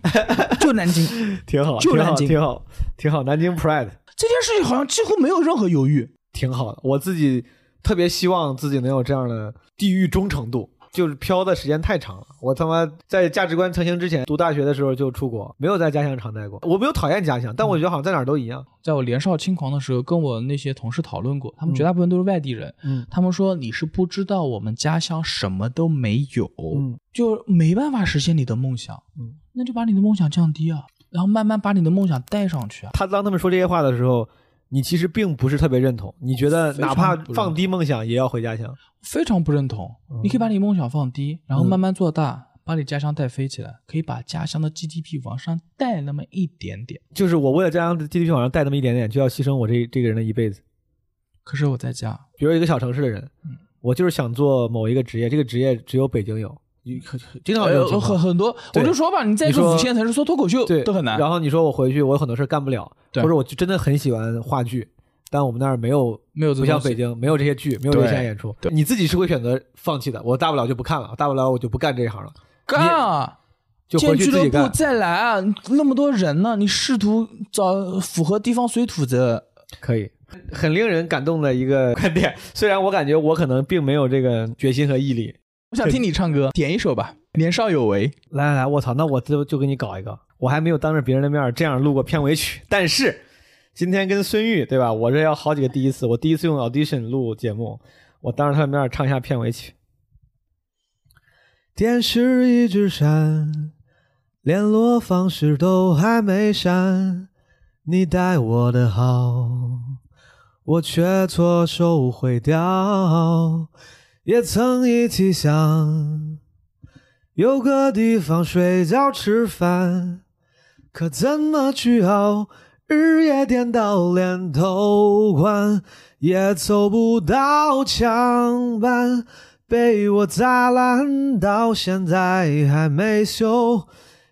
Speaker 1: 就南京，
Speaker 2: 挺好，
Speaker 1: 就
Speaker 2: 挺好，
Speaker 1: 南京
Speaker 2: 挺好，挺好，南京 Pride
Speaker 1: 这件事情好像几乎没有任何犹豫。
Speaker 2: 挺好的。我自己特别希望自己能有这样的地域忠诚度。就是飘的时间太长了，我他妈在价值观成型之前，读大学的时候就出国，没有在家乡常待过。我没有讨厌家乡，但我觉得好像在哪儿都一样。
Speaker 1: 在我年少轻狂的时候，跟我那些同事讨论过，他们绝大部分都是外地人。
Speaker 2: 嗯
Speaker 1: 他们说你是不知道我们家乡什么都没有，
Speaker 2: 嗯
Speaker 1: 就没办法实现你的梦想。
Speaker 2: 嗯，
Speaker 1: 那就把你的梦想降低啊，然后慢慢把你的梦想带上去啊。
Speaker 2: 他当他们说这些话的时候，你其实并不是特别认同，你觉得
Speaker 1: 非常
Speaker 2: 哪怕
Speaker 1: 不认同
Speaker 2: 放低梦想也要回家乡。
Speaker 1: 非常不认同，你可以把你梦想放低，然后慢慢做大，把你家乡带飞起来，可以把家乡的 GDP 往上带那么一点点。
Speaker 2: 就是我为了家乡的 GDP 往上带那么一点点，就要牺牲我这这个人的一辈子。
Speaker 1: 可是我在家，
Speaker 2: 比如一个小城市的人，
Speaker 1: 嗯
Speaker 2: 我就是想做某一个职业，这个职业只有北京有，你可经常有这种情
Speaker 1: 呃
Speaker 2: 况
Speaker 1: 很很多，
Speaker 2: 对
Speaker 1: 我就说吧，你在一
Speaker 2: 你
Speaker 1: 个
Speaker 2: 说
Speaker 1: 五线城市说脱口秀
Speaker 2: 对
Speaker 1: 都很难。
Speaker 2: 然后你说我回去，我有很多事儿干不了，
Speaker 1: 对
Speaker 2: 或者我就真的很喜欢话剧，但我们那儿没有，
Speaker 1: 没有这
Speaker 2: 不像
Speaker 1: 东西
Speaker 2: 北京没有这些剧，没有这
Speaker 1: 对
Speaker 2: 些线下演出，你自己是会选择放弃的。我大不了就不看了，大不了我就不干这一行了，
Speaker 1: 干啊！
Speaker 2: 就
Speaker 1: 建
Speaker 2: 回去
Speaker 1: 俱
Speaker 2: 自
Speaker 1: 乐
Speaker 2: 己
Speaker 1: 部
Speaker 2: 干。
Speaker 1: 再来啊！那么多人呢，你试图找呃符合地方水土的，
Speaker 2: 可以，很令人感动的一个观点。虽然我感觉我可能并没有这个决心和毅力，
Speaker 1: 我想听你唱歌，点一首 吧，《年少有为》。
Speaker 2: 来来来，我操，那我就就给你搞一个。我还没有当着别人的面儿这样录过片尾曲， 但是今天跟孙玉对吧？我这要好几个第一次，我第一次用 Audition 录节目，我当着他的面儿唱一下片尾曲。电视一直闪，联络方式都还没删，你待我的好，我却错手毁掉。也曾一起想。有个地方睡觉吃饭，可怎么去熬？日夜颠倒，连头款也凑不到墙板，被我砸烂，到现在还没修。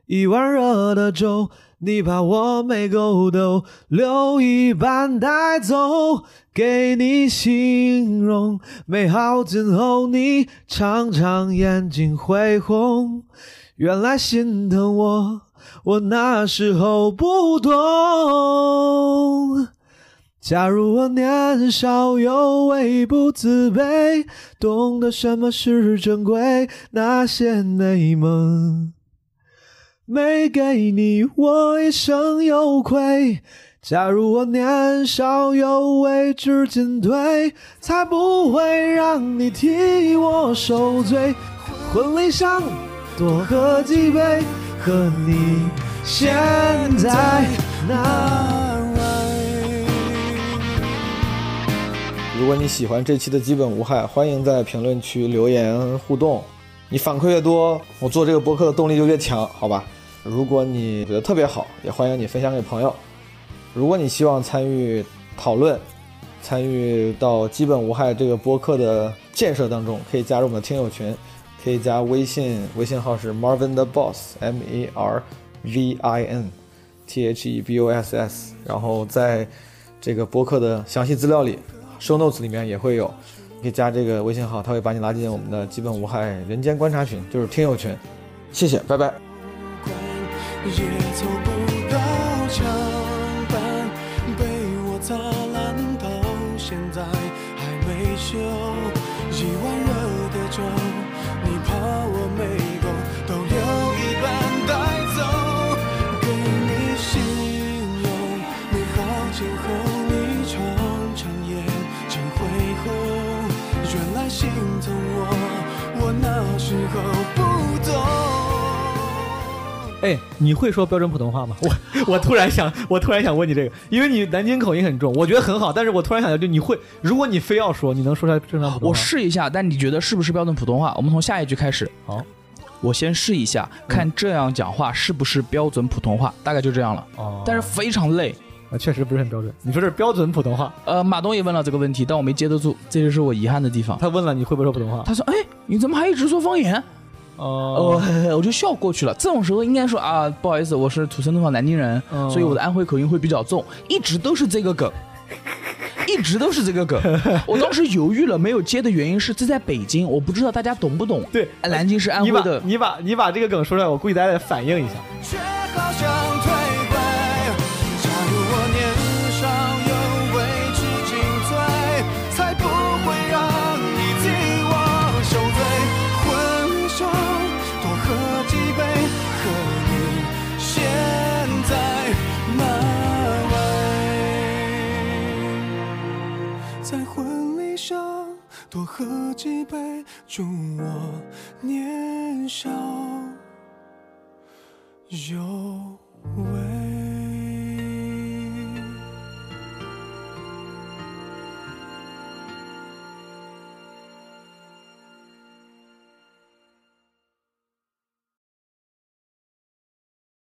Speaker 2: 一碗热的粥，你怕我没够斗，留一半带走，给你形容美好。今后你常常眼睛会红，原来心疼我，我那时候不懂。假如我年少有为不自卑，懂得什么是珍贵，那些美梦没给你，我一生有愧。假如我年少有为，知进退，才不会让你替我受罪。婚礼上多喝几杯，和你现在那位。
Speaker 5: 如果你喜欢这期的基本无害，欢迎在评论区留言互动。你反馈越多，我做这个播客的动力就越强，好吧？如果你觉得特别好，也欢迎你分享给朋友。如果你希望参与讨论，参与到基本无害这个播客的建设当中，可以加入我们的听友群，可以加微信，微信号是 Marvin the Boss，M A R V I N T H E B O S S，然后在这个播客的详细资料里，show notes 里面也会有，你可以加这个微信号，他会把你拉进我们的基本无害人间观察群，就是听友群。谢谢，拜拜。
Speaker 7: 也凑不到墙板，被我砸烂到现在还没修。一碗热的粥，你怕我没够，都留一半带走。给你信用，美好今后你常常眼睛会红。原来心疼我，我那时候不懂。
Speaker 2: 哎，你会说标准普通话吗？我我 突然想，我突然想问你这个，因为你南京口音很重，我觉得很好，但是我突然想到，就你会，如果你非要说，你能说出来正常普通话？
Speaker 1: 我试一下，但你觉得是不是标准普通话？我们从下一句开始。
Speaker 2: 好，嗯
Speaker 1: 我先试一下，看这样讲话是不是标准普通话，大概就这样了。
Speaker 2: 哦，
Speaker 1: 但是非常累。
Speaker 2: 啊确实不是很标准。你说这是标准普通话？
Speaker 1: 呃，马东也问了这个问题，但我没接得住，这就是我遗憾的地方。
Speaker 2: 他问了你会不会说普通话？
Speaker 1: 他说：“哎，你怎么还一直说方言？”
Speaker 2: 哦
Speaker 1: 哦，，我就笑过去了。这种时候应该说啊，不好意思，我是土生土长南京人，
Speaker 2: 嗯
Speaker 1: 所以我的安徽口音会比较重，一直都是这个梗。一直都是这个梗，我当时犹豫了没有接的原因是这在北京，我不知道大家懂不懂。
Speaker 2: 对
Speaker 1: 南京是安
Speaker 2: 你
Speaker 1: 徽
Speaker 2: 把
Speaker 1: 的，
Speaker 2: 你把你把这个梗说出来，我估计大家得反应一下。
Speaker 7: 却好像退回。假如我年少有为，知进退，才不会让你替我受罪。婚手多喝几杯，和你现在那位，在婚礼上多喝几杯，祝我年少。有为。